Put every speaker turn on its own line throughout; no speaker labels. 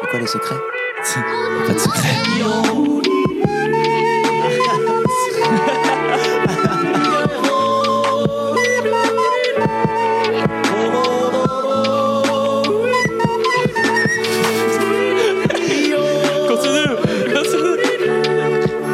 C'est quoi les secrets
Pas de secret. Continue Continue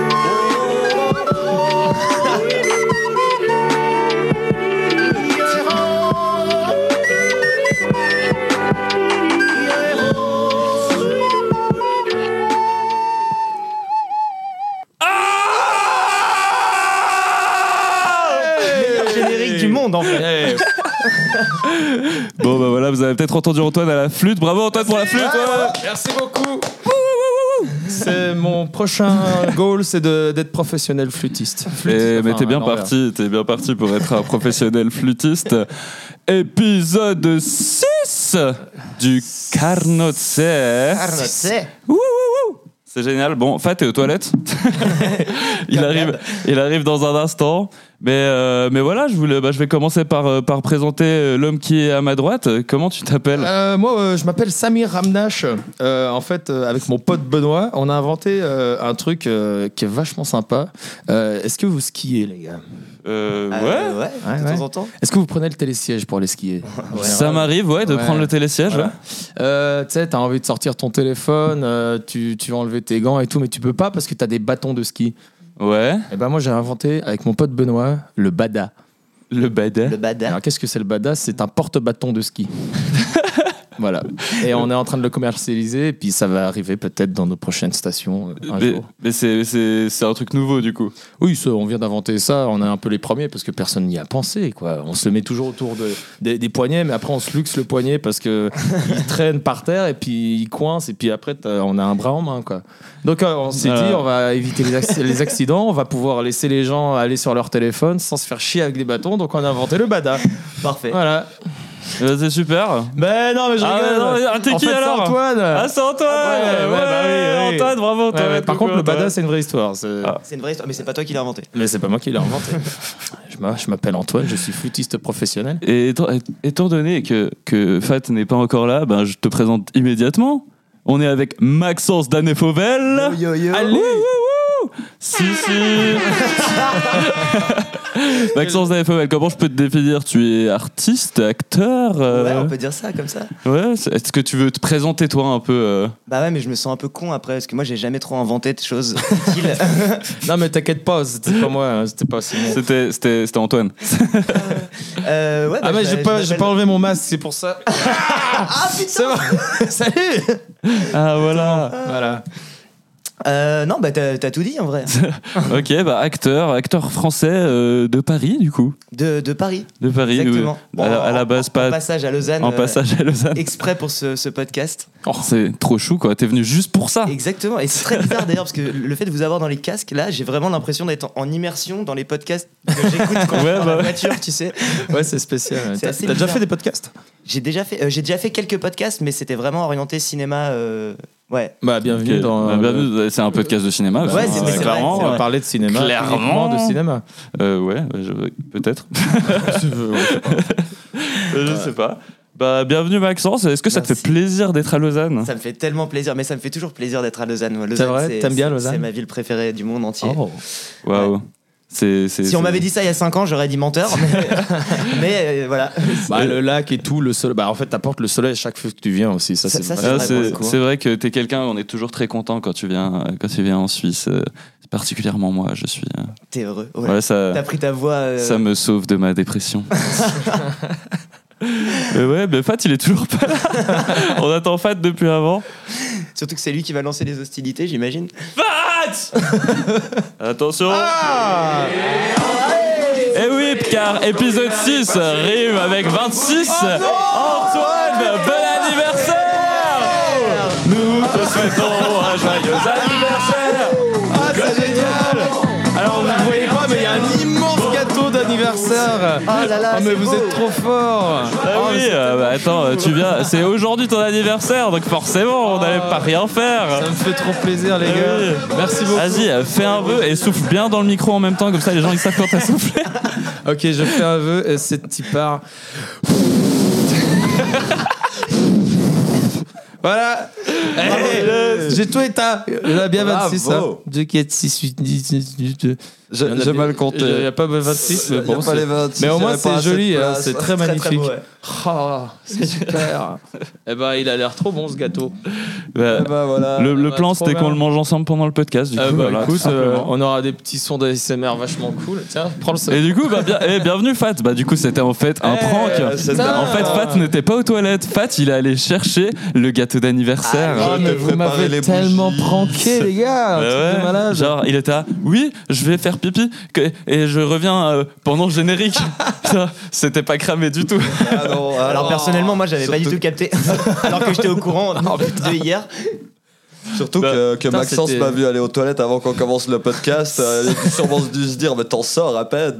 Meilleur générique du monde en fait.
Bon bah voilà, vous avez peut-être entendu Antoine à la flûte. Bravo Antoine pour la flûte ouais.
Merci Ah, beaucoup. C'est mon prochain goal, c'est de- d'être professionnel flûtiste. Flûte,
Eh, mais
enfin,
t'es bien
non, voilà.
parti, t'es bien parti pour être un professionnel flûtiste. Épisode 6 du Carnotse. Ouh, ouh, ouh. C'est génial. Bon, Fat est aux toilettes. il arrive, il arrive dans un instant. Mais euh, mais voilà, je voulais, bah, je vais commencer par euh, par présenter euh, l'homme qui est à ma droite. Comment tu t'appelles
Euh, moi, euh, je m'appelle Samir Ramnash. Euh, en fait, euh, avec mon pote Benoît, on a inventé euh, un truc euh, qui est vachement sympa. Euh, Est-ce que vous skiez, les gars
Euh, ouais.
Euh, ouais,
Ouais,
de
ouais.
temps en temps.
Est-ce que vous prenez le télésiège pour aller skier
Ça m'arrive, ouais, de
Ouais.
prendre le télésiège.
Voilà.
ouais.
Euh, tu sais, t'as envie de sortir ton téléphone, euh, tu, tu vas enlever tes gants et tout, mais tu peux pas parce que t'as des bâtons de ski.
Ouais.
Et ben moi, j'ai inventé avec mon pote Benoît le bada.
Le badet.
Le bada.
Alors qu'est-ce que c'est le bada C'est un porte-bâton de ski. voilà. Et on est en train de le commercialiser, et puis ça va arriver peut-être dans nos prochaines stations euh, un
Mais,
jour.
mais c'est- c'est c'est un truc nouveau du coup.
Oui, ça, on vient d'inventer ça, on est un peu les premiers parce que personne n'y a pensé. Quoi. On se le met toujours autour de, des, des poignets, mais après on se luxe le poignet parce que il traîne par terre et puis il coince, et puis après t'as- on a un bras en main. Quoi. Donc euh, on s'est
Voilà.
dit, on va éviter les, acc- les accidents, on va pouvoir laisser les gens aller sur leur téléphone sans se faire chier avec des bâtons, donc on a inventé le bada.
Parfait.
Voilà.
Euh, C'est super.
Ben non, mais je
Ah
rigole.
ouais, non, mais- ah, t'es
En
qui
fait, c'est
alors
Antoine.
Ah, c'est Antoine
Ouais, ouais, bah oui, oui.
Antoine, bravo
Ouais,
Antoine
ouais, par
Coucou,
contre, le
Antoine.
bada, c'est une vraie histoire. c'est-
Ah.
C'est une vraie histoire, mais c'est pas toi qui l'as inventé.
Mais c'est pas moi qui l'ai inventé. je m'a- je m'appelle Antoine, je suis footiste professionnel.
Et étant, étant donné que, que Fat n'est pas encore là, ben, je te présente immédiatement. On est avec Maxence Danet Fauvel.
Yo yo.
Allez Si, si Maxence Danet Fauvel, comment je peux te définir Tu es artiste, acteur euh,
Ouais, on peut dire ça comme ça.
ouais, c'est- Est-ce que tu veux te présenter toi un peu euh
Bah ouais, mais je me sens un peu con après parce que moi j'ai jamais trop inventé de choses. utiles.
Non, mais t'inquiète pas, c'était pas moi, hein, c'était pas Simon.
C'était c'était- c'était Antoine.
Euh, ouais, bah,
Ah, mais j'ai
je-
pas,
je
j'ai pas enlevé mon masque, c'est pour ça.
Ah putain.
C'est bon. Salut
Ah voilà
Voilà.
Euh, non, bah t'as t'as tout dit en vrai.
Ok, bah acteur, acteur français euh, de Paris du coup.
De, de Paris.
De Paris,
Exactement.
oui. À, la- à la base,
En
pas
passage à Lausanne.
en
euh,
passage à Lausanne.
Exprès pour ce, ce podcast.
Oh, c'est trop chou quoi, t'es venu juste pour ça.
Exactement. Et c'est très bizarre d'ailleurs parce que le fait de vous avoir dans les casques, là, j'ai vraiment l'impression d'être en immersion dans les podcasts que j'écoute quand je suis
Ouais,
dans
bah
la
ouais.
voiture, tu sais.
Ouais, c'est spécial.
C'est
T'as
assez
t'as déjà
bizarre.
fait des podcasts
J'ai déjà fait, euh, j'ai déjà fait quelques podcasts, mais c'était vraiment orienté cinéma. euh, Ouais.
Bah, bienvenue
Ok,
dans.
bah,
euh,
bienvenue, C'est un podcast de cinéma.
Ouais, c'est-
euh,
mais c'est
clairement.
On va
vrai.
parler de cinéma.
Clairement.
uniquement de cinéma.
Euh, ouais, je- peut-être.
Si tu veux, ouais.
Euh, je sais pas. Bah, bienvenue Maxence. Est-ce que ça te
Merci.
fait plaisir d'être à Lausanne
Ça me fait tellement plaisir, mais ça me fait toujours plaisir d'être à Lausanne. moi. Lausanne,
vrai T'aimes bien
c'est-
Lausanne
C'est ma ville préférée du monde entier.
Oh.
Waouh. C'est. c'est-
Si on
c'est-
m'avait dit ça il y a 5 ans, j'aurais dit menteur. Mais, mais, euh, voilà.
Bah, le lac et tout, le soleil. Bah, en fait, t'apportes le soleil chaque fois que tu viens aussi. Ça,
Ça-
c'est
ça,
vachement
Ah,
vrai pour le
C'est
coup,
c'est vrai que t'es quelqu'un, on est toujours très content quand tu viens, euh, quand tu viens en Suisse. euh, Particulièrement moi, je suis. euh,
T'es heureux. ouais.
Voilà, ça.
T'as pris ta voix. euh,
Ça me sauve de ma dépression. mais ouais, mais Fat, il est toujours pas là. On attend Fat depuis avant.
Surtout que c'est lui qui va lancer les hostilités, j'imagine.
Fat Attention Ah Et oui, car épisode 6 rime avec 26. Antoine, bon anniversaire Nous te souhaitons un joyeux anniversaire Bah
Ah, c'est génial Alors, vous ne voyez pas, mais il y a un immense gâteau d'anniversaire anniversaire
Oh là là,
Oh, mais
c'est
vous
beau.
êtes trop fort
Ah oui, euh, bah, attends, euh, tu viens. C'est aujourd'hui ton anniversaire, donc forcément, on n'allait pas rien faire. Eh
Ça me fait trop plaisir,
Ah
les gars.
oui.
Merci beaucoup.
Vas-y, euh, fais un vœu et souffle bien dans le micro en même temps, comme ça les gens ils savent quand t'as soufflé.
Ok, je fais un vœu et c'est petit part. voilà. Hey, J'ai tout éteint. La bien hein. 26.
Bravo.
2, 4, 6, 8, 10, 10,
J'ai j'ai mal compté.
Il n'y a pas 26, mais
Il y a
bon.
pas
c'est-
les 26,
mais au
il y
moins,
avait pas
c'est
assez de
joli. hein,
Ah,
place.
C'est très magnifique.
beau, ouais.
Ah, c'est super. eh ben, il a l'air trop bon, ce gâteau.
Bah,
Eh ben, voilà.
le le
bah,
plan
trop
c'était
bien.
qu'on le mange ensemble pendant le podcast. Du coup,
Euh, bah,
voilà,
écoute,
tout
euh,
simplement.
on aura des petits sons d'ASMR vachement cool. Tiens, prends le son.
Et du coup, bah, bien- eh, bienvenue Fat. Bah, du coup, c'était en fait un
Eh,
prank.
euh, c'est
ça.
En fait, Fat n'était pas aux toilettes. Fat, il est allé chercher le gâteau d'anniversaire.
Ah,
Je
mais
t'ai
vous
préparé
m'avez
les
tellement
bougies.
pranké, les gars!
Bah
truc de
ouais.
malade.
Genre, il était à oui, je vais faire pipi que- et je reviens euh, pendant le générique. Putain, c'était pas cramé du tout.
Ah non, ah
Alors
non.
personnellement, moi j'avais pas du
Surtout-
tout capté, alors que j'étais au courant de hier.
Surtout
Bah,
que, que
putain,
Maxence
c'était-
m'a vu aller aux toilettes avant qu'on commence le podcast. euh, il a sûrement dû se dire, mais t'en sors à peine.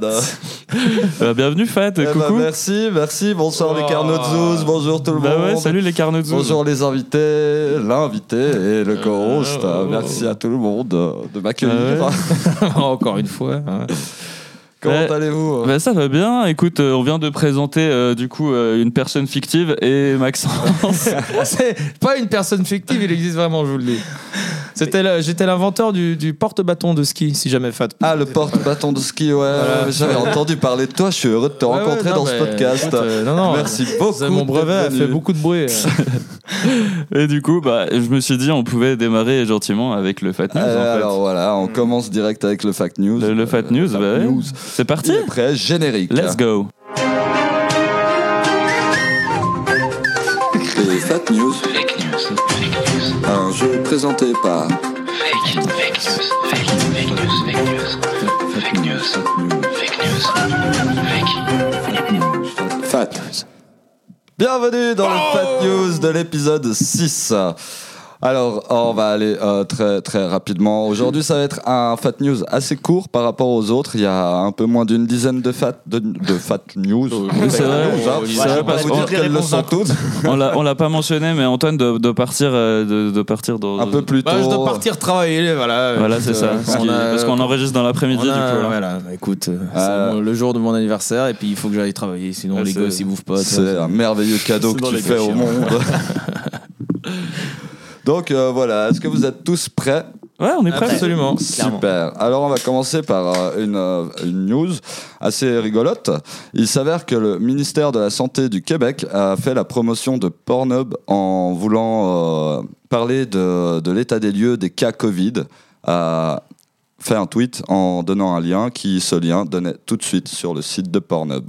Euh, bienvenue Fat,
Eh ben,
coucou.
merci, merci. Bonsoir
Oh.
les carnots de Zouz, bonjour tout le
bah
monde.
ouais, salut les carnets de Zouz.
Bonjour les invités, l'invité et le co-host.
oh.
Merci à tout le monde euh, de m'accueillir.
Ah
Encore une fois. hein.
Comment
Ouais.
allez-vous
Bah ça va bien, écoute, euh, on vient de présenter euh, du coup euh, une personne fictive et Maxence.
C'est pas une personne fictive, il existe vraiment, je vous le dis. C'était le- J'étais l'inventeur du, du porte-bâton de ski, si jamais Fat.
Ah, le porte-bâton de ski, ouais.
Voilà.
ouais, J'avais entendu parler de toi, je suis heureux de te
Ouais,
rencontrer
ouais, non,
dans ce
mais-
podcast.
écoute, euh, non, non,
Merci beaucoup.
c'est- Mon
d'être
brevet a
venu.
fait beaucoup de bruit. euh.
et du coup, bah je me suis dit on pouvait démarrer gentiment avec le Fat News
Euh,
en fait.
alors voilà, on commence direct avec le Fact News.
le, le Fat News,
Fat
bah ouais.
News.
c'est parti.
Il est prêt, générique.
Let's go.
Et Fat News. Un jeu présenté par
Fake news, fake news, fake news, fake news, fake news, fake news, fake news.
Fat News. Bienvenue dans le
Oh
Fat News de l'épisode 6. Alors, on va aller euh, très très rapidement. Aujourd'hui, ça va être un Fat News assez court par rapport aux autres. Il y a un peu moins d'une dizaine de Fat, de, de fat News.
Oui, c'est vrai.
News, hein.
C'est
Je
vrai,
vais pas
parce
vous
qu'on-
dire qu'elles le sont toutes.
on l'a on l'a pas mentionné, mais Antoine de, de partir euh, de, de partir dans
Un peu plus tôt.
Bah, je dois partir travailler, voilà.
Voilà, c'est ça.
Euh,
Parce
on
qu'il-
a-
parce qu'on enregistre dans
on
l'après-midi, du coup. hein.
a-
voilà.
voilà, bah, écoute, euh,
Euh,
c'est mon- le jour de mon anniversaire et puis il faut que j'aille travailler, sinon
Ouais,
les
c'est-
gosses ils bouffent pas. tu vois.
C'est un merveilleux cadeau
hein. C'est dans
que tu
les
fais au
clichés,
monde. Donc euh, voilà, est-ce que vous êtes tous prêts
Ouais, on est prêts.
Absolument.
Clairement.
Super. Alors on va commencer par euh, une, euh, une news assez rigolote. Il s'avère que le ministère de la Santé du Québec a fait la promotion de Pornhub en voulant euh, parler de, de l'état des lieux des cas Covid. A fait un tweet en donnant un lien qui, ce lien, donnait tout de suite sur le site de Pornhub.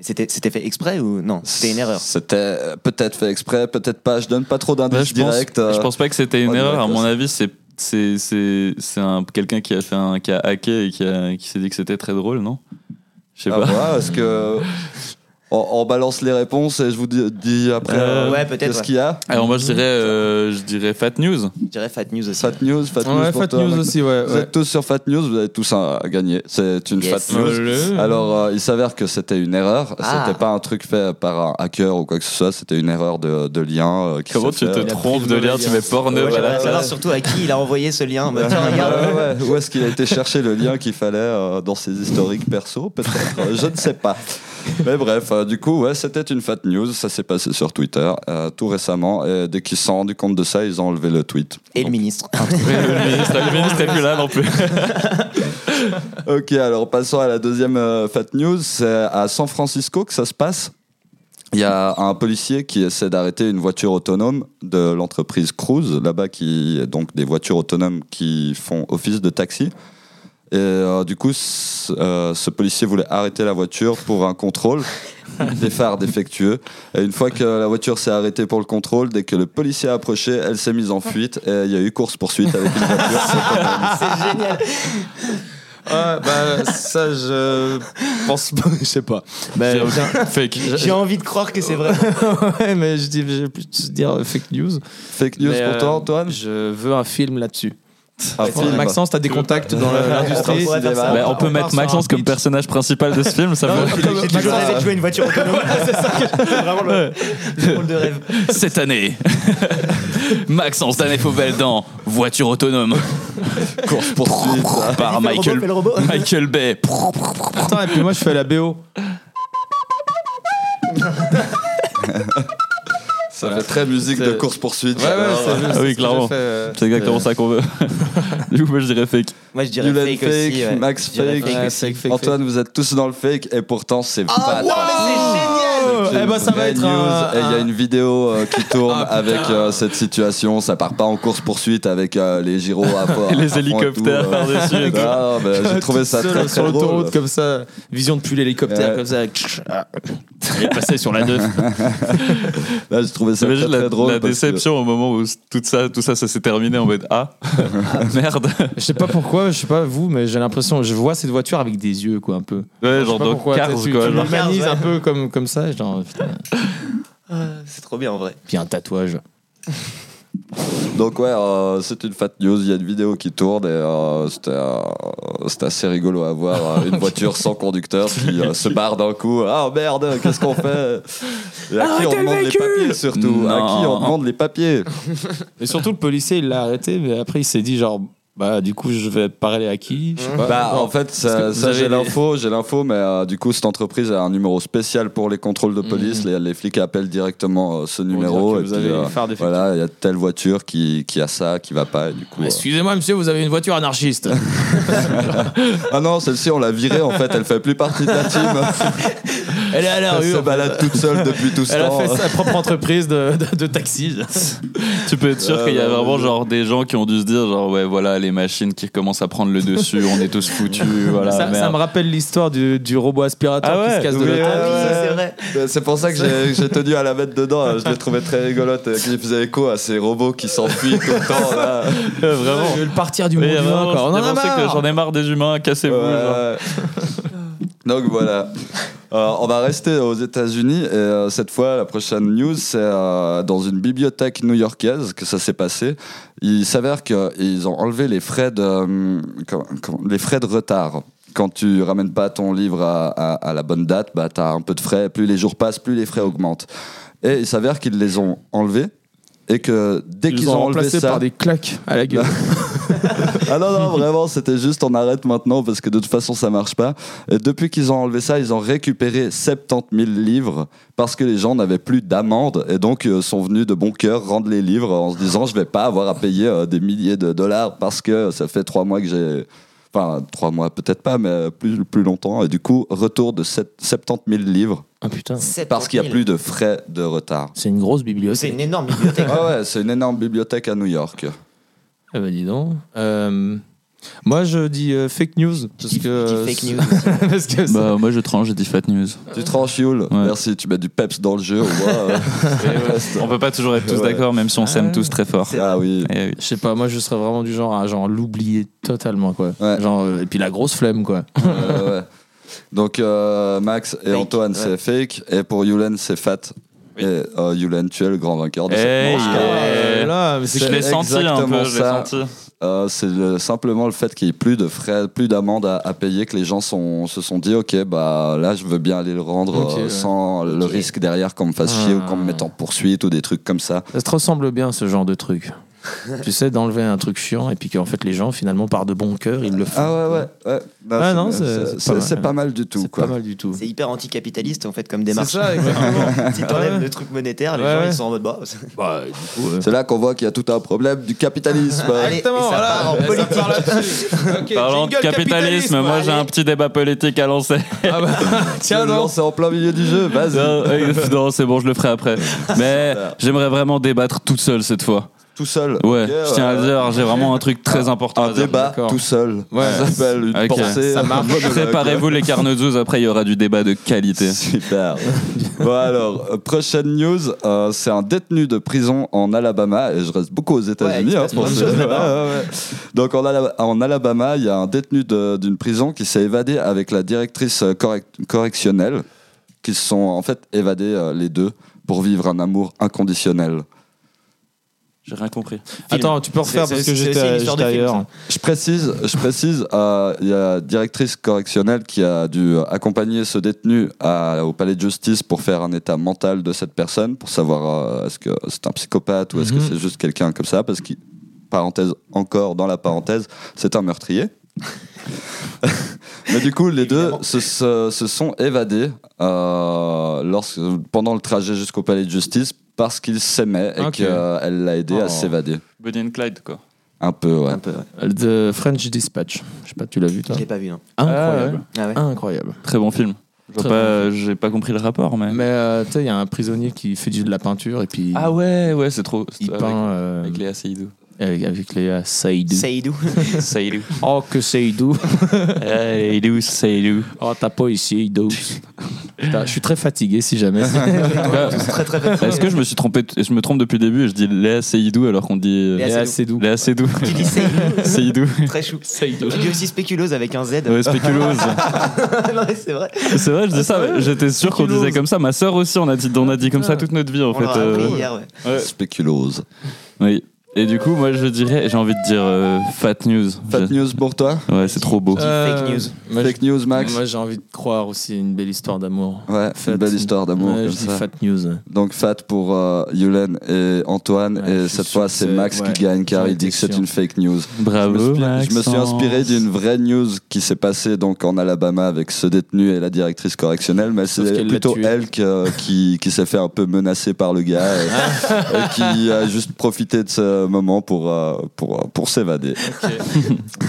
C'était c'était fait exprès ou non C'était une erreur.
C'était euh, peut-être fait exprès, peut-être pas. Je donne pas trop
Ouais,
d'indices
Bah, je, pense,
directs. euh,
je pense pas que c'était une
en
erreur. À
direct,
mon
ça.
avis, c'est c'est c'est c'est un quelqu'un qui a fait un qui a hacké et qui a qui s'est dit que c'était très drôle, non Je sais
à
pas.
voir, est-ce Ah, que on, on balance les réponses et je vous dis, dis après
Euh,
ouais, peut-être,
qu'est-ce
ouais.
qu'il y a
Alors moi, je dirais euh, je dirais Fat News.
Je dirais Fat News aussi.
Fat News, Fat News,
Ouais,
pour
Fat
toi,
News
Max.
aussi, ouais.
Vous
ouais.
êtes tous sur Fat News, vous avez tous à gagner. C'est une
Yes.
Fat News.
Allez.
Alors, euh, il s'avère que c'était une erreur.
Ah.
C'était pas un truc fait par un hacker ou quoi que ce soit. C'était une erreur de, de lien. euh, qui
Comment
s'est
tu te
fait.
a
trompes
pris
de
le
lien
mauvais
Tu mets
lien.
Pornhub.
Ouais, j'aimerais
ouais,
savoir
ouais.
surtout à qui il a envoyé ce lien. Bah,
Ouais,
tiens, regarde.
ouais, ouais. Où est-ce qu'il a été chercher le lien qu'il fallait euh, dans ses historiques perso Peut-être, euh, je ne sais pas. Mais bref, euh, du coup, ouais, c'était une fat news. Ça s'est passé sur Twitter euh, tout récemment. Et dès qu'ils se sont rendus compte de ça, ils ont enlevé le tweet.
Et le ministre.
le ministre, le ministre est plus là non plus.
Ok, alors passons à la deuxième euh, fat news. C'est à San Francisco que ça se passe. Il y a un policier qui essaie d'arrêter une voiture autonome de l'entreprise Cruise, là-bas, qui est donc des voitures autonomes qui font office de taxi. Et euh, du coup, c- euh, ce policier voulait arrêter la voiture pour un contrôle des phares défectueux. Et une fois que la voiture s'est arrêtée pour le contrôle, dès que le policier a approché, elle s'est mise en fuite et il y a eu course-poursuite avec une voiture.
C'est génial.
Ouais, bah, ça, je pense pas, je sais pas. Mais,
J'ai aucun- Fake.
J'ai envie de croire que c'est vrai.
ouais, mais je dis, je vais plus dire euh, fake news.
Fake news
Mais,
pour toi,
euh,
Antoine
Je veux un film là-dessus.
Ah,
Tiens,
film.
Maxence, t'as des contacts dans la- l'industrie
pourrait faire ça.
Bah, on peut mettre Maxence comme personnage principal de ce film, ça
Non,
vaut-
attends,
J'ai toujours
Maxence,
rêvé de jouer une voiture autonome. c'est ça que je- c'est vraiment le, le rôle de rêve.
cette année. Maxence Danet Fauvel dans Voiture autonome
course poursuite.
Fais le robot,
par
fais
Michael,
le robot.
Michael Bay.
Attends, et puis moi je fais la BO.
Ça fait très musique de course poursuite.
Ah oui, clairement. C'est exactement ça qu'on veut. du coup, moi je dirais fake.
Moi, je dirais
Yulen
fake,
fake,
aussi. ouais.
Max
Je dirais
fake.
fake aussi.
Antoine, vous êtes tous dans le fake et pourtant c'est pas
Eh ben ça va être un-
et il y a
un-
une vidéo euh, qui tourne avec euh, cette situation. Ça part pas en course poursuite avec euh, les gyros à fond.
Et les
à fond et
hélicoptères
tout, euh.
par-dessus et tout.
Ah, ben, J'ai trouvé ça
Seul
très
sur
très drôle.
l'autoroute comme ça, vision depuis l'hélicoptère
Ouais.
comme ça.
Elle est passée sur la 2.
Là, j'ai trouvé ça très,
T'imagines
très
la,
drôle.
la
parce que-
déception au moment où tout ça, tout ça, ça s'est terminé en mode Ah, merde.
Je sais pas pourquoi, je sais pas vous, mais j'ai l'impression, je vois cette voiture avec des yeux quoi un peu.
Ouais,
Je sais
genre
pas
dans
pourquoi,
Cars,
tu- tu
quoi. genre.
l'humanises
Cars, ouais.
un peu comme comme ça, genre putain.
Euh, C'est trop bien en vrai.
Puis un tatouage.
Donc ouais, euh, c'est une fat news, il y a une vidéo qui tourne et euh, c'était euh, c'était assez rigolo à voir, euh, une voiture sans conducteur qui euh, se barre d'un coup, ah merde, qu'est-ce qu'on fait Et à qui on demande les papiers surtout À
Non.
qui on demande les papiers
Et surtout le policier il l'a arrêté, mais après il s'est dit genre bah du coup je vais parler à qui Je sais pas.
Bah
Genre,
en fait,
que
ça,
vous
ça,
avez
j'ai
les-
l'info, j'ai l'info, mais euh, du coup cette entreprise a un numéro spécial pour les contrôles de police, les, les flics appellent directement euh, ce
Mm. pour
numéro
dire
et
que vous
puis,
avez
euh,
les phares défectueux.
voilà, il y a telle voiture qui, qui a ça, qui va pas et du coup... euh,
Excusez-moi monsieur, vous avez une voiture anarchiste.
Ah non, celle-ci on l'a virée en fait, elle fait plus partie de la team
Elle est à la
Elle
rue.
se
en fait.
balade toute seule depuis tout ce
Elle a
temps.
fait sa propre entreprise de, de, de taxi.
Tu peux être sûr
Euh,
qu'il y a
ouais,
vraiment
ouais.
genre des gens qui ont dû se dire genre ouais voilà les machines qui commencent à prendre le dessus, on est tous foutus, voilà.
ça, ça
merde.
me rappelle l'histoire du, du robot aspirateur
Ah
qui
ouais,
se casse de
oui,
l'hôtel.
Ah oui,
ouais.
ça, c'est vrai.
Euh, C'est pour ça que j'ai- j'ai tenu à la mettre dedans. hein. Je l'ai trouvée très rigolote. euh, Qui faisait écho à ces robots qui s'enfuient tout le temps. Là.
Euh, vraiment.
Je vais le partir du
Oui,
monde humain.
vraiment,
quoi. On en a
c'est pour ça que
marre.
J'en ai marre des humains, cassez-vous. genre.
Ouais. Donc voilà. Euh, on va rester aux États-Unis. Et euh, cette fois, la prochaine news, c'est euh, dans une bibliothèque new-yorkaise que ça s'est passé. Il s'avère qu'ils ont enlevé les frais de, hum, comment- comment- les frais de retard. Quand tu ramènes pas ton livre à, à- à la bonne date, bah, tu as un peu de frais. Plus les jours passent, plus les frais augmentent. Et il s'avère qu'ils les ont enlevés. Et que dès
Ils
qu'ils
ont
ont enlevé
remplacé
ça,
par des claques à la gueule.
ah non, non, vraiment, c'était juste on arrête maintenant parce que de toute façon ça marche pas. Et depuis qu'ils ont enlevé ça, ils ont récupéré 70 000 livres parce que les gens n'avaient plus d'amende et donc euh, sont venus de bon cœur rendre les livres en se disant je vais pas avoir à payer euh, des milliers de dollars parce que ça fait trois mois que j'ai. Enfin, trois mois peut-être pas, mais euh, plus, plus longtemps. Et du coup, retour de sept- 70 000 livres
Ah putain,
parce qu'il n'y
70 000.
a plus de frais de retard.
c'est une grosse
C'est
bibliothèque.
une énorme bibliothèque.
Ah ouais, c'est une énorme bibliothèque à New York.
Ah bah dis donc. Euh, moi je dis euh, fake news. Parce
Qui-
que,
qui fake news.
parce que ça-
Bah moi je tranche, j'ai dit fat news.
Tu tranches, Yul. Merci, tu mets du peps dans le jeu. au moins, euh,
on peut pas toujours être tous
Ouais.
d'accord même si on s'aime tous très fort.
Ah oui.
Eh oui.
Je sais pas, moi je serais vraiment du genre à genre l'oublier totalement quoi.
Ouais.
Genre, euh, et puis la grosse flemme quoi.
Ouais, ouais. Donc euh, Max et
Fake,
Antoine
ouais.
c'est fake et pour Yulen c'est fat.
Oui. Eh.
Et euh, Yulen tu es le grand vainqueur de
Hey,
cette manche.
yeah.
ouais, là, mais c'est
Je
C'est
l'ai senti un
exactement
peu, je l'ai
ça.
senti.
Euh, c'est le- simplement le fait qu'il n'y ait plus de frais, plus d'amendes à, à payer que les gens sont, se sont dit ok bah là je veux bien aller le rendre
Ok,
euh,
ouais.
sans le
Ok.
risque derrière qu'on me fasse chier ou qu'on me
Ah.
mette en poursuite ou des trucs comme ça.
Ça te ressemble bien ce genre de truc. tu sais, d'enlever un truc chiant et puis qu'en fait les gens finalement par de bon cœur ils le font.
Ah ouais ouais. ouais.
Ah non, c'est- c'est
c'est
pas
c'est-
mal.
c'est pas, mal du tout
C'est
quoi.
pas mal du tout.
C'est hyper anticapitaliste en fait comme démarche.
exactement.
Si t'enlèves
Ouais.
le truc monétaire, les
Ouais,
gens
ouais.
ils sont en mode bah. c'est-
bah, du coup, euh,
C'est là qu'on voit qu'il y a tout un problème du capitalisme.
Allez, et ça part en politique.
Parlant de capitalisme, moi j'ai un petit débat politique à lancer.
Tiens non c'est en plein milieu du jeu vas-y.
Non, euh, non, c'est bon, je le ferai après. Mais j'aimerais vraiment débattre toute seule cette fois.
Tout seul.
Ouais,
Ok,
je tiens à le dire, j'ai vraiment un truc très important
un
à dire.
débat
d'accord.
tout seul.
Ouais.
Ça s'appelle une
Ok.
pensée.
Ça marche.
un monologue.
Préparez-vous les carnezous, après il y aura du débat de qualité.
Super. bon alors, euh, prochaine news, euh, c'est un détenu de prison en Alabama, et je reste beaucoup aux
Ouais, il
États-Unis
se
hein,
passe
pour
plein de
ce-
choses
Ouais,
là-bas.
ouais, ouais. Donc en, Ala- en Alabama, il y a un détenu de- d'une prison qui s'est évadé avec la directrice euh, correct- correctionnelle, qui se sont en fait évadés euh, les deux pour vivre un amour inconditionnel.
J'ai rien compris.
Attends, tu peux refaire
C'est-
parce
c'est-
que
c'est aussi une
j'étais
histoire
j'étais
de film,
ailleurs.
Je précise, je précise, euh, il y a la directrice correctionnelle qui a dû accompagner ce détenu à- au palais de justice pour faire un état mental de cette personne, pour savoir euh, est-ce que c'est un psychopathe ou est-ce
Mhm.
que c'est juste quelqu'un comme ça, parce qu'il, parenthèse encore dans la parenthèse, c'est un meurtrier. Mais du coup, les deux
Évidemment.
se, se- se sont évadés euh, lorsque, pendant le trajet jusqu'au palais de justice parce qu'ils s'aimaient et
Ok.
qu'elle l'a aidé à
Oh.
s'évader.
Bonnie and Clyde, quoi.
Un peu, ouais.
Un peu, ouais.
The French Dispatch. Je sais pas, tu l'as vu toi
Je l'ai pas vu, non.
Incroyable.
Ah ouais
Incroyable.
Très bon film. Je vois
Très
pas- J'ai pas compris le rapport, mais.
Mais euh, tu sais, il y a un prisonnier qui fait du- de la peinture et puis
Ah ouais, ouais, c'est trop. c'est
il
avec-
peint euh,
Avec Léa Seydoux.
avec, avec Léa Seydoux.
Seydou.
Seydoux.
Oh que Seydou.
Seydoux, Seydoux.
Oh t'as pas ici douce. Putain, Je suis très fatigué si jamais.
très très très.
Est-ce que je me suis trompé t- Je me trompe depuis le début et je dis Léa Seydoux alors qu'on dit. euh,
Léa
Léa Seydoux.
Léa Seydoux.
Qui dit Seydou
Seydoux.
Très chou.
Seydoux.
Tu dis aussi spéculeuse avec un Z.
Ouais, spéculose.
non, mais c'est vrai.
C'est vrai, je dis ça. mais J'étais sûr qu'on disait comme ça. Ma sœur aussi, on a dit, on a dit comme ça toute notre vie en
On
fait.
l'a
euh,
appris hier, ouais.
ouais.
Spéculose.
Oui. Et du coup, moi, je dirais, j'ai envie de dire euh, Fat News.
Fat news pour toi
Ouais, c'est trop beau.
Qui fake news.
Moi,
Euh, Fake news, Max
Moi, j'ai envie de croire aussi à une belle histoire d'amour.
Ouais,
Fat.
une belle histoire d'amour
Ouais,
comme
je dis
ça.
fat news.
Donc fat pour euh, Yulen et Antoine
Ouais, je
et
suis
cette
sûr
fois
que
c'est
c'est-
Max
ouais,
qui gagne car
j'en
il dit
étais
que c'est
sûr.
une fake news. Je me
Bravo,
suis- je me suis
Maxence.
inspiré d'une vraie news qui s'est passée donc en Alabama avec ce détenu et la directrice correctionnelle, mais
Sauf
c'est
qu'elle l'a
plutôt
tué.
elle que- qui, qui s'est fait un peu menacer par le gars et,
Ah.
et qui a juste profité de ce moment pour, euh, pour, euh, pour s'évader.
Bah,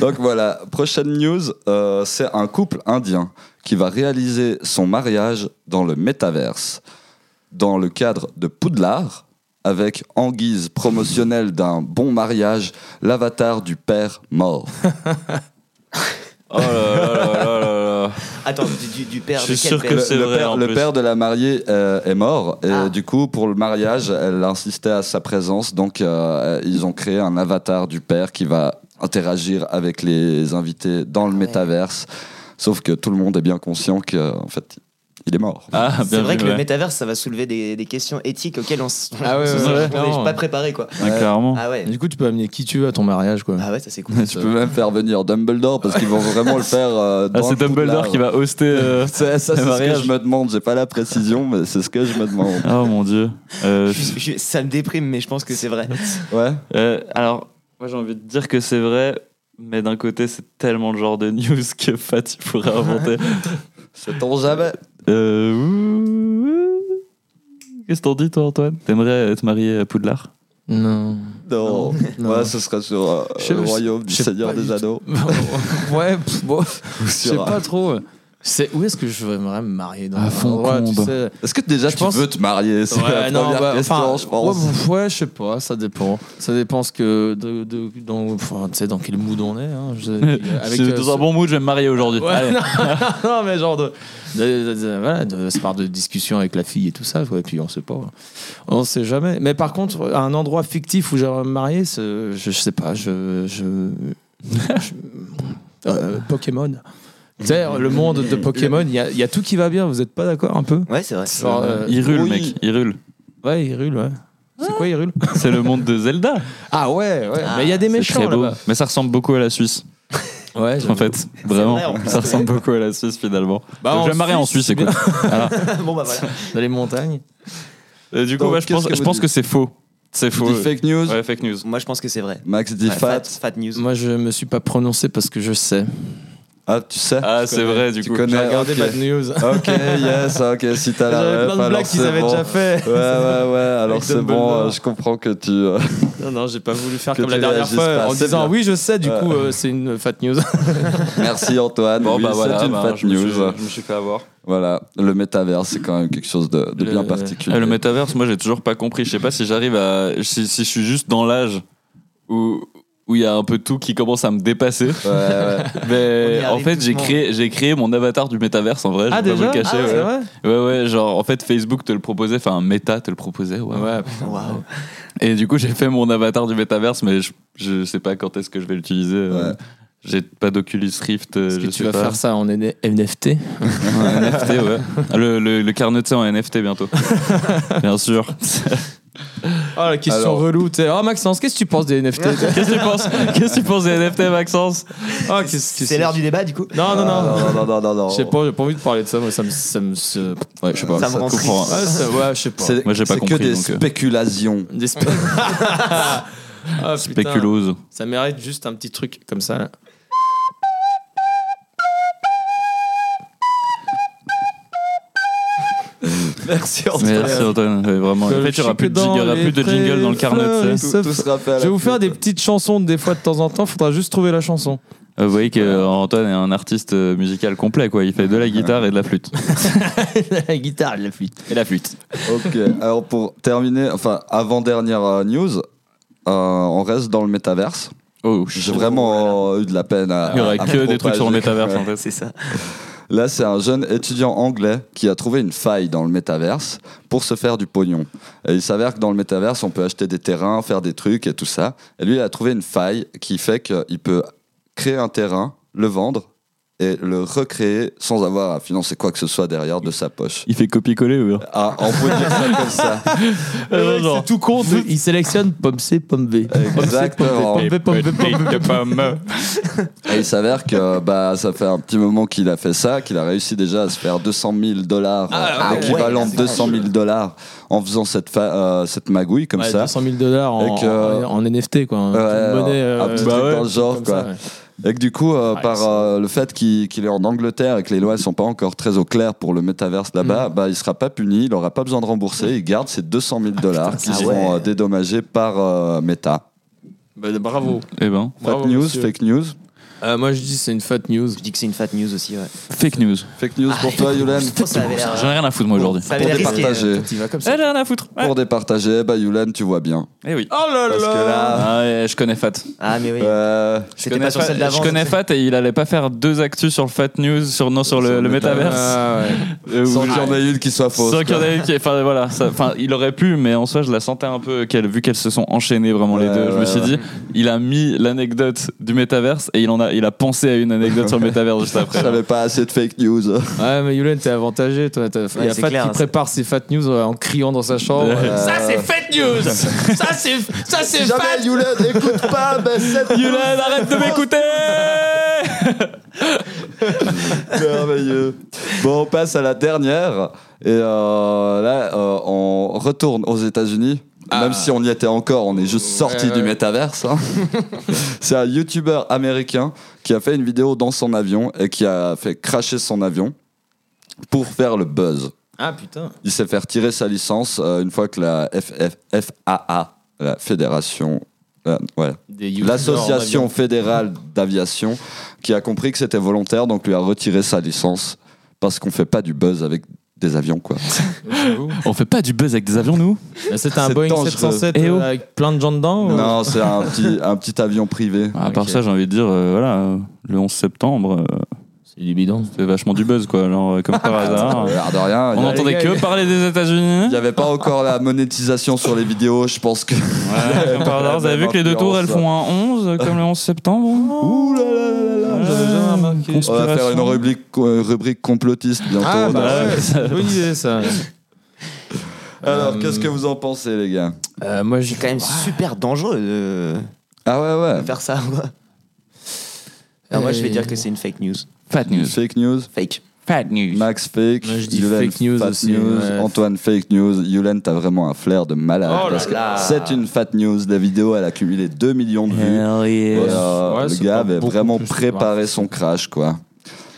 donc voilà, prochaine news, euh, c'est un couple indien qui va réaliser son mariage dans le métaverse, dans le cadre de Poudlard. Avec en guise promotionnelle d'un bon mariage, l'avatar du père mort.
Oh là là là là là là.
Attends, du, du, du père
Je
de
suis
quel
sûr que
père
le,
c'est
le
vrai,
père,
en
le
plus.
père de la mariée euh, est mort et
Ah.
du coup pour le mariage elle insistait à sa présence donc euh, ils ont créé un avatar du père qui va interagir avec les invités dans le
Ah ouais.
métaverse sauf que tout le monde est bien conscient que en fait il est mort
Ah, bien
C'est vrai
vu,
que le
ouais.
métaverse, ça va soulever des, des questions éthiques auxquelles on s- on
Ah ouais,
se-
ouais,
on
ouais,
est
clairement.
pas préparé quoi.
Ouais, clairement.
Ah ouais.
Du coup, tu peux amener qui tu veux à ton mariage, quoi.
Ah ouais, ça c'est cool.
tu peux même faire venir Dumbledore parce qu'ils vont vraiment le faire euh,
Ah,
dans
c'est
le
Dumbledore
Poudlard.
qui va hoster. euh,
c'est ça c'est
le
ce que
mariage.
je me demande j'ai pas la précision mais c'est ce que je me demande
Oh mon dieu. Euh,
Je- je- ça me déprime, mais je pense que c'est vrai.
ouais
euh, alors, moi j'ai envie de dire que c'est vrai, mais d'un côté c'est tellement le genre de news que Fat il pourrait inventer.
c'est ton jamais
Euh, ouh, ouh. Euh, Qu'est-ce que t'en dis toi Antoine T'aimerais être marié à Poudlard
Non.
non,
Non.
Ouais, ce sera sur euh,
Je sais-
le royaume du
je sais
Seigneur
pas
des
du
Anneaux
ouais, pff, bon,
ou
je
sur
sais
un-
pas trop. C'est où est-ce que je voudrais me marier dans
À
un endroit, tu
Foncombe.
sais.
Est-ce que déjà
Je
tu
pense-
veux te marier C'est la première
bah,
question,
enfin,
je pense.
Ouais, bon, ouais, je sais pas, ça dépend. Ça dépend ce que de, de- dans, enfin, tu sais, dans quel mood on est. Hein, je-
Avec
euh,
dans un
ce-
bon mood, je vais me marier aujourd'hui.
Ouais,
Allez.
non, non, mais genre de, de, de- de- voilà, de- ça part de discussion avec la fille et tout ça, quoi, et puis on sait pas, on sait jamais. Mais par contre, un endroit fictif où j'aimerais me marier, c'est- je, je sais pas, je, je, je- euh, Pokémon. Tu sais, le monde de Pokémon, il y, a- il y a tout qui va bien. Vous êtes pas d'accord un peu
Ouais, c'est vrai.
Genre, euh,
Hyrule,
oui.
mec, Hyrule.
ouais, Hyrule, ouais. C'est quoi Hyrule
C'est le monde de Zelda.
Ah ouais, ouais.
Ah,
mais il y a des
C'est
méchants
très beau.
là-bas.
Mais ça ressemble beaucoup à la Suisse,
Ouais,
en fait. Vraiment.
vrai, en fait.
ça ressemble beaucoup à la Suisse, finalement.
Bah,
je
en
vais me marier en
Suisse,
Suisse, écoute.
bon bah voilà.
dans les montagnes.
Et Euh, du coup,
Donc,
ouais, je
qu'est-ce
pense
que
je
vous
pense
dites
que c'est faux. C'est
Tu
faux.
dis fake news,
Ouais, fake news.
Moi, je pense que c'est vrai.
Max dit
Ouais,
fat.
fat news.
Moi, je me suis pas prononcé parce que je sais.
Ah, tu sais
Ah, c'est
connais.
vrai, du
Tu
coup.
connais
J'ai regardé
ok.
Bad News.
Ok, yes, ok, si t'as la
J'avais
ref,
plein de
alors
blagues qu'ils
c'est
avaient
bon.
déjà fait.
Ouais, ouais, ouais, alors
Avec
c'est bon,
Dumbledore.
euh, je comprends que tu. euh,
Non, non, j'ai pas voulu faire
Que
comme la
tu
dernière
réagisses
fois
pas,
en
c'est
disant
bien.
oui, je sais, du
Ouais.
coup, euh, c'est une fat
Ah,
news.
Merci Antoine,
Bon,
oui,
bah
c'est
voilà,
une
bah,
fat
je me suis-
news.
je me suis fait avoir.
Voilà, le métavers, c'est quand même quelque chose de, de
Le-
bien particulier.
Ah, le métaverse, moi j'ai toujours pas compris. Je sais pas si j'arrive à. Si, si je suis juste dans l'âge où où il y a un peu tout qui commence à me dépasser.
Ouais, ouais.
On y
Mais en
arrive
fait, j'ai
doucement.
créé, j'ai créé mon avatar du métaverse en
Ah,
vrai. je vais pas vous le
Ah,
cacher. ouais.
Euh,
vrai
ouais, ouais, genre en fait, Facebook te le proposait, enfin, Meta te le proposait. Ouais.
Ouais.
Waouh.
Et du coup, j'ai fait mon avatar du métaverse, mais je, je sais pas quand est-ce que je vais l'utiliser. euh,
Ouais.
J'ai pas d'Oculus Rift. euh, je
Est-ce que tu
sais
vas
pas.
faire ça en N- NFT
Un NFT, ouais. Ah, Le, le, le carnet de thé en NFT bientôt. Bien sûr.
Ah, la question
Alors.
relou, tu sais. Oh, Maxence, qu'est-ce que tu penses des NFT Qu'est-ce que tu penses Qu'est-ce que tu penses des NFT, Maxence Ah, qu'est-ce qu'est-ce
C'est l'heure du débat, du coup.
que- Non, non, non.
Ah, non, non, non, non.
Je sais pas, j'ai pas envie de parler de ça, moi, ça me. Ça me se-
Ouais, je sais pas.
Ça me rend triste.
comprend.
Ah, ça- ouais, je sais pas.
C'est
Moi, j'ai pas
c'est que
compris,
des
donc, euh.
spéculations.
Des spé- Ah, putain.
Spéculose.
Ça mérite juste un petit truc comme ça. là. Merci Antoine.
Merci Antoine, Ouais, Euh, vraiment. En
Le
fait, il y aura
chic
plus de
dans
jingle, il y aura
les
plus de jingle dans le carnet.
fleurs,
tu sais.
Tout, tout se rappelle à
Je vais
la
vous faire
flûte.
des petites chansons des fois de temps en temps, faudra juste trouver la chanson.
Euh, Vous voyez que euh, Antoine est un artiste euh, musical complet, quoi. Il fait de la guitare et de la flûte.
la guitare, la flûte.
Et la flûte.
Ok, alors pour terminer, enfin avant-dernière euh, news, euh, on reste dans le métaverse.
Oh, je-
J'ai vraiment euh, eu de la peine à.
Il y aura
à
que des trucs sur le
propager.
métaverse hein. en
Ouais.
C'est
fait.
ça.
Là, c'est un jeune étudiant anglais qui a trouvé une faille dans le métaverse pour se faire du pognon. Et il s'avère que dans le métaverse, on peut acheter des terrains, faire des trucs et tout ça. Et lui, il a trouvé une faille qui fait qu'il peut créer un terrain, le vendre et le recréer sans avoir à financer quoi que ce soit derrière de sa poche.
Il fait copier-coller, oui.
Ah, on peut dire ça comme ça.
c'est tout con, il sélectionne pomme C, pomme B.
Exactement.
Pomme B, pomme B, pomme B.
Et il s'avère que bah, ça fait un petit moment qu'il a fait ça, qu'il a réussi déjà à se faire 200 000 dollars, euh,
Ah, ouais,
l'équivalent de
c'est
200 000 dollars en faisant cette, fa- euh, cette magouille comme
Ouais,
ça.
200 000 dollars en,
Et que-
en- en NFT, quoi. Une
Ouais,
monnaie,
un petit
bah
truc
ouais,
dans le genre,
comme
quoi.
ça, ouais.
Et que du coup, euh,
Ouais,
par
c'est-
euh, le fait qu'il qu'il est en Angleterre et que les lois ne sont pas encore très au clair pour le métaverse
Mm.
là-bas, bah, il ne sera pas puni, il n'aura pas besoin de rembourser, il garde ses 200
Ah,
000 dollars qui
c'est
seront
génial.
euh, dédommagés par euh, Meta.
Bah, bravo.
Eh ben,
Bravo,
fake news,
monsieur.
fake news.
Euh, moi, je dis c'est une fat news.
Je dis que c'est une fat news aussi, ouais. Ah,
fake news.
Fake news pour
Ah,
toi, Yulen.
Je pense que ça avait l'air-
J'en ai rien à foutre, moi, aujourd'hui. Eh,
Ça avait
Pour
l'air risqué.
départager.
il va comme
J'en ai rien à foutre.
Pour départager, bah, Yulen, tu vois bien.
Eh oui.
Oh là
Parce que
là
là.
Ah ouais, je connais Fat.
Ah, mais oui.
euh,
Je
C'était
connais,
pas sur
Fat,
celle d'avant.
je connais
ça.
Fat et il allait pas faire deux actus sur le Fat News, sur, non, sur,
Sur
le,
le
le métaverse.
Ah ouais.
Euh, où-
sans qu'il y en ait une qui soit fausse.
Sans qu'il y en
quoi.
ait une qui- Enfin, voilà. ça- Enfin, il aurait pu, mais en soi, je la sentais un peu, qu'elle- vu qu'elles se sont enchaînées vraiment les
Ouais,
deux. je me
ouais,
suis
ouais.
dit, il a mis l'anecdote du métaverse et il, en a, il a pensé à une anecdote sur le métaverse juste après.
J'avais pas assez de fake news.
Ouais, mais Yulen, t'es avantagé. Toi. T'as- il y a
c'est
Fat
clair,
qui
hein,
prépare ses fat news euh, en criant dans sa chambre.
Ouais.
Euh,
Ça, c'est
fat news Ça, c'est ça
Si jamais Yulen écoute pas, ben cette
Yulen, arrête de m'écouter
merveilleux. Bon, on passe à la dernière. Et euh, là, euh, on retourne aux États-Unis. Même si on y était encore, on est juste sorti
Ah. Ouais, ouais.
du métaverse. hein. C'est un YouTuber américain qui a fait une vidéo dans son avion et qui a fait cracher son avion pour faire le buzz.
Ah putain.
Il s'est fait retirer sa licence euh, une fois que la FF FAA, la Fédération. la- ouais,
Des youtubeurs en
L'association
avion.
fédérale d'aviation qui a compris que c'était volontaire, donc lui a retiré sa licence parce qu'on fait pas du buzz avec des avions quoi.
euh, J'avoue.
On fait pas du buzz avec des avions, nous
Mais C'était un
C'est
Boeing
dangereux.
707
Eh
euh,
oh.
avec plein de gens dedans. ou-
Non, c'est un petit, un petit avion privé.
À part
Ok.
ça, j'ai envie de dire, euh, voilà, euh, le 11 septembre, euh,
C'est du bidon.
c'est vachement du buzz, quoi. Alors, euh, comme par hasard,
Euh, l'air de rien, il
on
y a-
entendait
Ah, les gars,
que parler des États-Unis.
il n'y avait pas encore la monétisation sur les vidéos, je pense que.
Ouais, comme par hasard, vous avez vu que les deux tours, elles font un 11, euh, comme le 11 septembre
Ouh là là là là.
J'avais jamais remarqué.
Conspiration.
On va faire une rubrique, une rubrique complotiste bientôt. euh,
Ah bah
ouais,
ouais, c'est une bonne idée ça.
Alors,
Euh,
qu'est-ce que vous en pensez, les gars
Euh, moi, j'ai
C'est quand même super dangereux de
Ah ouais, ouais.
de faire ça. quoi. Alors moi, je vais
Euh.
dire que c'est une fake news.
Fat news.
Fake news.
Fake.
Fat news.
Max fake,
Moi, je dis
Yulen
fake news
fat
aussi,
news,
ouais.
Antoine fake news, Yulen t'as vraiment un flair de malade
Oh là
parce que
là.
c'est une fat news, la vidéo elle a cumulé 2 millions de vues. Et, euh,
Ouais,
le
c'est
gars
pas
avait
beaucoup
vraiment
plus, c'est
préparé son crash quoi.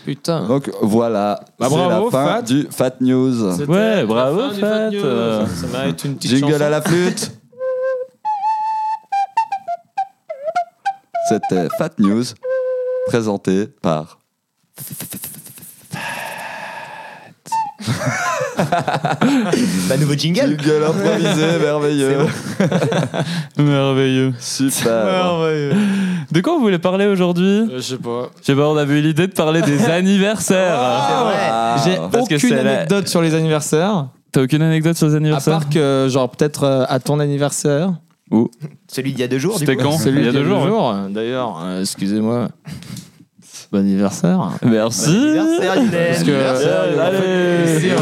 Putain.
Donc voilà,
Bah,
c'est
bravo,
la fin
Fat.
du fat news.
C'était
Ouais,
la
bravo,
fin du
Fat.
News.
Euh,
Ça mérite une petite
Jingle
chanson.
à la flûte. C'était fat news présenté par
Bah nouveau jingle.
Jingle improvisé merveilleux.
Merveilleux.
Super.
De quoi on voulait parler aujourd'hui
Euh, Je sais pas.
Je sais pas, on avait eu l'idée de parler des anniversaires.
Ah.
J'ai
Parce que
aucune
c'est la-
anecdote sur les anniversaires.
T'as aucune anecdote sur les
À
anniversaires
part que, genre, peut-être euh, à ton anniversaire.
Celui d'il y a deux jours. du
C'était
coup.
quand
Celui
Il y a deux jours.
D'ailleurs, euh, excusez-moi. euh, Bon anniversaire.
Merci.
Anniversaire, Younes.
Parce que-
Anniversaire, Younes.
Allez.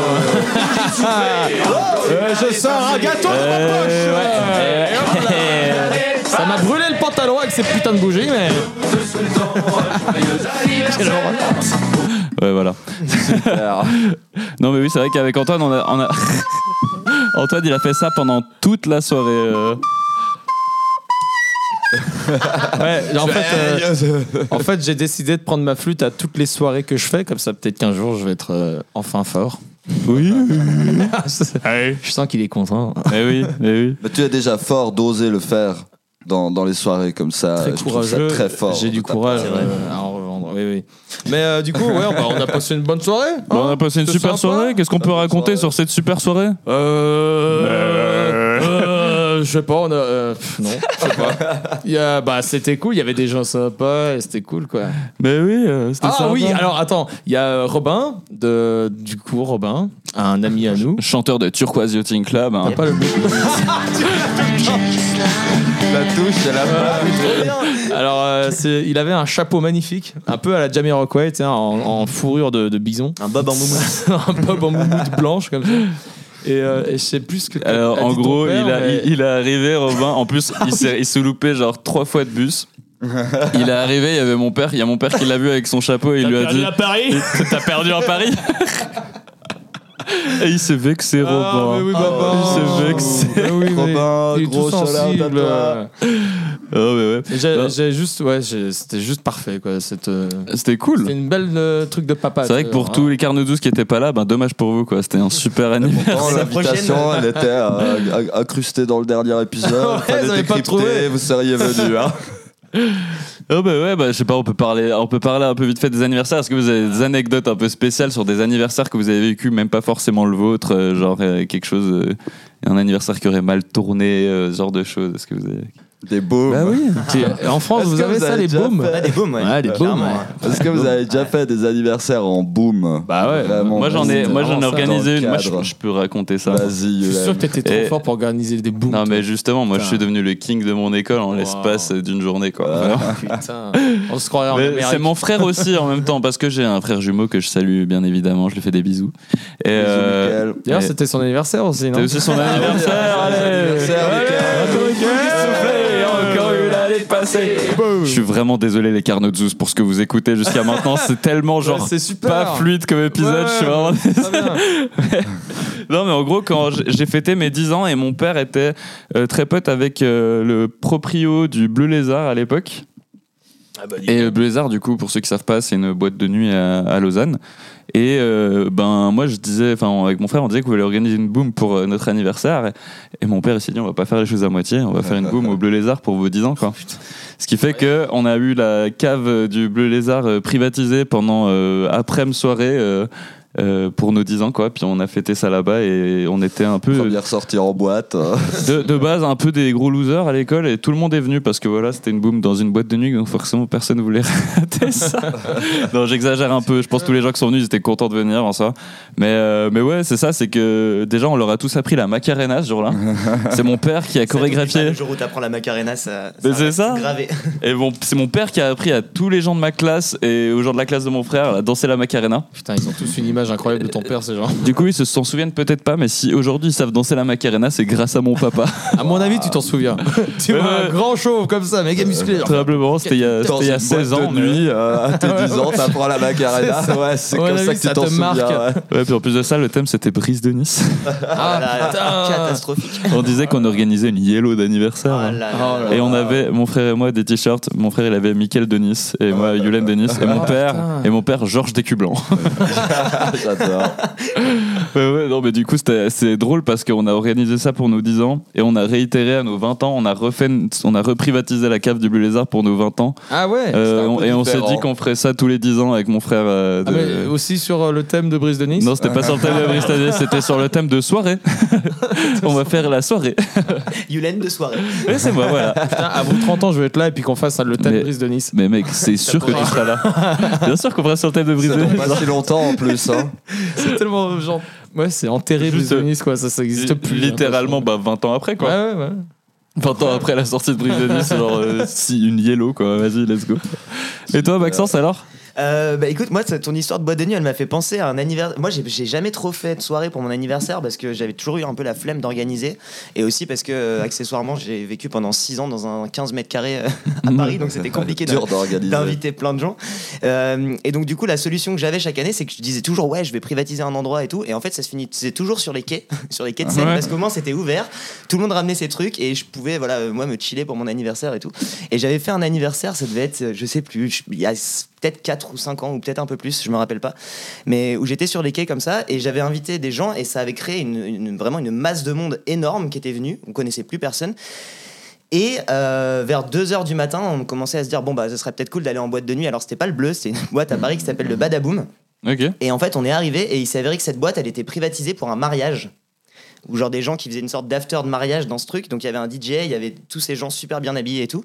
Euh, je sors un gâteau de ma poche
ouais.
Et hop là. Euh, Ça m'a brûlé le pantalon avec ces putains de bougies, mais.
Ouais, voilà. non, mais oui, c'est vrai qu'avec Antoine, on a. on a- Antoine, il a fait ça pendant toute la soirée. euh.
Ouais, en fait, euh, en fait, j'ai décidé de prendre ma flûte à toutes les soirées que je fais, comme ça, peut-être qu'un jour, je vais être euh, enfin fort.
Oui.
Je sens qu'il est content.
Eh Ah oui, eh oui.
Mais tu es déjà fort d'oser le faire dans, dans les soirées comme ça.
Très
Euh, Je trouve
courageux.
ça très fort.
J'ai du
T'as-
courage
c'est vrai.
euh, à en revendre. Oui, oui. Mais euh, du coup, ouais, on, bah, on a passé une bonne soirée.
Bah
hein
Bon, Bah, on a passé une
C'est
super
sympa.
soirée. Qu'est-ce qu'on peut raconter sur cette super soirée
Euh, euh, je sais pas, on a. euh, pff, non, je sais pas. Il y a- bah, c'était cool, il y avait des gens sympas et c'était cool quoi.
Mais oui, euh, c'était
Ah
sympa.
oui, alors attends, il y a euh, Robin, de, du coup, Robin, un ami à nous.
Chanteur de Turquoise Yachting Club. hein.
Pas le
La touche, elle a pas.
Alors, euh, c'est- il avait un chapeau magnifique, un peu à la Jamiroquai, tu sais, en, en fourrure de, de bison.
Un bob en moumoute.
un bob en moumoute blanche, comme ça. Et, euh, et je sais plus ce que. t'as-
Alors,
a
Euh, en
dit ton
gros,
père,
il, a,
mais- Ah
il, il est arrivé, Robin. En plus, il s'est il s'est loupé genre trois fois de bus. Il est arrivé, il y avait mon père. Il y a mon père qui l'a vu avec son chapeau et il lui a dit
Paris
T'as perdu à Paris Et il s'est vexé,
Ah,
Robin.
mais oui, Baba. Oh.
Il s'est vexé.
Mais oui, mais-
Robin,
il est tout
gros
sensible.
shout-out à toi.
Ah, mais ouais.
Et J'ai j'ai juste, ouais, j'ai- c'était juste parfait quoi. Cette, euh,
C'était
c'était
cool.
une hein. belle euh, truc de papa.
C'est vrai que pour tous les carnes douces qui étaient pas là, ben dommage pour vous quoi. C'était un super anniversaire.
Pourtant,
La
l'invitation, elle était euh, incrustée dans le dernier épisode.
Ouais,
Fallait
vous avez pas
décrypter,
trouvé.
Vous seriez venu. Hein.
Oh bah ouais, bah je sais pas, on peut parler, on peut parler un peu vite fait des anniversaires. Est-ce que vous avez des anecdotes un peu spéciales sur des anniversaires que vous avez vécu, même pas forcément le vôtre, euh, genre euh, quelque chose, euh, un anniversaire qui aurait mal tourné, euh, ce genre de choses. Est-ce que vous avez
Des baumes.
Bah oui. hein. en France,
Bah Est-ce
vous
que
avez
vous
ça
avez
les
déjà
baumes.
fait-
Ah, des booms, ouais.
Ouais, des baumes.
Clairement, hein.
ouais.
ouais.
Est-ce que vous avez déjà fait des anniversaires en boom
Bah ouais.
Vraiment,
moi j'en ai,
vas-y,
moi j'en ai
dans
organisé
le
une. Moi je, hein.
cadre.
je peux raconter ça.
Vas-y,
Je suis sûr
Yulen.
que t'étais trop
Et-
fort pour organiser des booms.
Non mais justement, moi je suis
Putain.
devenu le king de mon école en
Wow.
l'espace euh, d'une journée quoi. Vraiment.
Putain. On se croirait en
Mais C'est
Amérique.
mon frère aussi en même temps parce que j'ai un frère jumeau que je salue bien évidemment, je lui fais des bisous. Et euh,
Bisous, Mickaël.
D'ailleurs,
Et-
c'était son anniversaire aussi, non Ah,
C'était aussi son anniversaire, allez
Anniversaire, Mickaël.
Je suis vraiment désolé les Carnotzous pour ce que vous écoutez jusqu'à maintenant, c'est tellement genre
Ouais, C'est super.
pas fluide comme épisode, je suis vraiment
Très bien.
Non, mais en gros, quand j- j'ai fêté mes 10 ans et mon père était euh, très pote avec euh, le proprio du Bleu Lézard à l'époque. et le Bleu Lézard, du coup, pour ceux qui savent pas, c'est une boîte de nuit à, à Lausanne. Et euh, ben moi je disais, enfin avec mon frère on disait qu'on voulait organiser une boom pour euh, notre anniversaire. Et mon père il s'est dit on va pas faire les choses à moitié, on va faire une boom au Bleu Lézard pour vos 10 ans quoi. Ce qui fait que on a eu la cave du Bleu Lézard euh, privatisée pendant euh, après-midi soirée euh, euh, pour nos 10 ans quoi. Puis on a fêté ça là-bas et on était un peu
Première sortie en boîte.
de, de base un peu des gros losers à l'école et tout le monde est venu parce que voilà c'était une boom dans une boîte de nuit donc forcément personne voulait rater ça. non j'exagère un peu je pense que tous les gens qui sont venus ils étaient contents de venir en soi mais euh, mais ouais c'est ça c'est que déjà on leur a tous appris la Macarena ce jour-là c'est mon père qui a
Ça, t'oublies pas,
chorégraphié
Le jour où t'apprends la Macarena, ça.
Mais c'est
reste
ça.
Gravé.
et bon c'est mon père qui a appris à tous les gens de ma classe et aux gens de la classe de mon frère à danser la Macarena
Putain, ils ont tous une image incroyable de ton père, ces gens.
du coup ils se s'en souviennent peut-être pas mais si aujourd'hui ils savent danser la Macarena c'est grâce à mon papa
À mon avis, tu t'en souviens. tu
Ouais,
vois un
ouais.
grand chauve comme ça, méga musclé. genre.
probablement c'était il y a,
Dans
c'était il y a
une
16
boîte
ans
de
mais-
nuit, euh, à tes 10 ans, t'apprends la Macarena. Ouais, c'est
Ouais,
comme
la
ça
vie,
que tu
ça
t'en
te
souviens.
marque.
ouais.
Ouais, puis en plus de ça, le thème c'était Brise de Nice.
Ah, là, là,
putain.
Catastrophique.
On disait qu'on organisait une yellow d'anniversaire.
Ah
hein.
là
Oh là
là.
Et on avait, mon frère et moi, des t-shirts. Mon frère, il avait Michael de Nice, et moi, Yulen de Nice, et mon
Ah,
père,
putain.
et mon père, Georges Décublanc.
Ah, J'adore.
ouais, ouais, non, mais du coup, c'était- c'est drôle parce qu'on a organisé ça pour nos 10 ans, et on a réitéré à nos 20 ans, on a refait, on a reprivatisé la cave du Bleu Lézard pour nos 20 ans.
Ah ouais.
Euh,
un peu
et on s'est
différent.
dit qu'on ferait ça tous les 10 ans avec mon frère. euh,
Ah,
de-
mais aussi sur euh, le thème de Brise de Nice.
Non, c'était pas sur le thème de Brise de Nice, c'était sur le thème de soirée. on va faire la soirée.
Yulen de soirée.
Ouais, c'est moi, voilà.
Putain, à vos 30 ans, je vais être là et puis qu'on fasse euh, le thème
Mais-
Brise de Nice.
Mais mec, c'est sûr que tu seras là. Bien sûr qu'on fera sur le thème de
C'est
briser.
dans pas si longtemps en plus. Hein.
C'est tellement genre. Ouais, c'est enterré
Juste,
Brise de Nice, quoi. Ça, ça existe plus. hein,
Littéralement,
de
bah, 20 ans après,
toute
quoi.
façon. Ouais, ouais, ouais.
20 ans après la sortie de Brise de Nice, genre, euh, si, une yellow, quoi. Vas-y, let's go. Et toi, Maxence, alors
Euh, bah écoute, moi, ça- ton histoire de boîte de nuit, elle m'a fait penser à un anniversaire. Moi, j'ai- j'ai jamais trop fait de soirée pour mon anniversaire parce que j'avais toujours eu un peu la flemme d'organiser. Et aussi parce que, euh, accessoirement, j'ai vécu pendant 6 ans dans un 15 mètres carrés euh, à Paris, donc c'était compliqué de-
Mmh. Dur d'organiser.
d'inviter plein de gens. Euh, et donc, du coup, la solution que j'avais chaque année, c'est que je disais toujours, ouais, je vais privatiser un endroit et tout. Et en fait, ça se finissait toujours sur les quais, sur les quais de Seine,
Ouais.
parce qu'au moins, c'était ouvert. Tout le monde ramenait ses trucs et je pouvais, voilà, euh, moi, me chiller pour mon anniversaire et tout. Et j'avais fait un anniversaire, ça devait être, euh, je sais plus, je- il y a s- peut-être 4 ou 5 ans, ou peut-être un peu plus, je me rappelle pas. Mais où j'étais sur les quais comme ça, et j'avais invité des gens, et ça avait créé une, une- vraiment une masse de monde énorme qui était venue. On connaissait plus personne. Et euh, vers 2h du matin, on commençait à se dire bon bah ce serait peut-être cool d'aller en boîte de nuit. Alors c'était pas le bleu, c'était une boîte à Paris qui s'appelle le Badaboom.
Ok.
Et en fait, on est arrivé et il s'est avéré que cette boîte, elle était privatisée pour un mariage. Ou genre des gens qui faisaient une sorte d'after de mariage dans ce truc. Donc il y avait un DJ, il y avait tous ces gens super bien habillés et tout.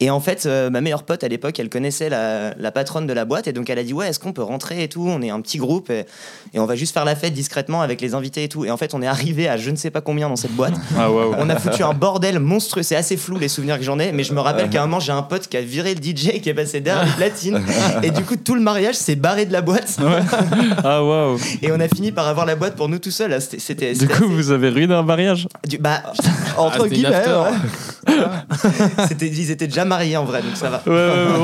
Et en fait, euh, ma meilleure pote à l'époque, elle connaissait la, la patronne de la boîte. Et donc elle a dit Ouais, est-ce qu'on peut rentrer et tout On est un petit groupe et, et on va juste faire la fête discrètement avec les invités et tout. Et en fait, on est arrivé à je ne sais pas combien dans cette boîte.
Ah, waouh.
On a foutu un bordel monstrueux. C'est assez flou les souvenirs que j'en ai, mais je me rappelle qu'à un moment j'ai un pote qui a viré le DJ et qui est passé derrière les platines. Et du coup, tout le mariage s'est barré de la boîte.
Ah, waouh.
Et on a fini par avoir la boîte pour nous tout seuls. hein. C'était- C'était.
Du
c'était-
coup, vous avez ruiné un mariage.
du- bah, entre
c'était une
guillemets.
after.
ouais. C'était- ils étaient déjà mariés en vrai, donc ça va.
Ouais, ouais, mais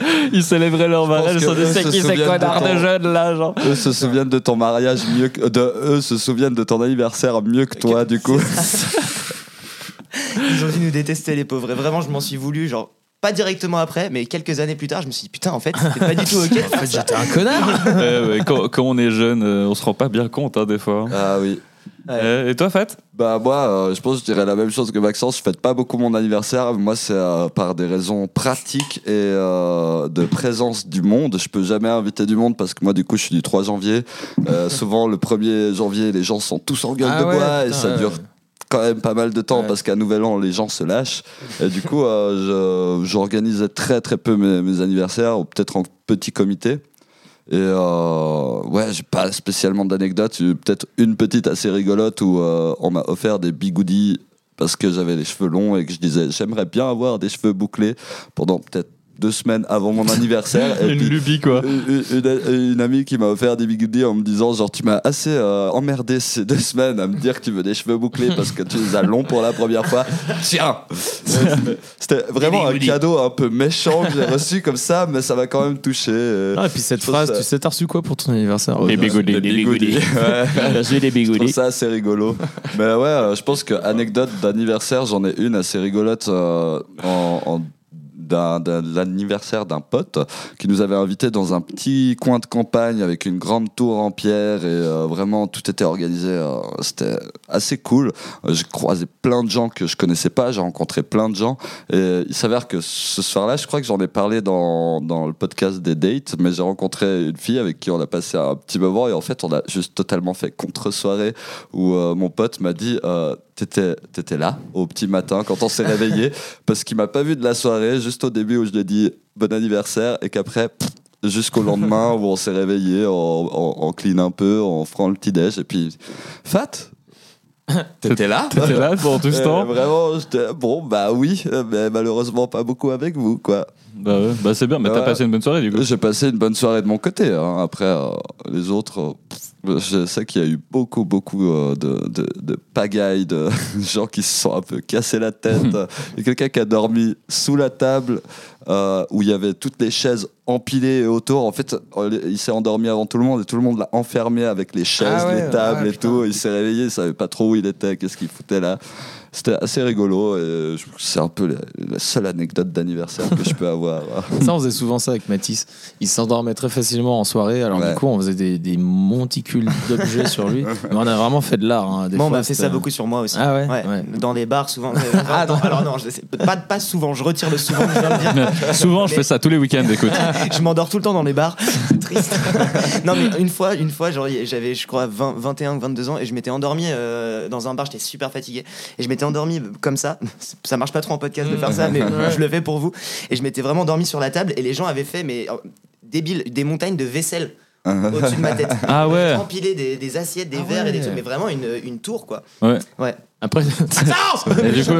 bon. Ils célébraient leur mariage, ils se
que eux
disaient
se
qui c'est
souviennent
quoi
de
d'art de
ton-
jeune là, genre.
Eux se souviennent de ton mariage mieux que. De, eux se souviennent de ton anniversaire mieux que toi, du coup.
Ils ont dû nous détester, les pauvres. Et vraiment, je m'en suis voulu, genre. Pas directement après, mais quelques années plus tard, je me suis dit putain, en fait, c'était pas du tout ok. de faire ça.
T'es un connard
Ouais, ouais, quand, quand on est jeune, euh, on se rend pas bien compte hein, des fois. hein.
Ah oui.
Euh, et toi, Fat
Bah moi, euh, je pense que je dirais la même chose que Maxence. Je fête pas beaucoup mon anniversaire. Moi, c'est euh, par des raisons pratiques et euh, de présence du monde. Je peux jamais inviter du monde parce que moi, du coup, je suis du 3 janvier. Euh, souvent, le 1er janvier, les gens sont tous en gueule
Ah
de
ouais,
bois et
putain,
ça
ouais.
dure quand même pas mal de temps
Ouais.
parce qu'à Nouvel An, les gens se lâchent. Et du coup, euh, je- j'organisais très très peu mes, mes anniversaires ou peut-être en petit comité. Et euh, ouais, j'ai pas spécialement d'anecdotes, j'ai peut-être une petite assez rigolote où euh, on m'a offert des bigoudis parce que j'avais les cheveux longs et que je disais j'aimerais bien avoir des cheveux bouclés pendant peut-être deux semaines avant mon anniversaire. Et
Une
puis,
lubie, quoi.
une, une- une amie qui m'a offert des bigoudis en me disant genre tu m'as assez euh, emmerdé ces deux semaines à me dire que tu veux des cheveux bouclés parce que tu les as longs pour la première fois tiens c'était vraiment un
bigoudis.
cadeau un peu méchant que j'ai reçu comme ça mais ça m'a quand même touché
Ah,
euh,
Et puis cette
Je trouve
phrase,
ça-
tu sais, t'as reçu quoi pour ton anniversaire
Les
Ouais,
bigoudis, les bigoudis. J'ai des
Je trouve
bigoudis.
ça assez rigolo. Mais ouais, euh, je pense que anecdote d'anniversaire, j'en ai une assez rigolote euh, en, en- d'un- d'un- de l'anniversaire d'un pote qui nous avait invités dans un petit coin de campagne avec une grande tour en pierre et euh, vraiment tout était organisé. euh, C'était assez cool. Euh, J'ai croisé plein de gens que je connaissais pas, j'ai rencontré plein de gens et il s'avère que ce soir-là, je crois que j'en ai parlé dans, dans le podcast des dates, mais j'ai rencontré une fille avec qui on a passé un petit moment et en fait, on a juste totalement fait contre-soirée où euh, mon pote m'a dit euh, T'étais t'étais là au petit matin quand on s'est réveillé parce qu'il m'a pas vu de la soirée, juste au début où je lui ai dit bon anniversaire et qu'après. pff, Jusqu'au lendemain où on s'est réveillé, on, on, on clean un peu, on prend le petit déj et puis Fat, t'étais là
T'étais là pendant tout ce
euh,
temps
Vraiment, j'étais bon, bah oui, euh, mais malheureusement pas beaucoup avec vous, quoi.
Bah, ouais. bah c'est bien, mais t'as
Ouais.
passé une bonne soirée du coup.
J'ai passé une bonne soirée de mon côté. hein. Après, euh, les autres, euh, pff, je sais qu'il y a eu beaucoup, beaucoup euh, de, de, de pagailles, de gens qui se sont un peu cassés la tête. Il y a quelqu'un qui a dormi sous la table euh, où il y avait toutes les chaises empilées et autour. En fait, euh, il s'est endormi avant tout le monde et tout le monde l'a enfermé avec les chaises,
Ah ouais,
les tables
ouais,
et
putain.
tout. Il s'est réveillé, il savait pas trop où il était, qu'est-ce qu'il foutait là. C'était assez rigolo. et, euh, je- C'est un peu la, la seule anecdote d'anniversaire que je peux avoir. hein.
Ça, on faisait souvent ça avec Matisse. Il s'endormait très facilement en soirée. Alors,
Ouais.
du coup, on faisait des, des monticules d'objets sur lui. Mais on a vraiment fait de l'art. hein. Des
Moi, on
fois,
m'a fait
c'était-
ça beaucoup sur moi aussi.
Ah ouais,
Ouais.
ouais.
Dans des bars, souvent. ah non, alors non, je sais- pas, pas souvent, je retire le souvent. que je viens de dire.
Souvent, je fais ça tous les week-ends, écoute.
je m'endors tout le temps dans les bars. C'est triste. non, mais une fois, une fois genre, j'avais, je crois, 20, 21, 22 ans et je m'étais endormi euh, dans un bar. J'étais super fatigué. Et je m'étais endormi comme ça. Ça marche pas trop en podcast de faire
Mm.
ça, mais je le fais pour vous. Et je m'étais vraiment endormi sur la table et les gens avaient fait, mais euh, débile, des montagnes de vaisselle au-dessus de ma tête.
Ah ouais.
Empilé des, des assiettes, des
Ah
verres et des
ouais.
trucs, mais vraiment une, une tour, quoi.
Ouais.
Ouais.
Après,
Et du coup,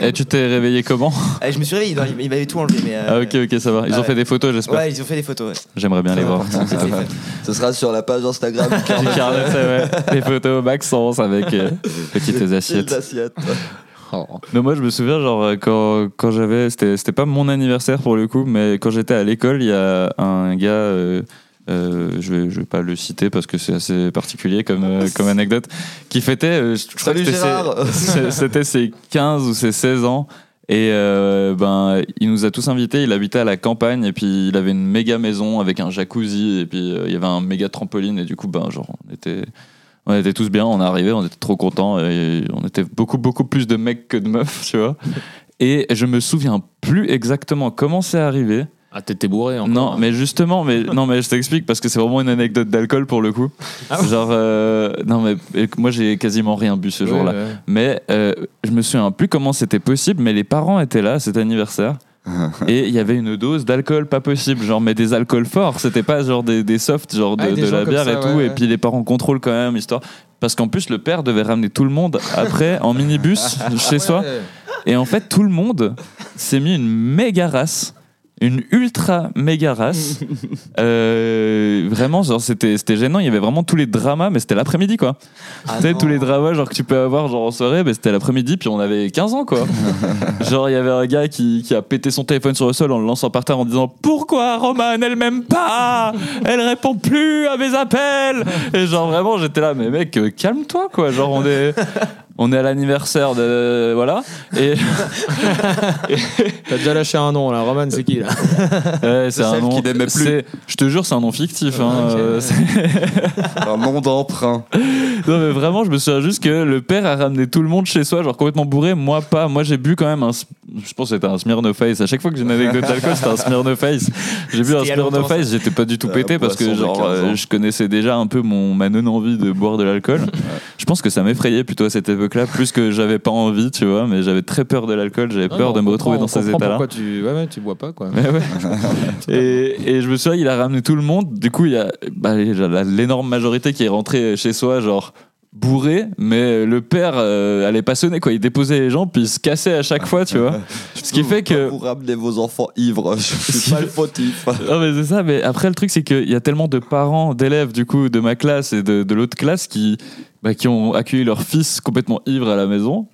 et tu t'es réveillé comment
Ah, je me suis réveillé, dans- ils m'avaient tout enlevé. Mais, euh,
Ah ok ok ça va. Ils
Ah
ont fait
ouais.
des photos j'espère.
Ouais, ils ont fait des photos. ouais.
J'aimerais bien les
Très
voir.
important, c'était les photos.
Ce sera sur la page Instagram du
Du carnet, ça, ouais. Les photos Maxence avec euh, petites
Carnet
assiettes.
d'assiette. Oh.
Mais moi, je me souviens, genre, euh, quand, quand j'avais. C'était, c'était pas mon anniversaire pour le coup, mais quand j'étais à l'école, il y a un gars. euh, euh, je, vais, je vais pas le citer parce que c'est assez particulier comme, euh, comme anecdote. Qui fêtait. euh, je, je crois
Salut
que c'était
Gérard.
ses- c'est- c'était ses 15 ou ses 16 ans. Et euh, ben, il nous a tous invités. Il habitait à la campagne et puis il avait une méga maison avec un jacuzzi et puis euh, il y avait un méga trampoline. Et du coup, ben, genre, on était. On était tous bien, on est arrivé, on était trop contents et on était beaucoup beaucoup plus de mecs que de meufs, tu vois. Et je me souviens plus exactement comment c'est arrivé.
ah, t'étais bourré encore.
non, mais justement, mais non, mais je t'explique parce que c'est vraiment une anecdote d'alcool pour le coup.
Ah
Genre, euh, non mais euh, moi j'ai quasiment rien bu ce
Ouais,
jour-là.
ouais.
Mais euh, je me souviens plus comment c'était possible, mais les parents étaient là à cet anniversaire. et il y avait une dose d'alcool pas possible, genre, mais des alcools forts, c'était pas genre des, des softs, genre de,
Ah, des
de
gens
la
comme
bière
ça,
et tout.
ouais,
Et
ouais.
puis les parents contrôlent quand même, histoire. Parce qu'en plus, le père devait ramener tout le monde après en minibus chez soi. Et en fait, tout le monde s'est mis une méga race. Une ultra méga race. Euh, vraiment, genre, c'était c'était gênant. Il y avait vraiment tous les dramas, mais c'était l'après-midi, quoi.
Ah
tu sais,
non.
tous les dramas, genre, que tu peux avoir, genre, en soirée, mais c'était l'après-midi, puis on avait 15 ans, quoi. genre, il y avait un gars qui, qui a pété son téléphone sur le sol en le lançant par terre en disant Pourquoi Roman, elle m'aime pas Elle répond plus à mes appels Et genre, vraiment, j'étais là, mais mec, euh, calme-toi, quoi. Genre, on est. On est à l'anniversaire de. Voilà. Et.
T'as déjà lâché un nom là, Roman, c'est qui là
Ouais, euh, c'est un
celle
nom.
qui n'aimait plus.
c'est- Je te jure, c'est un nom fictif. hein,
Ok.
euh, c'est-
Un nom d'emprunt.
non, mais vraiment, je me souviens juste que le père a ramené tout le monde chez soi, genre complètement bourré. Moi, pas. Moi, j'ai bu quand même un. s- Je pense que c'était un Smirnoff Face. À chaque fois que j'ai une anecdote d'alcool, c'était un Smirnoff Face. J'ai bu
C'était il
un
y a
Smirnoff
longtemps, ça.
Face, j'étais pas du tout
Euh,
pété parce que,
poisson de
genre,
15 ans.
euh, je connaissais déjà un peu mon, ma non-envie de boire de l'alcool. Je pense que ça m'effrayait plutôt à cette époque-là, plus que j'avais pas envie, tu vois, mais j'avais très peur de l'alcool. J'avais
Non,
peur
non,
de me
on
retrouver dans
comprend- on
ces
comprend
états-là.
Pourquoi tu, ouais, ouais, tu bois pas quoi
Ouais, ouais. et, et je me souviens, il a ramené tout le monde. Du coup, il y a bah, il y a la- l'énorme majorité qui est rentrée chez soi, genre bourré, mais le père euh, allait pas sonner, quoi. Il déposait les gens, puis il se cassait à chaque fois, tu vois. Ce qui fait que.
Vous ramenez vos enfants ivres. Je suis pas le fautif.
Non, mais c'est ça, mais après, le truc, c'est qu'il y a tellement de parents, d'élèves, du coup, de ma classe et de, de l'autre classe qui, bah, qui ont accueilli leur fils complètement ivre à la maison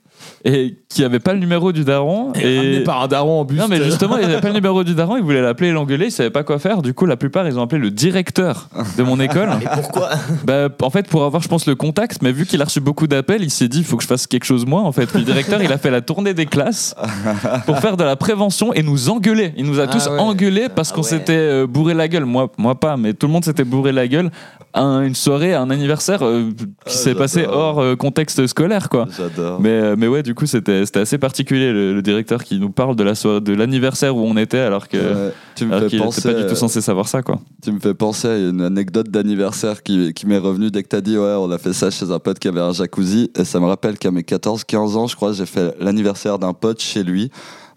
et qui n'avaient pas le numéro du daron.
Amené par un daron en bus. euh.
Non, mais justement, ils n'avaient pas le numéro du daron, ils voulaient l'appeler et l'engueuler, ils savaient pas quoi faire. Du coup, la plupart, ils ont appelé le directeur de mon école.
Et pourquoi
bah, en fait, pour avoir, je pense, le contact, mais vu qu'il a reçu beaucoup d'appels, il s'est dit, il faut que je fasse quelque chose moi, en fait. Puis le directeur, il a fait la tournée des classes pour faire de la prévention et nous engueuler. Il nous a
Ah
tous
ouais.
engueulés parce
Ah
qu'on
ouais.
s'était euh, bourré la gueule. Moi, moi pas, mais tout le monde s'était bourré la gueule à un- une soirée, à un anniversaire euh, qui s'est passé
Ah, j'adore.
hors euh, contexte scolaire, quoi.
J'adore.
Mais, euh, mais ouais, du coup, c'était c'était assez particulier le, le directeur qui nous parle de la soirée- de l'anniversaire où on était alors que
Ouais, tu me
alors
fais
qu'il
penser.
était pas du
euh,
tout censé savoir ça quoi.
Tu me fais penser à une anecdote d'anniversaire qui, qui m'est revenue dès que t'as dit ouais on a fait ça chez un pote qui avait un jacuzzi et ça me rappelle qu'à mes 14-15 ans je crois j'ai fait l'anniversaire d'un pote chez lui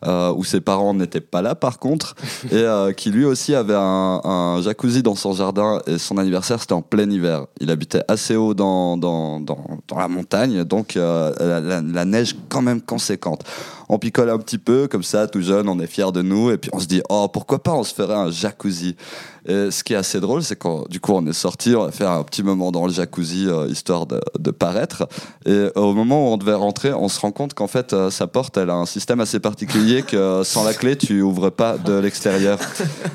euh, où ses parents n'étaient pas là par contre et euh, qui lui aussi avait un, un jacuzzi dans son jardin et son anniversaire c'était en plein hiver il habitait assez haut dans, dans, dans, dans la montagne donc euh, la, la- la neige quand même conséquente on picole un petit peu comme ça tout jeune on est fier de nous et puis on se dit oh pourquoi pas on se ferait un jacuzzi et Euh, ce qui est assez drôle, c'est qu'on du coup on est sorti, on a fait un petit moment dans le jacuzzi euh, histoire de, de paraître. Et euh, au moment où on devait rentrer, on se rend compte qu'en fait euh, sa porte, elle a un système assez particulier que euh, sans la clé tu ouvres pas de l'extérieur,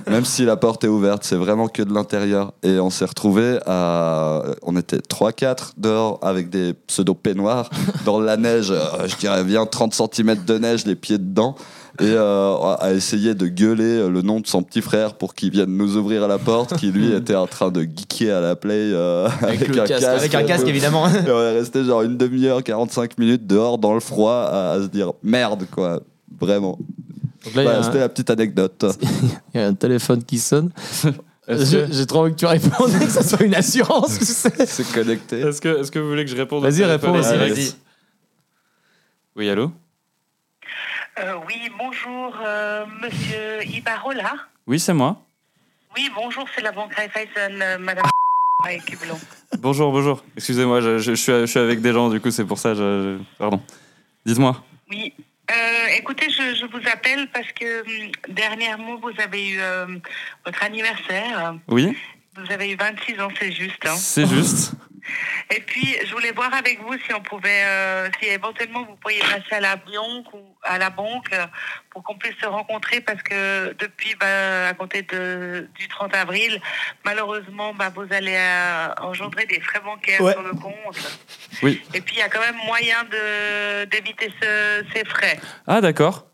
même si la porte est ouverte, c'est vraiment que de l'intérieur. Et on s'est retrouvé à, on était 3-4 dehors avec des pseudo peignoirs dans la neige, euh, je dirais bien 30 cm de neige, les pieds dedans et euh, a essayé de gueuler euh, le nom de son petit frère pour qu'il vienne nous ouvrir à la porte, qui lui était en train de geeker à la play euh, avec,
le
un
casque,
casque. euh,
Avec un casque, évidemment.
Et on est resté genre une demi-heure, 45 minutes dehors dans le froid à, à se dire merde quoi. Vraiment.
Donc
Ben,
là, il y a
Voilà,
un-
C'était la petite anecdote.
il y a un téléphone qui sonne. Je- J'ai trop envie que tu répondes, que ça soit une assurance, tu sais.
C'est connecté.
Est-ce que, est que vous voulez que je réponde
Vas-y, réponds,
Ah,
Vas-y,
Direct.
vas-y.
Oui, allô
Euh, oui, bonjour, euh, monsieur Ibarola.
Oui, c'est moi.
Oui, bonjour, c'est la banque Raiffeisen, euh, madame. Ouais, cul blanc.
Bonjour, bonjour. Excusez-moi, je, je- je suis, je suis avec des gens, du coup, c'est pour ça. je- je- Pardon. Dites-moi.
Oui. Euh, écoutez, je, je vous appelle parce que hum, dernièrement, vous avez eu euh, votre anniversaire.
Oui,
Vous avez eu 26 ans, c'est juste. hein.
c'est juste.
Et puis, je voulais voir avec vous si on pouvait, euh, si éventuellement vous pourriez passer à la banque ou à la banque euh, pour qu'on puisse se rencontrer parce que depuis, bah, à compter de, du 30 avril, malheureusement, bah, vous allez euh, engendrer des frais bancaires
Ouais.
sur le compte.
Oui.
Et puis, il y a quand même moyen de d'éviter ce- ces frais.
Ah, d'accord.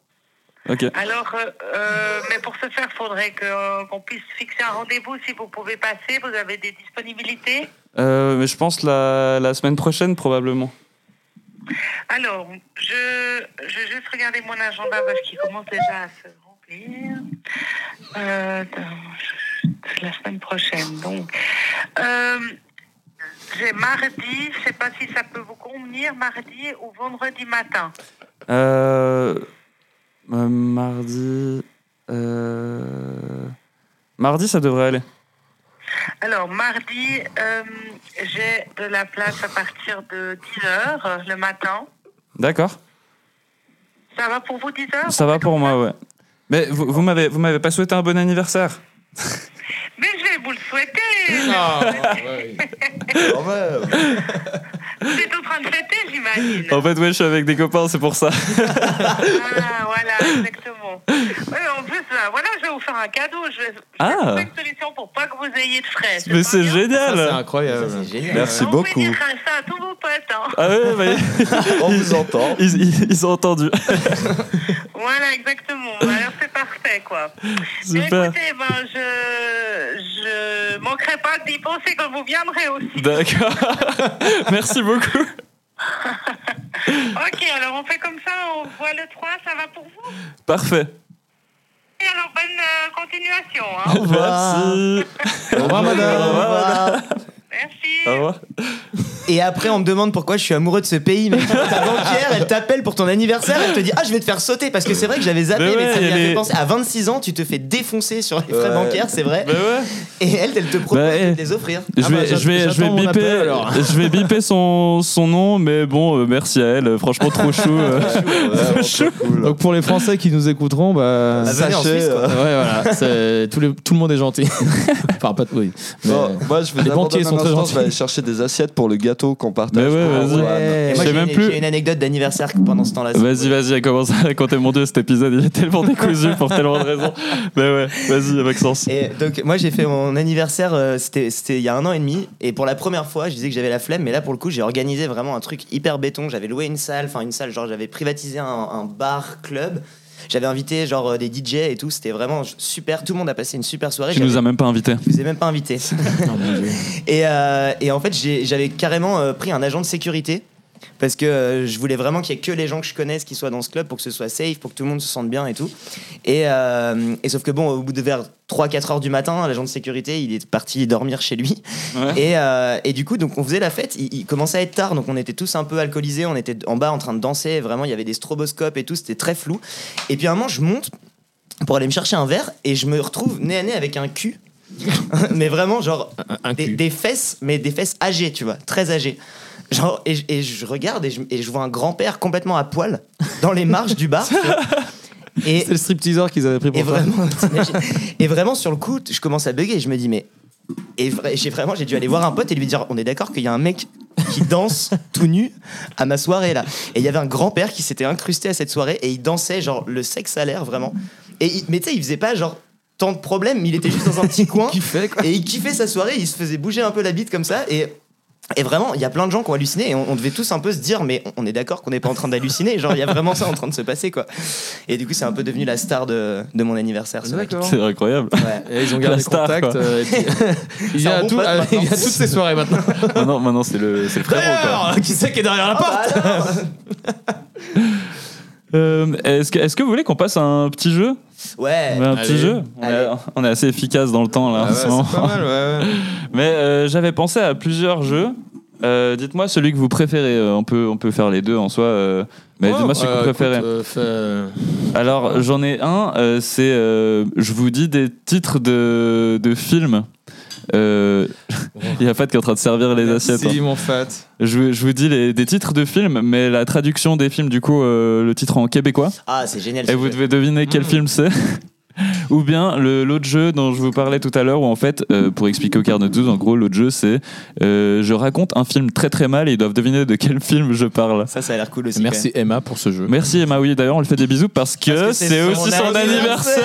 Ok.
Alors, euh, euh, mais pour ce faire, faudrait que- euh, qu'on puisse fixer un rendez-vous si vous pouvez passer. Vous avez des disponibilités
Euh, mais je pense la, la semaine prochaine, probablement.
Alors, je, je vais juste regarder mon agenda parce qu'il commence déjà à se remplir. Euh, attends, c'est la semaine prochaine, donc. Euh, j'ai mardi, je sais pas si ça peut vous convenir, mardi ou vendredi matin.
Euh, euh, mardi. euh, Mardi, ça devrait aller.
Alors, mardi, euh, j'ai de la place à partir de 10h le matin.
D'accord.
Ça va pour vous 10h
Ça va pour moi, ouais. Mais vous, vous m'avez vous m'avez pas souhaité un bon anniversaire.
Mais je vais vous le souhaiter
Ah,
Vous êtes en train de fêter, j'imagine
En fait, ouais, je suis avec des copains, c'est pour ça.
Ah, voilà, exactement. Ouais, en plus, euh, voilà, je vais vous faire un cadeau. Je vais je vais
Ah.
trouver une solution pour pas que vous ayez de
Mais
frais.
c'est
pas bien
Ça, c'est
génial.
Ça,
incroyable.
c'est génial.
Merci
Vous pouvez
beaucoup.
dire ça à tous vos potes. hein.
Ah ouais, bah,
On vous entend.
ils, ils- ils ont entendu.
Voilà, exactement. Bah, Alors, c'est parfait, quoi. Mais
Super.
Écoutez, ben, je, je manquerai pas d'y penser quand vous viendrez aussi.
D'accord. Merci beaucoup.
Ok, alors on fait comme ça, on voit le 3, ça va pour vous
Parfait.
Et alors, bonne euh, continuation. hein.
revoir.
Merci.
Au revoir,
Au
madame.
revoir.
Merci.
Au revoir.
Et après, on me demande pourquoi je suis amoureux de ce pays. Mais ta banquière, elle t'appelle pour ton anniversaire, elle te dit Ah, je vais te faire sauter parce que c'est vrai que j'avais zappé,
Mais
mais, ça
ouais,
m'y a
elle
fait
est-
penser. À 26 ans, tu te fais défoncer sur les frais
Ouais.
bancaires, c'est vrai.
Bah ouais.
Et elle, elle te propose
Bah, eh.
de te les offrir.
Je
Ah
vais,
bah, j'a-
je vais, je vais
j'attends mon
biper,
appel, alors.
je vais biper son, son nom, mais bon, euh, merci à elle. euh, Franchement, trop chou. euh.
Vraiment trop cool.
Donc pour les Français qui nous écouteront, bah.
Ah, venez en
Sachez,
Suisse, quoi.
euh,
Ouais, voilà, c'est- tout, le- tout le monde est gentil. enfin, pas oui. Mais-
bon,
ben,
moi, je vais
Les banquiers
abandonner un
sont très
instant,
gentils.
Je vais aller chercher des assiettes pour le gâteau qu'on
Mais
partage.
ouais,
pour
vas-y.
Antoine.
Et moi,
Je sais
j'ai
même
une-
plus.
J'ai une anecdote d'anniversaire pendant ce temps-là.
Vas-y, vas-y, elle commence à raconter. Mon dieu, cet épisode, il est tellement décousu pour tellement de raisons. Mais ouais, vas-y, Maxence.
Et donc moi j'ai fait mon anniversaire, euh, c'était c'était il y a un an et demi, et pour la première fois je disais que j'avais la flemme, mais là pour le coup j'ai organisé vraiment un truc hyper béton, j'avais loué une salle, enfin une salle, genre j'avais privatisé un, un bar club, j'avais invité genre euh, des DJ et tout, c'était vraiment super, tout le monde a passé une super soirée.
Tu nous
J'avais-
as même pas invités.
je vous ai même pas invité. et, euh, et en fait, j'ai- j'avais carrément euh, pris un agent de sécurité parce que euh, je voulais vraiment qu'il y ait que les gens que je connaisse qui soient dans ce club pour que ce soit safe, pour que tout le monde se sente bien et tout. Et, euh, et sauf que bon, au bout de vers 3-4 heures du matin, l'agent de sécurité, il est parti dormir chez lui.
Ouais.
Et, euh, et du coup, donc on faisait la fête. Il, il commençait à être tard, donc on était tous un peu alcoolisés. On était en bas en train de danser. Vraiment, il y avait des stroboscopes et tout. C'était très flou. Et puis à un moment, je monte pour aller me chercher un verre et je me retrouve nez à nez avec un cul. mais vraiment, genre
un
des,
cul.
des fesses, mais des fesses âgées, tu vois, très âgées. Genre, et, je- et je regarde et je, et je vois un grand-père complètement à poil dans les marches du bar. tu vois. Et,
C'est le stripteaseur qu'ils avaient pris
et
pour toi.
vraiment, t'imagines et vraiment, sur le coup, t- je commence à bugger. Je me dis, mais. Et vra- j'ai vraiment, j'ai dû aller voir un pote et lui dire, on est d'accord qu'il y a un mec qui danse tout nu à ma soirée là. Et il y avait un grand-père qui s'était incrusté à cette soirée et il dansait, genre, le sexe à l'air vraiment. Et il- mais tu sais, il faisait pas genre tant de problèmes, mais il était juste dans un petit coin. Et il kiffait sa soirée, il se faisait bouger un peu la bite comme ça et. Et vraiment, il y a plein de gens qui ont halluciné et on, on devait tous un peu se dire, mais on on est d'accord qu'on n'est pas en train d'halluciner, genre il y a vraiment ça en train de se passer quoi. Et du coup, c'est un peu devenu la star de, de mon
Ah,
anniversaire. ce mec.
C'est incroyable.
Ouais.
Et ils ont gardé
La star,
contact.
quoi.
euh, et puis- il, y
C'est un
a
bon
tout-
pote,
ah, il y a
maintenant.
toutes ces soirées maintenant.
Maintenant, maintenant c'est le, c'est le frérot. quoi.
qui c'est qui est derrière la
Ah bah alors
Euh, est-ce, que, est-ce que vous voulez qu'on passe à un petit jeu
ouais.
Un
Allez.
petit jeu on
Eh,
est,
Allez. Ah
on est assez efficace dans le temps là. en ce moment. Mais euh, j'avais pensé à plusieurs jeux. Euh, dites-moi celui que vous préférez. Euh, on, peut, on peut faire les deux en soi. euh, mais dites-moi
Bah,
celui que vous préférez.
euh,
Alors euh, j'en ai un. euh, c'est euh, je vous dis des titres de, de films. Euh, Il y a Fat qui est en train de servir les assiettes.
Merci,
hein.
mon fat.
Je, vous- je vous dis les, des titres de films, mais la traduction des films, du coup, euh, le titre en québécois.
Ah, c'est génial.
Et vous devez deviner quel film c'est. Ou bien le- l'autre jeu dont je vous parlais tout à l'heure, où en fait, euh, pour expliquer au quart de 12, en gros, l'autre jeu c'est euh, je raconte un film très très mal et ils doivent deviner de quel film je parle.
Ça, ça a l'air cool aussi.
Merci Emma pour ce jeu.
Merci Emma, oui, d'ailleurs on lui fait des bisous parce que,
Parce que
c'est aussi son, anniversaire!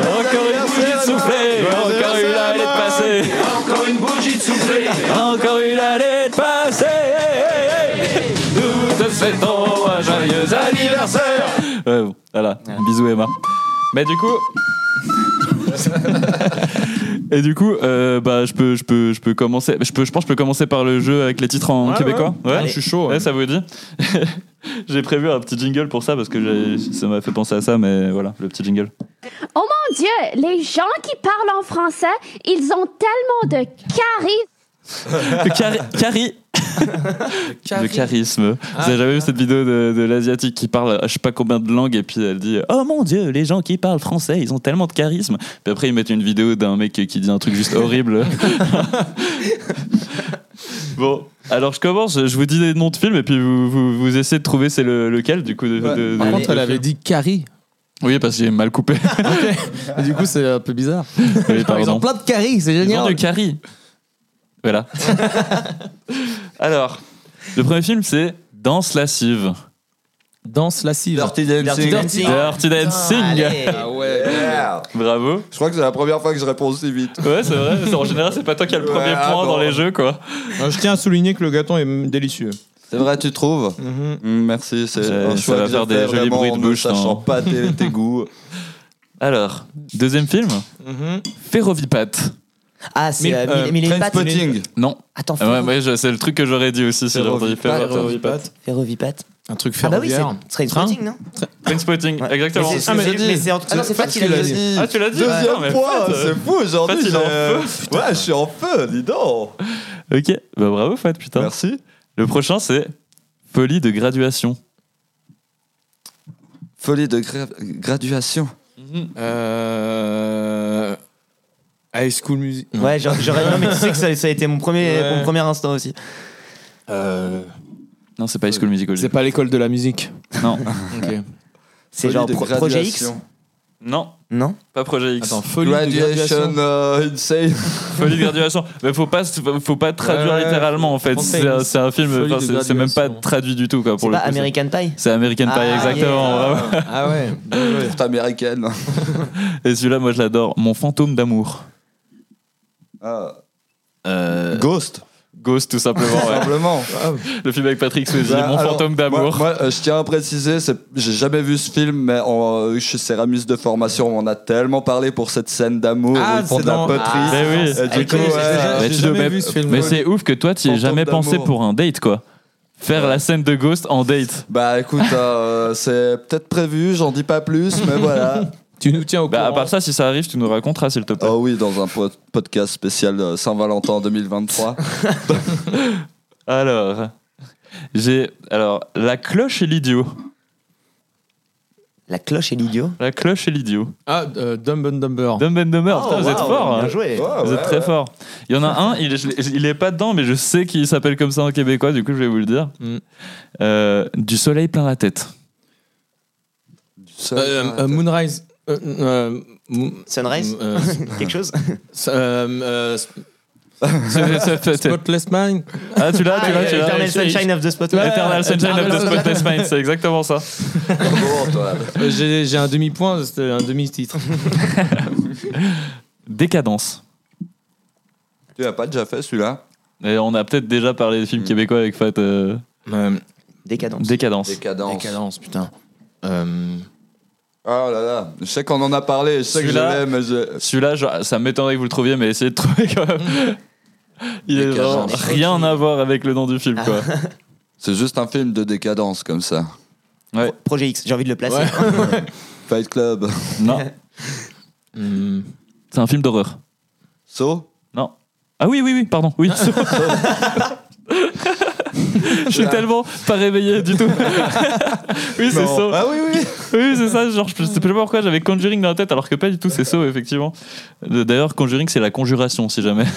Encore une bougie de soufflé! Encore une allée de passé!
Encore une bougie de soufflé.
Encore une allée de passé! Nous te souhaitons un joyeux anniversaire! Ouais, bon, voilà. Bisous Emma. Mais du coup. Et du coup, euh, bah, je peux, je peux, je peux commencer. Je peux, je pense, que je peux commencer par le jeu avec les titres en québécois. Ouais, Ah,
Allez.
je suis chaud. Ouais, ça vous dit J'ai prévu un petit jingle pour ça parce que j'ai- ça m'a fait penser à ça, mais voilà, le petit jingle.
Oh mon Dieu, les gens qui parlent en français, ils ont tellement de charisme.
Le cari cari- Le charisme. Vous avez jamais vu cette vidéo de, de l'asiatique qui parle je sais pas combien de langues et puis elle dit Oh mon dieu, les gens qui parlent français, ils ont tellement de charisme. Puis après, ils mettent une vidéo d'un mec qui dit un truc juste horrible. bon, alors je commence, je vous dis des noms de films et puis vous, vous, vous essayez de trouver c'est le- lequel du coup. De,
Ouais.
de-
Par
de-
contre, elle avait dit Carrie.
Oui, parce que j'ai mal coupé.
Et du coup, c'est un peu bizarre.
Oui,
Par
pardon.
exemple, plein de Carrie, c'est
Ils ont
génial.
du carry. Voilà. Alors, le premier film, c'est Danse lascive.
Danse lascive.
Dirty
Dirty
Dancing.
Dirty Dancing.
Ah,
Ah,
Allez.
Ah Yeah.
Bravo.
Je crois que c'est la première fois que je réponds aussi vite.
Ouais, c'est vrai. c'est- En général, c'est pas toi qui as le premier
Ouais,
point
bon.
dans les jeux, quoi.
Euh, Je tiens à souligner que le gâton est délicieux.
C'est vrai, tu trouves Mm, Merci, c'est
Mhm. Ça-
un
ça
choix
va
que
faire
j'ai
des
fait
jolis
vraiment
bruits de
en ne
bouche,
sachant
hein.
pas tes, tes goûts.
Alors, deuxième film, Ferrovipat.
Ah, c'est
Mille-
euh,
euh,
mille- mille et une pattes.
Trainspotting.
Non.
Attends,
Ah ouais, ouais, je- c'est le truc que j'aurais dit aussi si j'avais entendu Ferrovipat.
Ferrovipat.
Ferrovipat.
Un truc
Ah bah oui,
ferroviaire.
c'est Trainspotting, non
Trainspotting,
Ouais.
exactement.
Mais c'est-
Ah, mais
c'est-
j'ai dit.
mais c'est en- Ah non, c'est
C'est
Fat qui l'a
Fat qui
dit.
Ah, tu l'as dit
Deuxième
Putain, mais
point,
Fat, euh,
c'est fou aujourd'hui.
Fat, il est en
j'ai-
feu,
Ouais, je suis en feu, dis donc.
Ok, bah bravo, Fat, putain.
Merci.
Le prochain, c'est Folie de graduation.
Folie de gra- graduation.
Euh... High School Music. non.
Ouais, j'aurais- j'aurais. Non, mais tu sais que ça, ça a été mon premier,
Ouais.
mon premier instant aussi.
Euh,
Non, c'est pas High School Musical.
C'est pas l'école de la musique.
Non.
Ok.
C'est
Folie
genre
de
Pro- Projet X
graduation.
Non,
Non
pas Projet X.
Attends, folie de
Graduation
graduation.
euh, Insane.
Folie de graduation. Mais faut pas, faut pas traduire
Ouais, ouais,
littéralement en fait.
français,
C'est un,
oui.
c'est un film.
Folie
enfin,
de
c'est- c'est même pas
graduation.
traduit du tout quoi
C'est
pour
pas
le coup.
American Pie
C'est American Pie
Ah,
exactement.
yeah.
bravo.
Ah ouais.
Courte américaine.
Et celui-là, moi, je l'adore. Mon fantôme d'amour.
Ah. Ghost,
Ghost, tout simplement. ouais.
simplement.
Le film avec Patrick Swayze.
Bah,
Mon
alors,
fantôme
Moi,
d'amour.
moi, euh, je tiens à préciser, c'est- j'ai jamais vu ce film, mais en- euh, je suis céramiste de formation, on en a tellement parlé pour cette scène d'amour
Ah,
où ils font
c'est
de la
dans-
poterie.
Ah,
Mais oui.
Et
Elle
du coup,
connaît,
ouais,
c'est déjà-
euh,
Mais
J'ai
tu
jamais
devais-
vu ce film.
Mais c'est ouf que toi, tu y aies
Fantôme
jamais pensé
d'amour.
pour un date quoi. Faire la scène de Ghost en date.
bah écoute, euh, c'est peut-être prévu, j'en dis pas plus, mais voilà.
Tu nous tiens au courant.
Bah, à part ça, si ça arrive, tu nous raconteras s'il te plaît.
Oh oui, dans un po- podcast spécial euh, Saint-Valentin 2023.
Alors, j'ai alors la cloche et l'idiot.
La cloche et l'idiot.
La cloche et l'idiot.
Ah, euh, Dumb and Dumber.
Dumb and Dumber.
Oh,
putain, vous êtes
waouh,
fort. hein.
Bien joué.
Vous êtes très fort. Il y en a un, il est, je l'ai- je- il est pas dedans, mais je sais qu'il s'appelle comme ça en québécois, du coup je vais vous le dire.
Mm.
Euh, du soleil plein la tête. Ah,
Ça-
Euh, euh, Moonrise. Euh, euh, Moon-
Sunrise
euh,
Quelque chose
s- euh, euh, s-
ah,
Spotless Mind.
tu l'as, tu l'as, tu l'as.
Eternal Sunshine of the Spotless
Eternal Sunshine of the
Eternal
Spotless Mind, c'est exactement ça.
Bon, toi.
Euh, J'ai j'ai un demi-point, c'était un demi-titre.
Décadence.
tu l'as pas déjà fait celui-là
Et on a peut-être déjà parlé de films québécois avec Fat. euh,
Euh,
Décadence.
Décadence.
Décadence.
Décadence, putain. Euh,
Ah là là, je sais qu'on en a parlé, je sais que je
Celui-là-
l'ai, mais je...
Celui-là, je- ça m'étonnerait que vous le trouviez, mais essayez de trouver quand même. Il est vraiment
Décadence.
rien à voir avec le nom du film, quoi.
c'est juste un film de décadence comme ça.
Projet X, j'ai envie de le placer.
Fight Club.
Non,
hum,
c'est un film d'horreur.
So
Ah oui, oui, oui, pardon. Oui, Je suis tellement pas réveillé du tout. oui, c'est
Non.
ça.
Ah oui, oui.
Oui, c'est ça. Genre, je sais pas pourquoi j'avais Conjuring dans la tête, alors que pas du tout, c'est ça, effectivement. D'ailleurs, Conjuring, c'est la conjuration, si jamais.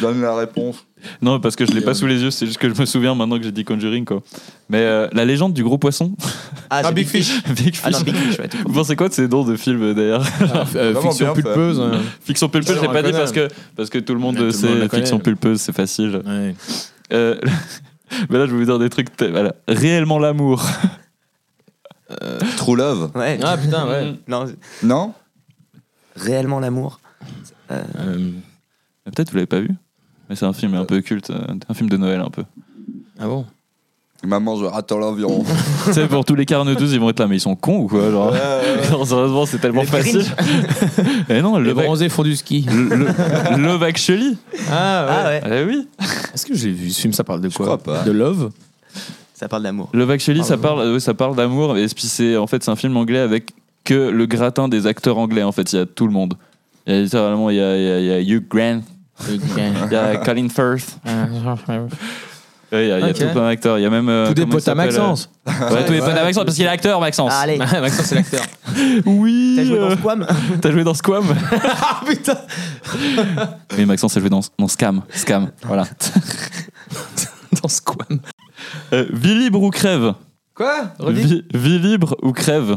Donne la réponse.
Non, parce que je l'ai pas sous les yeux, c'est juste que je me souviens maintenant que j'ai dit Conjuring, quoi. Mais euh, la légende du gros poisson,
Ah, c'est
Big Fish.
Big
Ah non,
Fish.
Big Fish, ouais, tout court.
Vous pensez quoi de ces noms de films, d'ailleurs
Euh,
Vraiment
fiction
bien fait.
pulpeuse. hein.
Fiction pulpeuse,
Ça,
j'ai
on
pas
la
dit
connaît.
parce que, parce que tout le monde
Tout le
euh,
monde la
sait
connaît.
fiction pulpeuse, c'est facile.
Ouais.
Euh, mais là, je vais vous dire des trucs. t- voilà. Réellement l'amour.
True Love.
Ouais.
Ah putain, ouais.
Non,
Non
réellement l'amour.
Euh,
Mais Peut-être vous l'avez pas vu, mais c'est un film un peu culte, euh, un film de Noël un peu.
ah bon
Maman, je rate l'environ.
tu sais, pour tous les 42, ils vont être là, mais ils sont cons ou quoi genre, Genre, Sérieusement, c'est tellement
Les
facile. Et non,
Les
le
bronzés font du ski.
Love Actually.
Ah
Ah
ouais.
ouais,
Eh oui.
Est-ce que j'ai vu ce film Ça parle de quoi
crois pas.
De Love
ça parle d'amour.
Love Actually, ça parle, euh, ça parle d'amour. Et puis c'est en fait c'est un film anglais avec que le gratin des acteurs anglais. En fait, il y a tout le monde. Il y a littéralement il y a, il y a- il y a Hugh Grant, il y a Colin Firth,
Ah,
Ouais, il y a, il y a
Ok.
tout plein d'acteurs. Il y a même euh,
Tous des
comment il
potes à
s'appelle,
Maxence.
euh, ouais, tous les potes à Maxence parce qu'il est acteur Maxence.
Ah, allez,
Maxence, c'est l'acteur.
oui.
t'as joué
euh,
dans Squam
T'as joué dans Squam Ah
putain.
Mais Maxence a joué dans, dans Scam. Scam, voilà.
Dans Squam.
Euh, vie libre ou crève
Quoi
vie, vie libre ou crève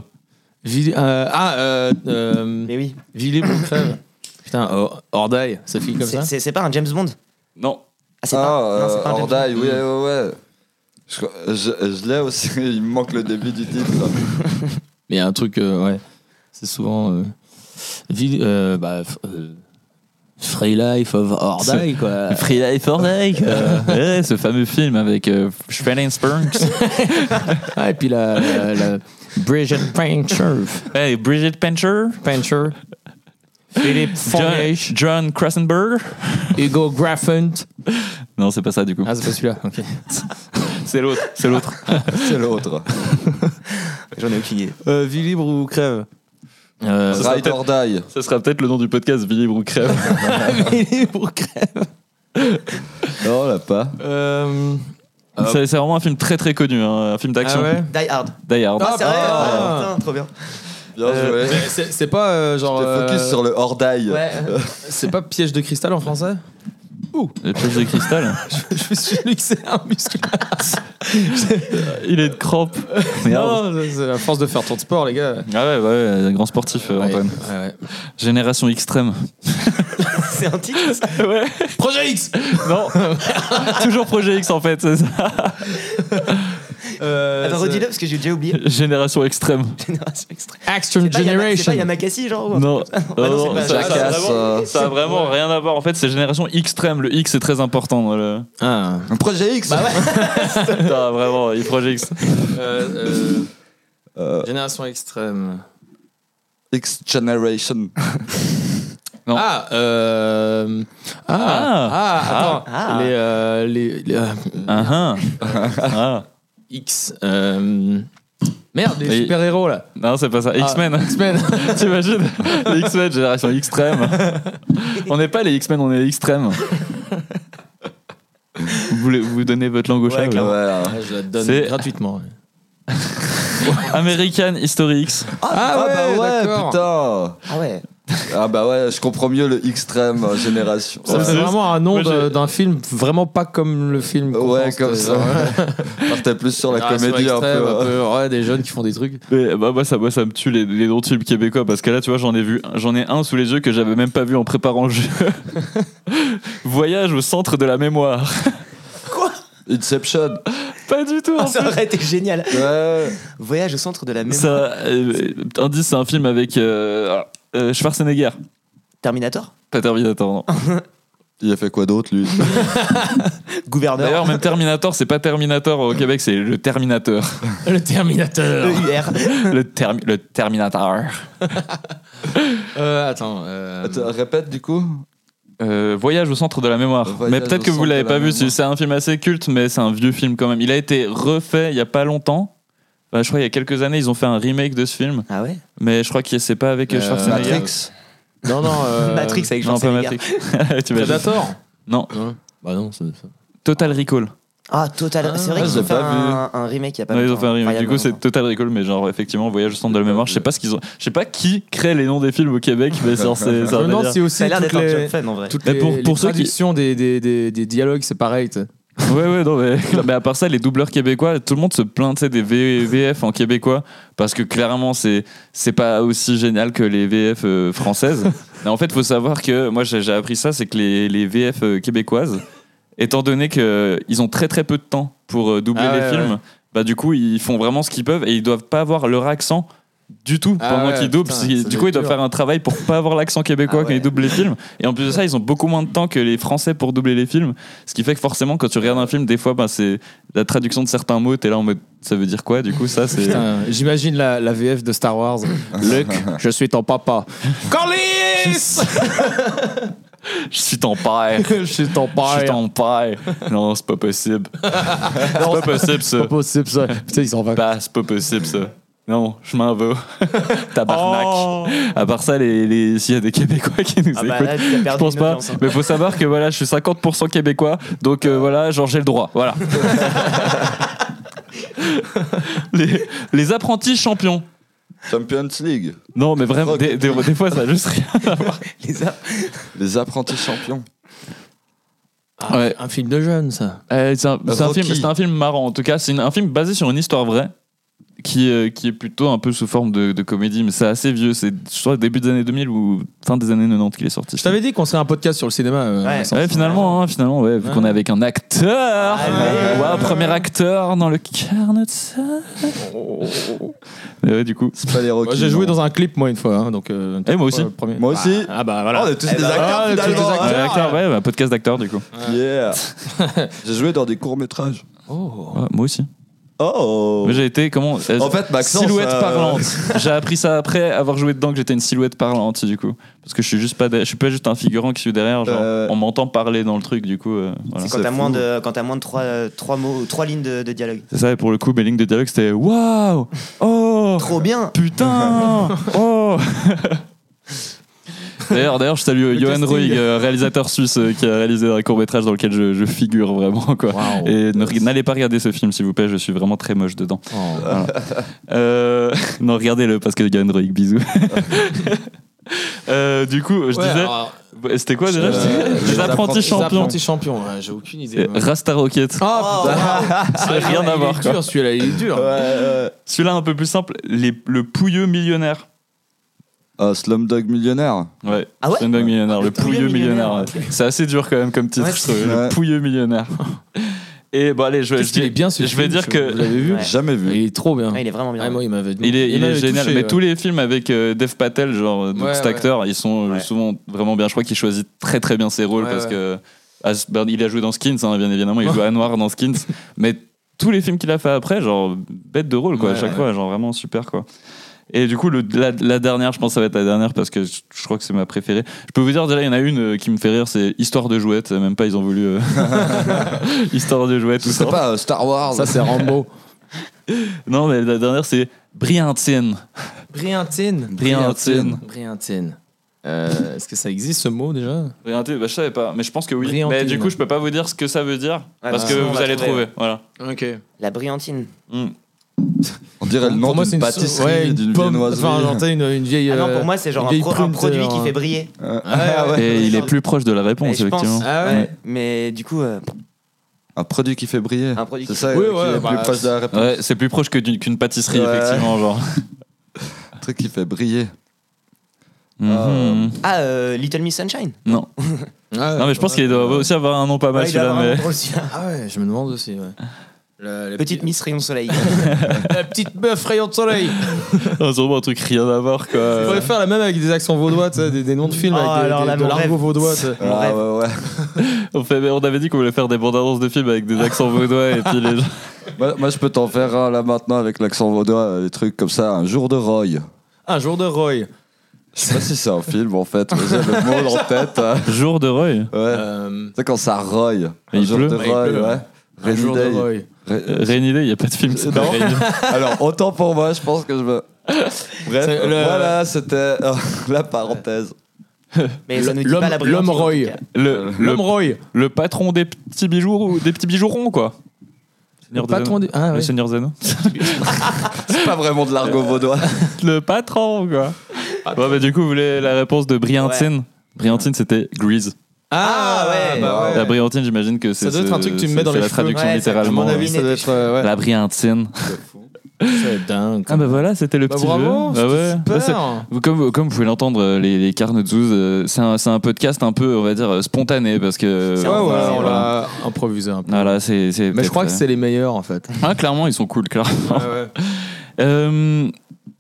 Vie- euh, ah, euh, euh,
Mais oui.
Vie libre ou crève. Putain, oh, Ordaille, ça finit comme ça
C'est- C'est c'est pas un James Bond
Non.
Ah, c'est
Ah,
pas. non, c'est
euh,
pas un James Bond.
Ordaille, oui, ouais, ouais. ouais. Je, crois- je, je l'ai aussi, il me manque le début du titre.
Mais il y a un truc, euh, ouais. C'est souvent. euh, vie, euh, bah, f- euh, free life of Ordaille, quoi.
Free Life or Life, euh, ouais, ce fameux film avec euh, Shredden Spurks
Ah, et puis la, la, la Bridget Pancher.
et Bridget Pencher,
Pancher. Philippe
John,
Fondage.
John Krasenberg.
Hugo Graffent.
Non, c'est pas ça du coup.
Ah, c'est pas celui-là. ok.
C'est l'autre. C'est l'autre.
C'est l'autre.
J'en ai aucune idée.
Euh, vie libre ou crève euh,
sera
Ride
peut-être-
or Die.
Ce sera peut-être le nom du podcast, Vie libre ou crève.
Vie libre ou crève
Non, on l'a pas.
euh, Ah.
C'est c'est vraiment un film très très connu, hein, un film d'action.
Ah ouais
Die Hard.
Die Hard.
Ah, sérieux
bah.
Putain, trop bien.
Bien joué.
Mais Euh, C'est c'est pas euh, genre.
T'es focus
euh,
sur le Ordaille.
Ouais.
C'est pas piège de cristal en français
Le piège de cristal.
Je suis lu que c'est un muscle.
Euh, Il est de crampe.
Non, c'est c'est la force de faire tant de sport, les gars.
Ah ouais, ouais, ouais, grand sportif, euh, Antoine.
Ouais,
Génération extrême.
C'est un titre, ça.
ouais.
ouais. Projet X
Non. Toujours Projet X en fait, c'est ça.
euh,
Attends,
c'est-
redis-le parce que j'ai déjà oublié.
Génération extrême.
Génération extrême.
Action
C'est pas Yama- c'est
Generation.
pas Yamakasi, genre ou un
Non.
Ah non, c'est
non,
pas
ça- ça a
Jackass,
vraiment-
euh,
Ça a vraiment rien à voir. En fait, c'est Génération extrême. Le X est très important. dans le-
Ah.
Un projet X
Putain, vraiment, il Projet X.
Euh,
Euh,
euh, Génération extrême.
X Generation.
Non.
Ah, euh, ah, ah, attends,
Ah.
les, euh, les, les, euh,
Ah, ah. Ah.
X, euh, merde, les
Et-
super héros là,
Non, c'est
Ah.
pas ça. X-Men.
X-Men,
T'imagines Les X-Men, Génération extrême. On n'est pas les X-Men, on est les extrêmes. Vous, voulez- vous donnez votre langue au chat
Ouais,
là.
hein.
Ah, je la donne
C'est-
gratuitement. ouais.
American History X.
Ah,
bah
ouais, d'accord.
bah putain.
Ah ouais.
Ah bah ouais, je comprends mieux le Xtreme euh, génération.
Ça,
Ouais.
C'est vraiment un nom
Moi, j'ai-
de- d'un film vraiment pas comme le film. qu'on
Ouais,
pense,
comme
euh,
ça.
genre,
Partait plus sur la
Génération
comédie un peu.
Ah, extrême,
euh,
ouais, des jeunes qui font des trucs.
Mais, bah, moi, ça, moi, ça me tue les, les noms de films québécois parce que là, tu vois, j'en ai vu, j'en ai un sous les yeux que j'avais même pas vu en préparant le jeu. Voyage au centre de la mémoire.
euh, Inception.
Pas du tout. hein. en
Ça aurait été génial.
Ouais.
Voyage au centre de Ah, la mémoire.
fait. Ça, euh, indice, c'est un film avec euh, euh, Schwarzenegger.
Terminator
Pas Terminator,
Ah,
non.
Il a fait quoi d'autre lui
Gouverneur
D'ailleurs, même Terminator, c'est pas Terminator au Québec, c'est le Terminator.
Le Terminator.
EUR.
Le, Termi- le Terminator.
Euh, attends. euh,
Attends, Répète du coup.
Euh, Voyage au centre de la mémoire.
Voyage
mais peut-être
au
que vous
centre
l'avez
de
pas
la
vu, c'est
mémoire.
c'est un film assez culte, mais c'est un vieux film quand même. Il a été refait il y a pas longtemps. Enfin, je crois il y a quelques années, ils ont fait un remake de ce film,
Ah ouais
mais je crois que c'est pas avec
Euh,
Schwarzenegger.
Matrix.
Non, non. euh,
Matrix avec
Non, pas
Jean-Pierre.
Matrix. Tu imagines
Predator.
Non.
Hein Bah non, c'est ça.
Total Recall.
Ah, Total. c'est vrai
Ah,
qu'ils
j'ai
ont fait
pas
un, un remake il y a pas
Ouais, ils ont
longtemps.
fait un remake.
Enfin, il y a
du coup, c'est
longtemps.
Total Recall, mais genre, effectivement, Voyage au centre de la mémoire. Je sais pas ce qu'ils ont. Je sais pas qui crée les noms des films au Québec, mais genre, c'est. ça
Non,
va
non,
dire.
c'est aussi
Ça a l'air
toutes
d'être un
les,
job fun en vrai.
toutes
Mais
les,
pour-
les
pour ceux qui-
traductions des, des, des, des dialogues, c'est pareil. t'sais.
Ouais, ouais, non, mais, mais à part ça, les doubleurs québécois, tout le monde se plaint, tu sais, des V- VF en québécois, parce que clairement, c'est, c'est pas aussi génial que les VF euh, françaises. Mais en fait, faut savoir que, moi, j'ai, j'ai appris ça, c'est que les, les VF euh, québécoises, étant donné qu'ils ont très très peu de temps pour euh, doubler
Ah
les
ouais,
films,
ouais.
bah du coup, ils font vraiment ce qu'ils peuvent et ils doivent pas avoir leur accent du tout
Ah
pendant
ouais,
qu'ils doublent.
putain,
parce qu'ils-
ça
du
doit
coup, ils
être
doivent
dur.
faire un travail pour pas avoir l'accent québécois
Ah
quand ils
ouais.
doublent les films. Et en plus de ça, ils ont beaucoup moins de temps que les Français pour doubler les films. Ce qui fait que forcément, quand tu regardes un film, des fois, bah, c'est la traduction de certains mots, t'es là en mode ça veut dire quoi Du coup, ça, c'est.
Putain, J'imagine la, la VF de Star Wars. Luc, je suis ton papa. Corlys
Je suis ton père.
Je suis ton
Je suis
père.
ton père. Non, c'est pas possible. C'est pas possible, ça.
C'est pas possible ça. Putain, ils sont vacances.
Bah, c'est pas possible, ça. Non, je m'en vais. Tabarnak. À part ça, les, les- s'il y a des Québécois qui nous
Oh. Ah bah là,
écoutent,
tu as
je
perdu
pense
une
pas.
audience, hein.
Mais faut savoir que voilà, je suis 50% Québécois, donc euh, voilà, genre j'ai le droit. Voilà. les, les apprentis champions.
Champions League,
Non, mais vraiment, des, des- des fois, ça a juste rien.
Les a-
les apprentis champions.
Ouais.
Un film de jeunes, ça.
Euh, c'est un, c'est un
Rocky.
film, c'est un film marrant en tout cas. C'est une- un film basé sur une histoire vraie qui, euh, qui est plutôt un peu sous forme de, de comédie, mais c'est assez vieux. C'est je crois début des années 2000 ou fin des années 90 qu'il est sorti.
Je t'avais dit qu'on serait un podcast sur le cinéma. euh,
Ouais.
Vincent.
Ouais, finalement, hein, finalement, ouais, vu qu'on est avec un acteur,
Allez.
Waouh, premier acteur dans le carnet de ça. Mais ouais, du coup.
C'est pas les
Moi,
Rockies.
J'ai joué
non.
dans un clip, moi, une fois. hein, donc, euh,
Eh, moi aussi.
le premier-
Moi aussi.
Ah bah
Oh,
voilà.
on est tous
Eh
des
ben,
acteurs
ah, tous des
finalement. hein.
acteurs.
Ouais, acteur, ouais, bah, podcast d'acteur du coup.
Yeah. J'ai joué dans des courts métrages.
Ouais, moi aussi.
Oh.
Moi, j'ai été comment euh,
En fait, Maxence,
silhouette
euh,
parlante. j'ai appris ça après avoir joué dedans que j'étais une silhouette parlante du coup, parce que je suis juste pas, de- je suis pas juste un figurant qui suis derrière. Genre,
Euh.
on m'entend parler dans le truc du coup. euh, voilà.
C'est quand
c'est
t'as moins
fou.
de quand t'as moins de trois euh, trois mots trois lignes de, de dialogue.
C'est ça. Et pour le coup, mes lignes de dialogue c'était waouh, oh,
Trop bien.
Putain Oh D'ailleurs, d'ailleurs, je salue Johan
casting.
Roig, euh, réalisateur suisse euh, qui a réalisé un court métrage dans lequel je, je figure vraiment quoi.
Waouh.
Et ne reg- n'allez pas regarder ce film s'il vous plaît, je suis vraiment très moche dedans.
Oh.
Euh, non, regardez-le parce que Johan Roig, bisous. Euh, du coup, je
Ouais,
disais,
alors,
c'était quoi déjà
euh,
je disais Les apprentis champions.
apprentis champions, ouais, j'ai aucune idée.
Et Rasta Rocket.
Ah putain,
Ça n'a rien à voir, Euh,
Il est dur celui-là, il est dur.
Ouais, ouais.
Celui-là un peu plus simple, les- le pouilleux millionnaire.
Euh, Slumdog Millionnaire.
Ouais.
Ah ouais
Slumdog Millionnaire, le
pouilleux
pouilleux millionnaire.
millionnaire,
ouais. C'est assez dur quand même comme titre,
Ouais.
je trouve, le
Ouais.
pouilleux millionnaire. Et bon allez, je,
Qu'est-ce
je
qu'il
dis-
est bien ce
je vais
film,
dire que
Vous l'avez vu
Ouais.
Jamais vu.
Il est trop bien.
Ah, il est vraiment bien.
Ah, moi, il m'avait
il est,
il
il est
m'avait
génial,
touché,
mais
ouais.
tous les films avec euh, Dev Patel, genre donc
Ouais,
cet
ouais.
acteur, ils sont euh,
Ouais.
souvent vraiment bien. Je crois qu'il choisit très très bien ses rôles
Ouais,
parce
ouais.
que ah, c'est- ben, il a joué dans Skins, hein, bien évidemment, il joue à Noir dans Skins, mais tous les films qu'il a fait après, genre bête de rôle quoi, à
Ouais,
chaque
ouais.
fois, genre vraiment super quoi. Et du coup, le, la, la dernière, je pense que ça va être la dernière parce que je, je crois que c'est ma préférée. Je peux vous dire déjà, il y en a une euh, qui me fait rire, c'est Histoire de jouette. Même pas, ils ont voulu euh, Histoire de jouette.
Je sais pas, euh, Star Wars.
Ça, c'est Rambo.
Non, mais la dernière, c'est Briantine.
Briantine.
Briantine.
Briantine. Euh, Est-ce que ça existe ce mot déjà
Briantine, bah, je savais pas, mais je pense que oui.
Briantine.
Mais du coup, je peux pas vous dire ce que ça veut dire
Ah,
parce
bah,
que
sinon, on
vous
va
allez trouver.
trouver.
Voilà.
Ok.
La brillantine.
Mm.
On dirait le nom d'une pâtisserie, d'une viennoiserie.
Enfin, genre, t'as une, une vieille.
Ah non,
euh,
pour moi, c'est genre
une
un,
vieille
pro- un
prune,
produit
genre,
qui
hein.
fait briller.
Euh, ah ouais.
Et il est plus proche de la réponse,
Mais je pense.
effectivement.
Ah ouais.
Ouais. Mais du coup, euh,
Un produit qui fait briller.
Un produit
C'est
qui-
ça,
Oui, ouais,
euh, qui est
bah,
plus proche de la réponse.
Ouais, c'est plus proche que d'une- qu'une pâtisserie,
Ouais.
effectivement. Genre.
Un truc qui fait briller.
Mhm.
ah euh, Little Miss Sunshine.
Non.
Ah ouais,
Non, mais je pense qu'il doit aussi avoir un nom pas mal
Ouais, il a
celui-là.
vraiment
Mais...
drôle, celui-là.
Ah ouais, je me demande aussi. Ouais. La, la
Petite Miss Rayon de Soleil.
la petite meuf rayon de soleil.
Ah, sûrement un truc rien à voir quoi.
On pourrait faire la même avec des accents vaudois, tu sais, des, des noms de films
Oh,
avec des,
alors
des-
là,
de
mon
l'argot
rêve.
vaudois. tu sais.
Mon
Ah,
rêve.
ouais, ouais.
On, fait- on avait dit qu'on voulait faire des bandes annonces de films avec des accents vaudois et puis les gens.
Moi, moi, je peux t'en faire un là maintenant avec l'accent vaudois, euh, des trucs comme ça. Un jour de Roy.
Un jour de Roy.
Je sais pas si c'est un film en fait, mais j'ai le mot en tête. hein.
Jour de Roy.
Ouais.
Euh,
Tu sais, quand ça Roy. Un
Il
jour
pleut.
de
Ouais, il
Roy,
pleut.
ouais.
un
Rainy
jour de
Day.
Roy.
Ra-
Euh, Rainy Day, il n'y a pas de film. qui s'appelle
Non.
Rainy Day.
Alors, autant pour moi, je pense que je veux. Bref,
C'est le-
voilà, c'était euh, la parenthèse.
Mais ça ne dit
L'homme-
pas la brillance,
l'homme
en tout
Roy.
cas.
Le, le,
L'homme Roy.
le patron des petits bijoux, des petits bijourons, quoi. Seigneur des
patron
Anneaux.
des- Ah,
Le
ouais.
Seigneur des Anneaux.
C'est pas vraiment de l'argot vaudois.
Le patron, quoi. Ouais, bah, du coup, vous voulez la réponse de Briantine Briantine, c'était Grease.
Ah, ouais.
bah
La Briantine, j'imagine que c'est.
Ça doit être
ce-
un truc que tu me mets dans
c'est
les
la
cheveux.
traduction
Ouais, ça- à
littéralement.
mon
À mon
avis,
euh,
avis, ça doit être. euh, ouais.
La Briantine.
C'est dingue.
Ah bah voilà, c'était le
Bah
petit
bravo,
jeu. Bah ouais.
c'était
Ouais, c'est-
super.
Vous- Comme, comme vous pouvez l'entendre, euh, les, les Carnes de Zouz, euh, c'est un, c'est un podcast un peu, on va dire, euh, spontané parce que. euh,
C'est
Ouais, ouais,
un-
voilà.
on l'a improvisé un peu.
Voilà, c'est. c'est
Mais je
Ah, peut-être,
crois que
euh,
c'est les meilleurs en fait.
Ah, clairement, ils sont cool, clairement. Euh,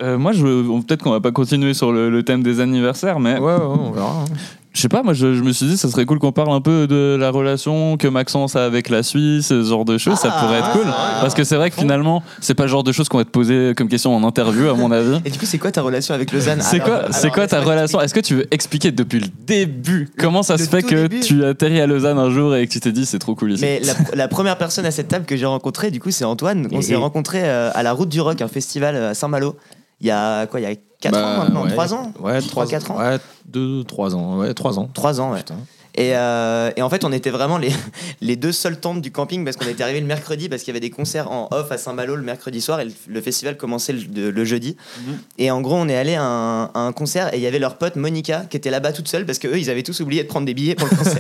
euh, moi, je, bon, peut-être qu'on va pas continuer sur le, le thème des anniversaires, mais
Ouais, ouais, on verra. hein.
je sais pas, moi, je, je me suis dit, ça serait cool qu'on parle un peu de la relation que Maxence a avec la Suisse, ce genre de choses, ça
Ah,
pourrait être cool.
ah,
parce que c'est vrai que finalement, c'est pas le genre de choses qu'on va te poser comme question en interview, à mon avis.
Et du coup, c'est quoi ta relation avec Lausanne
C'est
Alors,
quoi,
Ah, bah, alors,
c'est quoi ta
laisse-moi
relation Est-ce que tu veux expliquer depuis le début comment ça
le
se fait
tout
que
début.
tu atterris à Lausanne un jour et que tu t'es dit c'est trop cool ici
Mais la, la première personne à cette table que j'ai rencontrée, du coup, c'est Antoine. On
Et-
s'est rencontrés euh, à la Route du Rock, un festival euh, à Saint-Malo. Il y a quoi Il y a 4
Bah,
ans maintenant
ouais.
3 ans
Ouais,
Trois,
3
quatre ans
Ouais, 2, 3 ans. Ouais, 3 ans.
3 ans, ouais.
Putain.
Et, euh, et en fait, on était vraiment les, les deux seules tentes du camping parce qu'on était arrivés le mercredi parce qu'il y avait des concerts en off à Saint-Malo le mercredi soir et le, le festival commençait le, de- le jeudi.
Mm-hmm.
Et en gros, on est allé à un, à un concert et il y avait leur pote Monica qui était là-bas toute seule parce qu'eux, ils avaient tous oublié de prendre des billets pour le concert.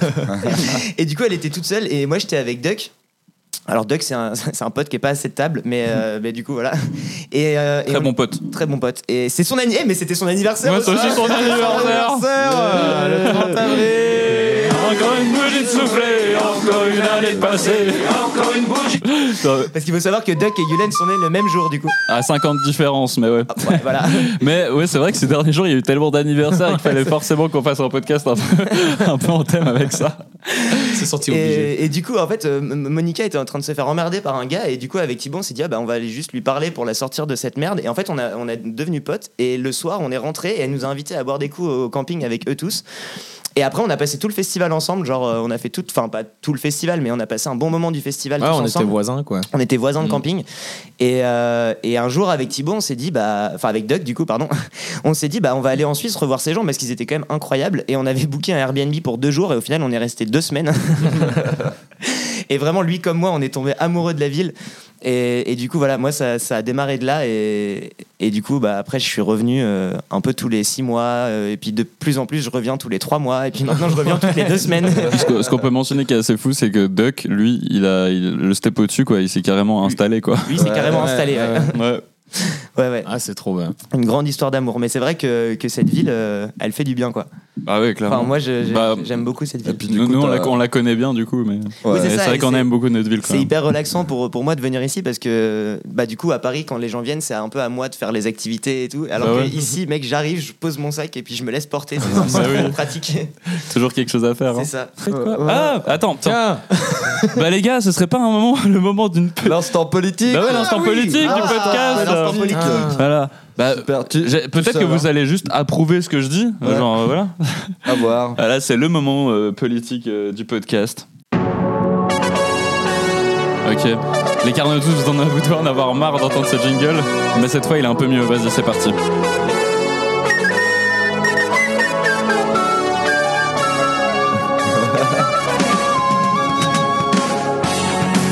et du coup, elle était toute seule et moi, j'étais avec Duck. Alors, Duck, c'est un, c'est un pote qui est pas à cette table, mais, euh, mais du coup, voilà. Et, euh, et
Mm-hmm. Très
on-
bon pote.
Très bon pote. Et c'est son anniversaire, mais c'était son anniversaire.
Ouais, c'est aussi son anniversaire.
euh, le 30 avril.
Encore une bougie de soufflé, encore une année passée, encore une bougie.
Parce qu'il faut savoir que Duck et Yulen sont nés le même jour, du coup.
À 50 différences, mais ouais.
Ah,
Ouais, voilà.
Mais ouais, c'est vrai que ces derniers jours, il y a eu tellement d'anniversaires qu'il fallait forcément qu'on fasse un podcast un peu, un peu en thème avec ça.
C'est sorti obligé.
Et, et du coup, en fait, euh, M- Monica était en train de se faire emmerder par un gars. Et du coup, avec Thibaut, on s'est dit, ah, bah, on va aller juste lui parler pour la sortir de cette merde. Et en fait, on a, on a devenu potes. Et le soir, on est rentré et elle nous a invités à boire des coups au camping avec eux tous. Et après, on a passé tout le festival ensemble. Genre, euh, on a fait tout, enfin, pas tout le festival, mais on a passé un bon moment du festival
Ouais,
tous
on était
ensemble.
voisins quoi.
On était voisins de
Mm.
camping et, euh, et un jour avec Thibaut on s'est dit bah enfin avec Doug du coup pardon on s'est dit bah on va aller en Suisse revoir ces gens parce qu'ils étaient quand même incroyables et on avait booké un Airbnb pour deux jours et au final on est resté deux semaines et vraiment lui comme moi on est tombé amoureux de la ville et, et du coup voilà moi ça, ça a démarré de là et, et du coup bah après je suis revenu euh, un peu tous les six mois euh, et puis de plus en plus je reviens tous les trois mois et puis maintenant je reviens toutes les deux semaines
Ce que- ce qu'on peut mentionner qui est assez fou, c'est que Duck, lui, il a il- le step au-dessus, quoi. Il s'est carrément installé, quoi.
lui c'est carrément installé ouais.
Ouais.
ouais ouais
Ah, c'est trop bien.
une grande histoire d'amour. Mais c'est vrai que, que cette ville, euh, elle fait du bien, quoi.
Ah ouais, clairement.
Enfin, moi, je- je-
Bah,
j'aime beaucoup cette
Et
ville.
puis, du
Nous,
coup,
nous, on,
t'as-
la, on la connaît bien du coup, mais
Oui, c'est
Mais
ça,
vrai
et
qu'on
c'est-
aime beaucoup notre ville. Quand
C'est
même.
hyper relaxant pour, pour moi de venir ici parce que bah, du coup à Paris quand les gens viennent c'est un peu à moi de faire les activités et tout alors
Bah
que
ouais.
ici mec j'arrive je pose mon sac et puis je me laisse porter c'est
Bah oui.
c'est pratique
Toujours quelque chose à faire. hein.
c'est ça
Ah, attends, tiens.
Tiens,
bah les gars, ce serait pas un moment, le moment d'une. pe-
L'instant politique.
Bah ouais, l'instant politique du podcast.
Ah l'instant politique.
Ah.
Voilà. Bah,
Super, tu-
j'ai-
tout
Peut-être que
seul,
vous
hein.
allez juste approuver ce que je dis.
Ouais.
Genre, euh, voilà.
À voir.
Ah, là, c'est le moment euh, politique euh, du podcast. Ok. Les carnets tous, vous en avez- vous devez en avoir marre d'entendre ce jingle. Mais cette fois, il est un peu mieux. Vas-y, c'est parti.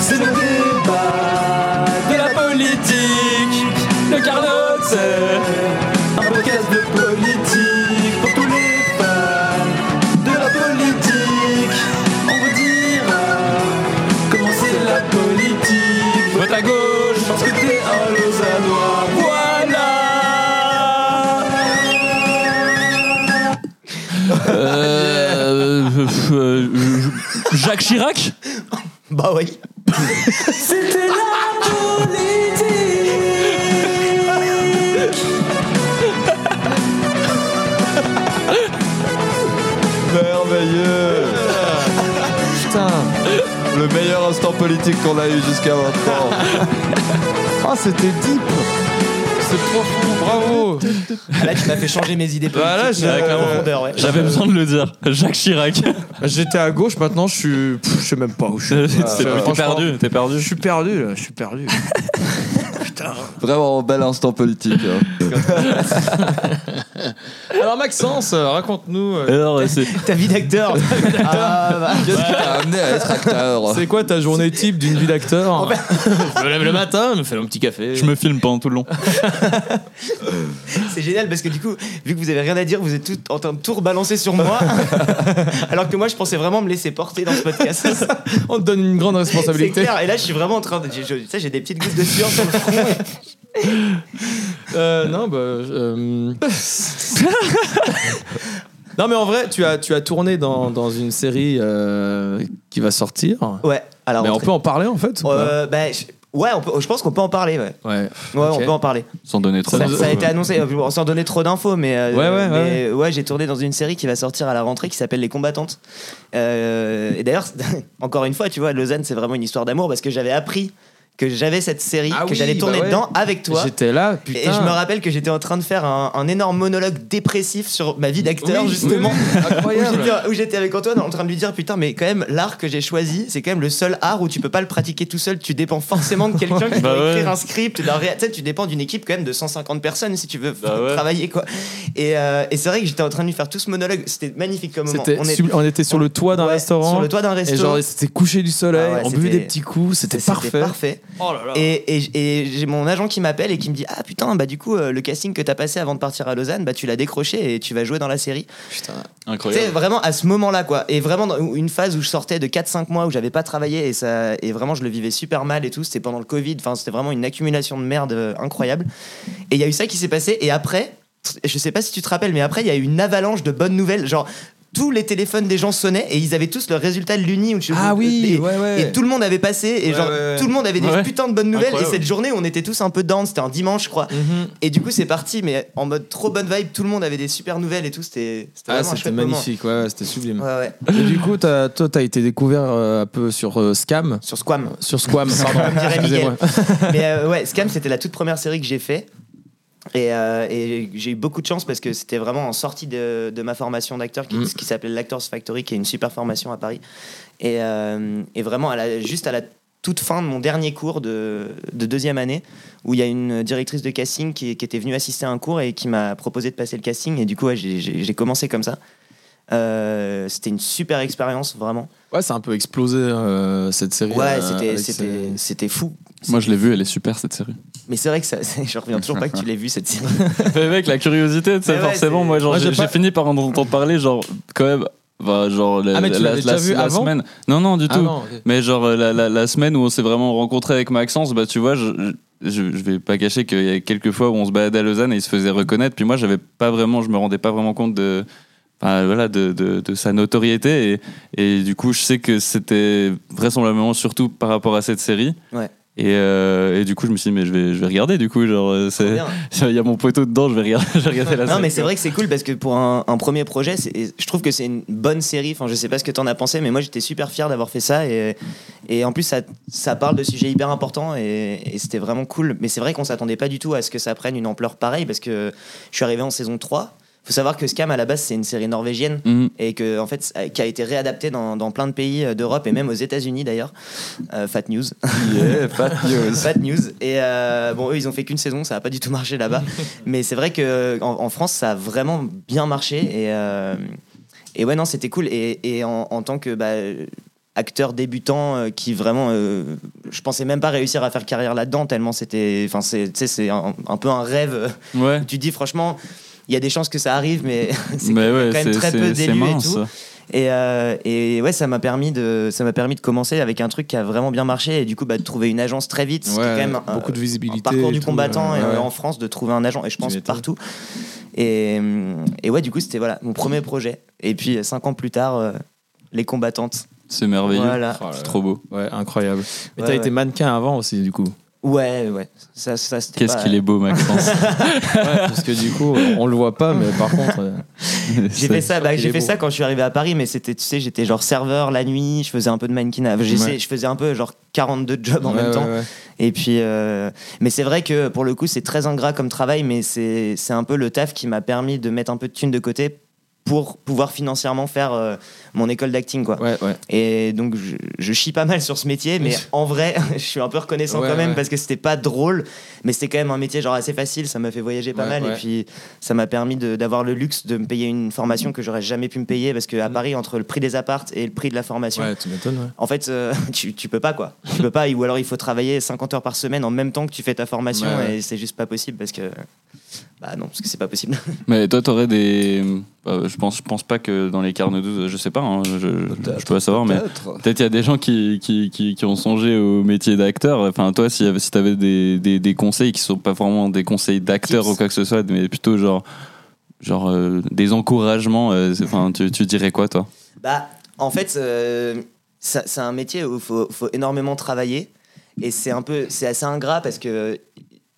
C'est le débat de la politique. Le Carnot, c'est un podcast de politique pour tous les fans de la politique. On vous dira comment c'est la politique. Vote à gauche parce que t'es un Lausannois. Voilà. Euh, Jacques Chirac
bah oui
Merveilleux.
putain.
Le meilleur instant politique qu'on a eu jusqu'à maintenant.
Ah, c'était deep. C'est trop fou, bravo.
Ah, là tu m'as fait changer mes idées politiques
Voilà, j'ai-
euh,
clairement.
en profondeur, ouais.
J'avais besoin de le dire. Jacques Chirac.
J'étais à gauche, maintenant je suis. pff, je sais même pas où Oh, je
T'es
suis.
t'es perdu, t'es
Je
perdu.
suis perdu, là, je suis perdu.
Vraiment bel instant politique. hein.
Alors Maxence, euh, raconte-nous, euh,
Alors, c'est-
Ta vie d'acteur. Ah, bah.
Qu'est-ce qui t'a amené à être acteur
c'est quoi ta journée type d'une vie d'acteur Je me lève le matin, je me fais un petit café.
je me filme pendant tout le long.
C'est génial parce que du coup, vu que vous avez rien à dire, vous êtes tout en train de tout rebalancer sur moi. Alors que moi, je pensais vraiment me laisser porter dans ce podcast.
On te donne une grande
C'est
responsabilité.
clair. Et là, je suis vraiment en train de. je- je- tu sais, j'ai des petites gouttes de sueur sur le front.
Euh, non, bah. euh, non, mais en vrai, tu as, tu as tourné dans, dans une série euh, qui va sortir.
Ouais. Alors.
mais on peut en parler en fait ou pas
Euh, bah, je- Ouais, on peut- je pense qu'on peut en parler. Ouais,
Ouais.
ouais
Ok.
on peut en parler.
Sans donner trop
Ça,
d'infos.
ça a été annoncé, on s'en donnait trop d'infos, mais, euh,
Ouais, ouais,
mais, ouais, j'ai tourné dans une série qui va sortir à la rentrée qui s'appelle Les Combattantes. Euh, et d'ailleurs, encore une fois, tu vois, Lausanne, c'est vraiment une histoire d'amour parce que j'avais appris que j'avais cette série,
Ah
que
oui,
j'allais
bah
tourner
ouais.
dedans avec toi.
J'étais là, putain.
Et je me rappelle que j'étais en train de faire un, un énorme monologue dépressif sur ma vie d'acteur,
Oui,
justement.
oui, oui,
Où
Incroyable.
j'étais- Où j'étais avec Antoine en train de lui dire putain mais quand même l'art que j'ai choisi c'est quand même le seul art où tu peux pas le pratiquer tout seul tu dépends forcément de quelqu'un qui
Bah
doit
ouais.
écrire un script d'un réa- tu sais, tu dépends d'une équipe quand même de 150 personnes si tu veux
Bah ouais.
travailler quoi et, euh, et c'est vrai que j'étais en train de lui faire tout ce monologue c'était magnifique comme moment
C'était
On est-
sub- on était sur le toit d'un
Ouais,
restaurant.
sur le toit d'un
Et
restaurant
genre, c'était couché du soleil,
Ah ouais,
on buvait
c'était-
des petits coups, c'était
C'était
parfait.
parfait. Et, et- et j'ai mon agent qui m'appelle et qui me dit Ah putain, bah du coup, euh, le casting que t'as passé avant de partir à Lausanne, bah tu l'as décroché et tu vas jouer dans la série. C'est
Incroyable.
vraiment à ce moment-là, quoi. Et vraiment, dans une phase où je sortais de 4-5 mois où j'avais pas travaillé et, ça, et vraiment, je le vivais super mal et tout. C'était pendant le Covid, enfin, c'était vraiment une accumulation de merde euh, incroyable. Et il y a eu ça qui s'est passé. Et après, je sais pas si tu te rappelles, mais après, il y a eu une avalanche de bonnes nouvelles. Genre, tous les téléphones des gens sonnaient et ils avaient tous le résultat de l'Uni. ou je-
Ah oui,
et-
ouais, ouais.
et tout le monde avait passé et
Ouais,
genre
ouais, ouais.
tout le monde avait des
Ouais.
putains de bonnes nouvelles
Incroyable.
et cette journée on était tous un peu down c'était un dimanche je crois
Mhm.
et du coup c'est parti mais en mode trop bonne vibe tout le monde avait des super nouvelles et tout c'était c'était
Ah,
vraiment un
c'était
chouette moment.
magnifique, ouais, ouais, c'était sublime.
ouais ouais
Et du coup, t'as- toi, t'as été découvert euh, un peu sur euh, Scam.
sur Squam
Sur Squam,
Comme
pardon.
dirait
Excusez-moi.
mais euh, ouais Scam c'était la toute première série que j'ai fait et, euh, et j'ai eu beaucoup de chance parce que c'était vraiment en sortie de, de ma formation d'acteur qui,
Mm.
qui s'appelle l'Actors Factory qui est une super formation à Paris et, euh, et vraiment à la- juste à la toute fin de mon dernier cours de, de deuxième année où il y a une directrice de casting qui, qui était venue assister à un cours et qui m'a proposé de passer le casting et du coup ouais, j'ai- j'ai j'ai commencé comme ça Euh, c'était une super expérience vraiment
Ouais, c'est un peu explosé euh, cette série.
ouais
euh,
c'était-
avec
c'était c'était fou
Moi, je l'ai vue, elle est super cette série.
mais c'est vrai que ça, je reviens toujours pas que tu l'aies vu cette série.
Mais mec, la curiosité, tu sais,
Mais ouais,
forcément,
c'est-
moi, genre,
Moi,
j'ai
j'ai pas-
j'ai fini par en entendre parler, genre, quand même, bah, genre, la,
Ah, mais tu
la-
l'avais
la-
déjà vu
la
avant
semaine. Non, non, du
Ah
tout.
non, ok.
Mais genre, euh, la, la, la semaine où on s'est vraiment rencontré avec Maxence, bah, tu vois, je, je, je vais pas cacher qu'il y a quelques fois où on se baladait à Lausanne et il se faisait reconnaître. Puis moi, j'avais pas vraiment, je me rendais pas vraiment compte de, enfin, voilà, de, de, de sa notoriété. Et, et du coup, je sais que c'était vraisemblablement surtout par rapport à cette série.
Ouais.
Et, euh, et du coup, je me suis dit, mais je vais, je vais regarder, du coup, genre, euh, c'est.
Bien.
Il y a mon poteau dedans, je vais regarder, je vais regarder la
Non,
série.
mais c'est vrai que c'est cool parce que pour un, un premier projet, c'est- et je trouve que c'est une bonne série. Enfin, je sais pas ce que t'en as pensé, mais moi j'étais super fier d'avoir fait ça. Et, et en plus, ça, ça parle de sujets hyper importants et, et c'était vraiment cool. Mais c'est vrai qu'on s'attendait pas du tout à ce que ça prenne une ampleur pareille parce que je suis arrivé en saison 3. Faut savoir que Scam à la base, c'est une série norvégienne.
Mhm.
et que en fait ça- qui a été réadapté dans, dans plein de pays euh, d'Europe et même aux États-Unis d'ailleurs. Euh, fat news. fat news. fat news. Et euh, bon, eux ils ont fait qu'une saison, ça a pas du tout marché là-bas. Mais c'est vrai que en, en France ça a vraiment bien marché et euh, et ouais non c'était cool et, et en, en tant que bah, acteur débutant euh, qui vraiment euh, je pensais même pas réussir à faire carrière là-dedans tellement c'était enfin c'est tu sais, c'est un, un peu un rêve euh,
Ouais.
où tu te dis franchement il y a des chances que ça arrive mais c'est
Mais ouais,
quand même
c'est-
très peu
c'est- c'est
d'élus et
mince.
tout. et, euh, et ouais, ça m'a permis de ça m'a permis de commencer avec un truc qui a vraiment bien marché et du coup bah, de trouver une agence très vite, ce qui est
Ouais,
quand même un- euh,
beaucoup de
un
visibilité.
parcours
et
du
tout,
combattant
euh,
et,
ouais.
euh, en France de trouver un agent et je pense
m'étonnes.
partout. Et, euh, et ouais, du coup c'était voilà mon premier projet. Et puis euh, cinq ans plus tard, euh, les combattantes.
C'est merveilleux.
Voilà.
Oh là
C'est
là.
trop beau.
Ouais, incroyable. Mais
Ouais,
t'as
ouais.
été mannequin avant aussi, du coup.
Ouais, ouais. Ça, ça c'était
Qu'est-ce
pas-
qu'il est beau, Maxence.
Parce que du coup, on le voit pas, mais par contre. euh,
J'ai fait ça, bah,
qu'il
j'ai
est
fait
beau.
ça quand je suis arrivé à Paris, mais c'était, tu sais, j'étais genre serveur la nuit, je faisais un peu de mannequinat, J'essaie- je faisais un peu genre 42 jobs en
ouais,
même
ouais,
temps.
ouais.
Et puis, euh, mais c'est vrai que pour le coup, c'est très ingrat comme travail, mais c'est c'est un peu le taf qui m'a permis de mettre un peu de thunes de côté pour pouvoir financièrement faire euh, mon école d'acting quoi.
Ouais, ouais.
Et donc je, je chie pas mal sur ce métier, mais en vrai, je suis un peu reconnaissant
Ouais,
quand même
ouais.
parce que c'était pas drôle, mais c'était quand même un métier genre assez facile. Ça m'a fait voyager pas
Ouais,
mal
ouais.
et puis ça m'a permis de- d'avoir le luxe de me payer une formation que j'aurais jamais pu me payer parce qu'à Paris entre le prix des appartes et le prix de la formation.
Mm. Ouais, tu m'étonnes, ouais.
En fait, euh, tu, tu peux pas quoi. Tu peux pas, ou alors il faut travailler 50 heures par semaine en même temps que tu fais ta formation
Ouais, ouais.
et c'est juste pas possible parce que. Bah non, parce que c'est pas possible.
Mais toi, t'aurais des. euh, je, pense, je pense pas que dans les carnes 12, je sais pas, hein, je, je peux pas savoir, mais
Peut-être.
peut-être il y a des gens qui, qui, qui, qui ont songé au métier d'acteur. Enfin, toi, si, si t'avais des, des, des conseils qui sont pas vraiment des conseils d'acteur
Tips.
ou quoi que ce soit, mais plutôt genre. Genre euh, des encouragements, euh, c'est- enfin, tu, tu dirais quoi toi
Bah, en fait, euh, ça- c'est un métier où il faut, faut énormément travailler. Et c'est un peu, c'est assez ingrat parce que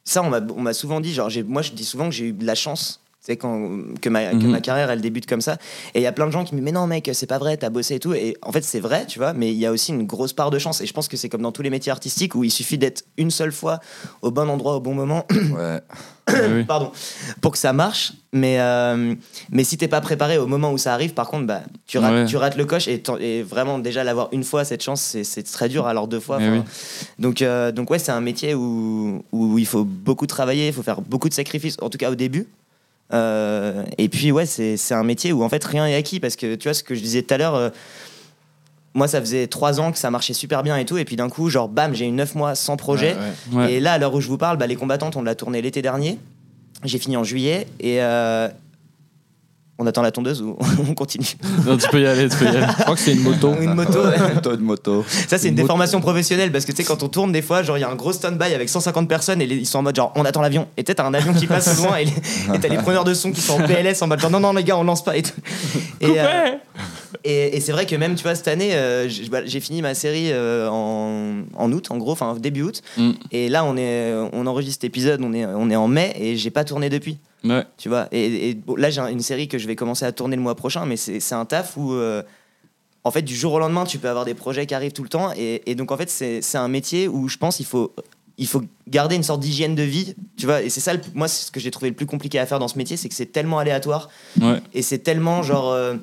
ça, on m'a- on m'a souvent dit, genre, j'ai- moi je dis souvent que j'ai eu de la chance. tu sais, Quand, que, ma, que
Mhm.
ma carrière elle débute comme ça et il y a plein de gens qui me disent mais non mec c'est pas vrai t'as bossé et tout et en fait c'est vrai tu vois mais il y a aussi une grosse part de chance et je pense que c'est comme dans tous les métiers artistiques où il suffit d'être une seule fois au bon endroit au bon moment
Ouais.
Ah
Oui.
pardon, pour que ça marche. Mais, euh, mais si t'es pas préparé au moment où ça arrive, par contre, bah, tu, rates,
Ouais.
tu rates le coche. Et, t'en- et vraiment, déjà, l'avoir une fois, cette chance, c'est- c'est très dur, alors deux fois.
Eh
enfin,
oui.
Donc, euh, donc ouais, c'est un métier où, où il faut beaucoup travailler, il faut faire beaucoup de sacrifices, en tout cas au début. Euh, et puis, ouais, c'est c'est un métier où, en fait, rien est acquis. Parce que, tu vois, ce que je disais tout à l'heure... euh, moi, ça faisait trois ans que ça marchait super bien et tout. Et puis d'un coup, genre, bam, j'ai eu neuf mois sans projet.
Ouais, ouais.
Ouais.
Et là, à l'heure où je vous parle, bah, Les Combattantes, on l'a tourné l'été dernier. J'ai fini en juillet et. euh, on attend la tondeuse ou on continue
Non, tu peux y aller, tu peux y aller.
Je crois que c'est une moto.
Une moto.
Plutôt une moto.
Ça, c'est une
Une moto.
déformation professionnelle parce que tu sais, quand on tourne, des fois, genre, il y a un gros stand-by avec 150 personnes et les- ils sont en mode genre, on attend l'avion. Et peut-être t'as un avion qui passe souvent et les- et t'as les preneurs de son qui sont en PLS en mode genre, non, non, les gars, on lance pas et tout. Et, euh, et, et c'est vrai que même, tu vois, cette année, euh, j- bah, j'ai fini ma série euh, en, en août, en gros, enfin début août.
Mm.
Et là, on, est, on enregistre cet épisode, on est, on est en mai et j'ai pas tourné depuis.
Ouais.
Tu vois, et, et bon, là j'ai une série que je vais commencer à tourner le mois prochain, mais c'est c'est un taf où, euh, en fait, du jour au lendemain, tu peux avoir des projets qui arrivent tout le temps. Et, et donc, en fait, c'est c'est un métier où je pense il faut, il faut garder une sorte d'hygiène de vie, tu vois. Et c'est ça, le- moi, c'est ce que j'ai trouvé le plus compliqué à faire dans ce métier, c'est que c'est tellement aléatoire
Ouais.
et c'est tellement genre. euh,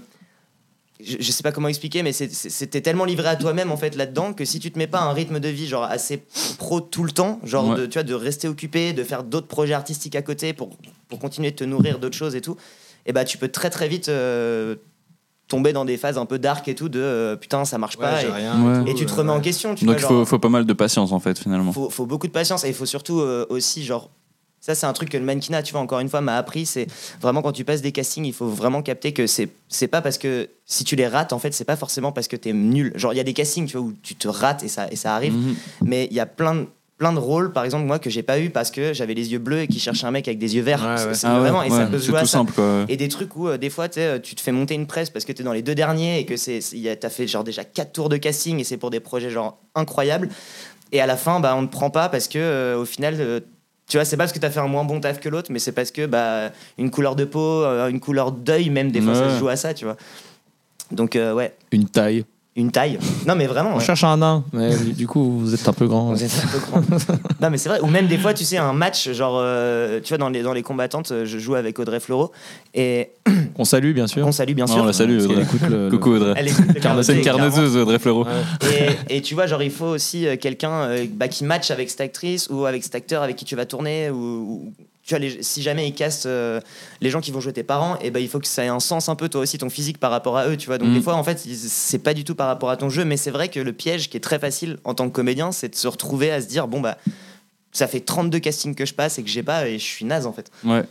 je, je sais pas comment expliquer, mais c'est- c'est- c'était tellement livré à toi-même en fait là-dedans que si tu te mets pas un rythme de vie genre assez pro tout le temps, genre
Ouais.
de, tu vois, de rester occupé, de faire d'autres projets artistiques à côté pour, pour continuer de te nourrir d'autres choses et tout, et bah tu peux très très vite euh, tomber dans des phases un peu dark et tout de euh, putain ça marche pas et,
Ouais.
et tu te remets en question. Tu
Donc il
vois,
faut,
genre,
faut pas mal de patience en fait finalement.
faut, faut beaucoup de patience et il faut surtout euh, aussi genre ça c'est un truc que le mannequinat tu vois encore une fois m'a appris c'est vraiment quand tu passes des castings il faut vraiment capter que c'est c'est pas parce que si tu les rates en fait c'est pas forcément parce que t'es nul genre il y a des castings tu vois où tu te rates et ça et ça arrive
Mhm.
mais il y a plein de plein de rôles par exemple moi que j'ai pas eu parce que j'avais les yeux bleus et qui cherchait un mec avec des yeux verts
Ouais,
C'est-
ouais.
c'est
Ah ouais,
vraiment et ça
ouais,
peut se
c'est
jouer à
tout
ça
simple quoi.
et des trucs où euh, des fois tu sais, euh, tu te fais monter une presse parce que t'es dans les deux derniers et que c'est c'est- y a- t'as fait genre déjà quatre tours de casting et c'est pour des projets genre incroyables et à la fin bah on ne prend pas parce que euh, au final euh, tu vois, c'est pas parce que t'as fait un moins bon taf que l'autre, mais c'est parce que bah une couleur de peau, euh, une couleur d'œil même des fois ça se
Ouais.
joue à ça, tu vois. Donc euh, ouais,
Une taille.
une taille. Non mais vraiment.
On
ouais.
cherche un nain, mais du coup, vous êtes un peu grand.
Vous êtes un peu grand. non, mais c'est vrai. Ou même des fois, tu sais, un match, genre, euh, tu vois, dans les, dans les combattantes, euh, je joue avec Audrey Fleurot et
On salue, bien sûr.
on salue bien
Ouais,
sûr.
on la salue
Parce qu'elle
Audrey.
écoute le-
Coucou Audrey.
Elle écoute le
C'est une
Carnoté, clairement.
carneuse Audrey Fleurot.
Et, et tu vois, genre, il faut aussi euh, quelqu'un euh, bah, qui match avec cette actrice ou avec cet acteur avec qui tu vas tourner. Ou, ou- tu vois, les- si jamais ils castent euh, les gens qui vont jouer tes parents, et ben il faut que ça ait un sens un peu, toi aussi, ton physique par rapport à eux. Tu vois. Donc,
Mm.
des fois, en fait, ils- c'est pas du tout par rapport à ton jeu, mais c'est vrai que le piège qui est très facile en tant que comédien, c'est de se retrouver à se dire, bon, bah. Ça fait 32 castings que je passe et que j'ai pas et je suis naze en fait.
Ouais.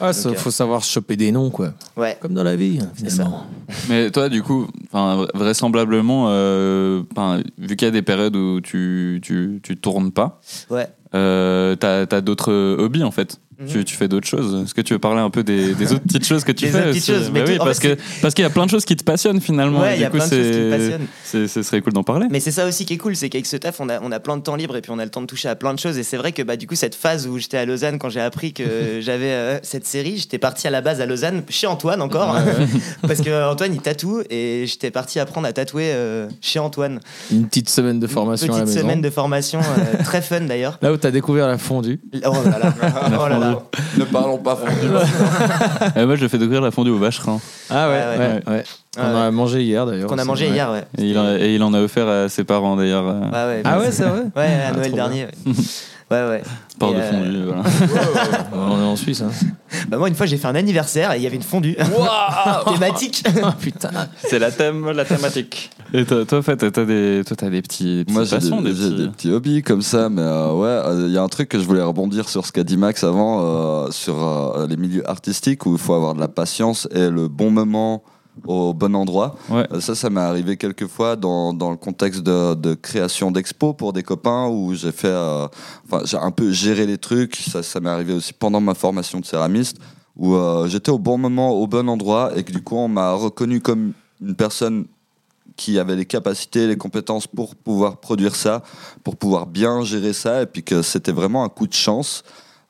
Ah, ça,
Ok.
faut savoir choper des noms, quoi.
euh, Ouais.
Comme dans la vie,
C'est
finalement.
Mais toi, du coup, 'fin, vra- vraisemblablement, euh, 'fin, vu qu'il y a des périodes où tu, tu, tu tournes pas,
Ouais.
euh, t'as as, d'autres hobbies en fait.
Mhm.
Tu, tu fais d'autres choses. Est-ce que tu veux parler un peu des, des autres petites choses que tu
Des
fais
autres petites
aussi
choses, mais
Bah oui,
tout- en
parce
fait,
que parce qu'il y a plein de choses qui te passionnent finalement.
Ouais, il
et
y
du
a
coup,
plein de choses qui
c'est-
me passionnent.
c'est- Ce serait cool d'en parler.
Mais c'est ça aussi qui est cool, c'est qu'avec ce taf, on a, on a plein de temps libre et puis on a le temps de toucher à plein de choses. Et c'est vrai que bah, du coup, cette phase où j'étais à Lausanne, quand j'ai appris que j'avais euh, cette série, j'étais parti à la base à Lausanne, chez Antoine encore, parce que euh, Antoine il tatoue et j'étais parti apprendre à tatouer euh, chez Antoine.
Une petite semaine de formation
Petite
à la maison.
semaine de formation, euh, très fun d'ailleurs.
Là où t'as découvert la fondue.
Oh là là, oh là là.
fondue.
Ne parlons pas fondu.
Et Euh, moi, je lui ai fait découvrir la fondue au vacherin.
Ah ouais,
Ouais,
ouais,
ouais.
ouais.
Ouais,
On a mangé hier d'ailleurs.
Qu'on a
aussi,
mangé
ouais.
hier, ouais.
Et il, en a, et il en a offert à ses parents d'ailleurs. euh,
Ah ouais,
Ah ouais, c'est vrai
Ouais, à
Ah,
Noël
trop
dernier. Ouais, ouais. ouais.
Part
Et,
de
euh,
fondue, voilà.
On est en Suisse. Hein.
Bah moi, une fois, j'ai fait un anniversaire et il y avait une fondue. Thématique.
Putain.
C'est la, thème, la thématique. Et toi, toi en fait, t'as des, toi, t'as des petits, des
Moi,
petites
j'ai des,
passions, des
j'ai
petits- euh.
des petits hobbies comme ça, mais euh, ouais, il y a un truc que je voulais rebondir sur ce qu'a dit Max avant, euh, sur euh, les milieux artistiques où il faut avoir de la patience et le bon moment au bon endroit.
Ouais.
Euh, ça, ça m'est arrivé quelques fois dans, dans le contexte de, de création d'expo pour des copains où j'ai fait, euh, enfin, j'ai un peu géré les trucs. Ça, ça m'est arrivé aussi pendant ma formation de céramiste où euh, j'étais au bon moment, au bon endroit et que du coup, on m'a reconnu comme une personne qui avait les capacités, les compétences pour pouvoir produire ça, pour pouvoir bien gérer ça, et puis que c'était vraiment un coup de chance.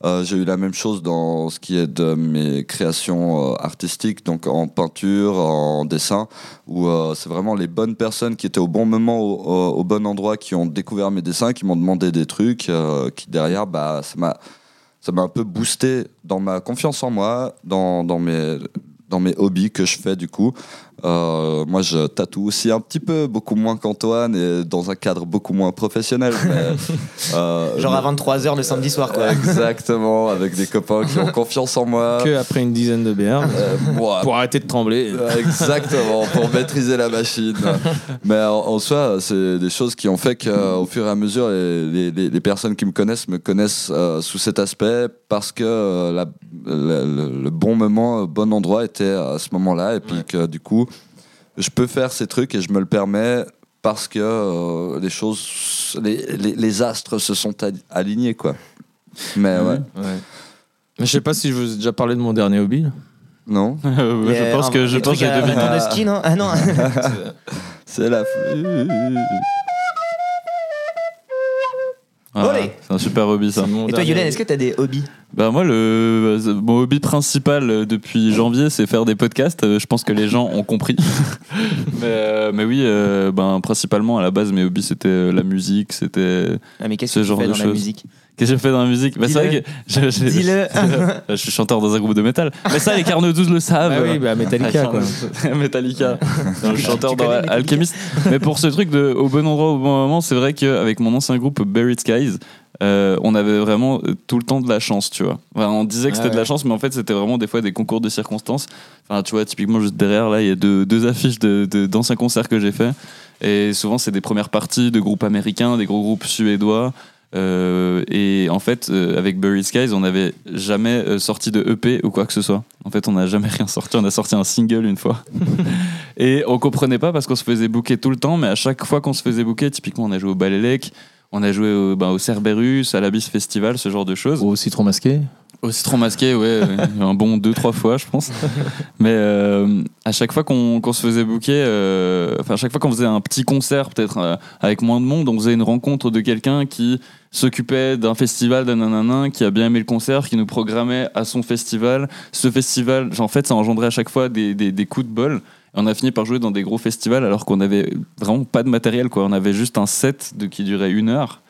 Euh, j'ai eu la même chose dans ce qui est de mes créations euh, artistiques, donc en peinture, en dessin, où euh, c'est vraiment les bonnes personnes qui étaient au bon moment, au, au- au bon endroit, qui ont découvert mes dessins, qui m'ont demandé des trucs, euh, qui derrière, bah, ça m'a ça m'a un peu boosté dans ma confiance en moi, dans, dans mes dans mes hobbies que je fais du coup. Euh, moi, je tatoue aussi un petit peu, beaucoup moins qu'Antoine et dans un cadre beaucoup moins professionnel. mais, euh,
Genre à 23h le samedi soir, quoi.
Exactement, avec des copains qui ont confiance en moi.
Que après une dizaine de bières.
Euh, moi,
Ah.
Pour arrêter de trembler.
euh, Exactement, pour maîtriser la machine. Mais en, en soi, c'est des choses qui ont fait qu'au fur et à mesure, les, les- les- les personnes qui me connaissent me connaissent euh, sous cet aspect parce que euh, la- la- le, le bon moment, le bon endroit était à ce moment-là. Et puis que du coup, je peux faire ces trucs et je me le permets parce que euh, les choses, les, les- les astres se sont al- alignés. Quoi. Mais ouais,
Ouais. Mais je sais pas si je vous ai déjà parlé de mon dernier hobby.
non,
Euh, ouais,
Mais,
je pense
euh,
que je
des
pense
trucs
que j'ai
à-
deviné.
de ski, non Ah non.
c'est la
Ah,
Olé.
c'est un super hobby ça.
C'est mon
Et toi,
dernier
Yulen,
hobby.
est-ce que t'as des hobbies
Bah moi le mon hobby principal euh, depuis janvier c'est faire des podcasts. Euh, Je pense que les gens ont compris. mais, euh, mais oui, euh, ben principalement à la base mes hobbies c'était euh, la musique, c'était
Ah mais qu'est-ce
Ce
que tu
genre
fais
de
dans la
choses.
musique
Qu'est-ce que j'ai fait dans la musique bah, C'est
Dis-le.
vrai que je, je-
Dis-le.
Ah je suis chanteur dans un groupe de métal. Mais ça, les Carnes 12 le savent.
Ah oui, bah Metallica quoi.
Metallica. le chanteur
Tu
dans
connais Metallica
Alchemist. Mais pour ce truc de au bon endroit, au bon moment, c'est vrai qu'avec mon ancien groupe Buried Skies, euh, on avait vraiment euh, tout le temps de la chance, tu vois. Enfin, on disait que
Ah
c'était de la
ouais.
chance, mais en fait, c'était vraiment des fois des concours de circonstances. Enfin, tu vois, typiquement, juste derrière, là, il y a deux, deux affiches de- de- d'anciens concerts que j'ai fait. Et souvent, c'est des premières parties de groupes américains, des gros groupes suédois. Euh, et en fait, euh, avec Buried Skies, on n'avait jamais euh, sorti de EP ou quoi que ce soit. En fait, on n'a jamais rien sorti. On a sorti un single une fois. et on comprenait pas parce qu'on se faisait booker tout le temps. Mais à chaque fois qu'on se faisait booker, typiquement, on a joué au Balélec, on a joué au, ben, au Cerberus, à l'Abyss Festival, ce genre de choses.
Au citron masqué.
Au citron masqué, ouais, ouais. un bon deux, trois fois, je pense. Mais euh, à chaque fois qu'on qu'on se faisait booker, euh, enfin, à chaque fois qu'on faisait un petit concert, peut-être euh, avec moins de monde, on faisait une rencontre de quelqu'un qui s'occupait d'un festival, d'un nanana, qui a bien aimé le concert, qui nous programmait à son festival. Ce festival, en fait, ça engendrait à chaque fois des, des, des coups de bol. Et on a fini par jouer dans des gros festivals alors qu'on avait vraiment pas de matériel, quoi. On avait juste un set de, qui durait une heure.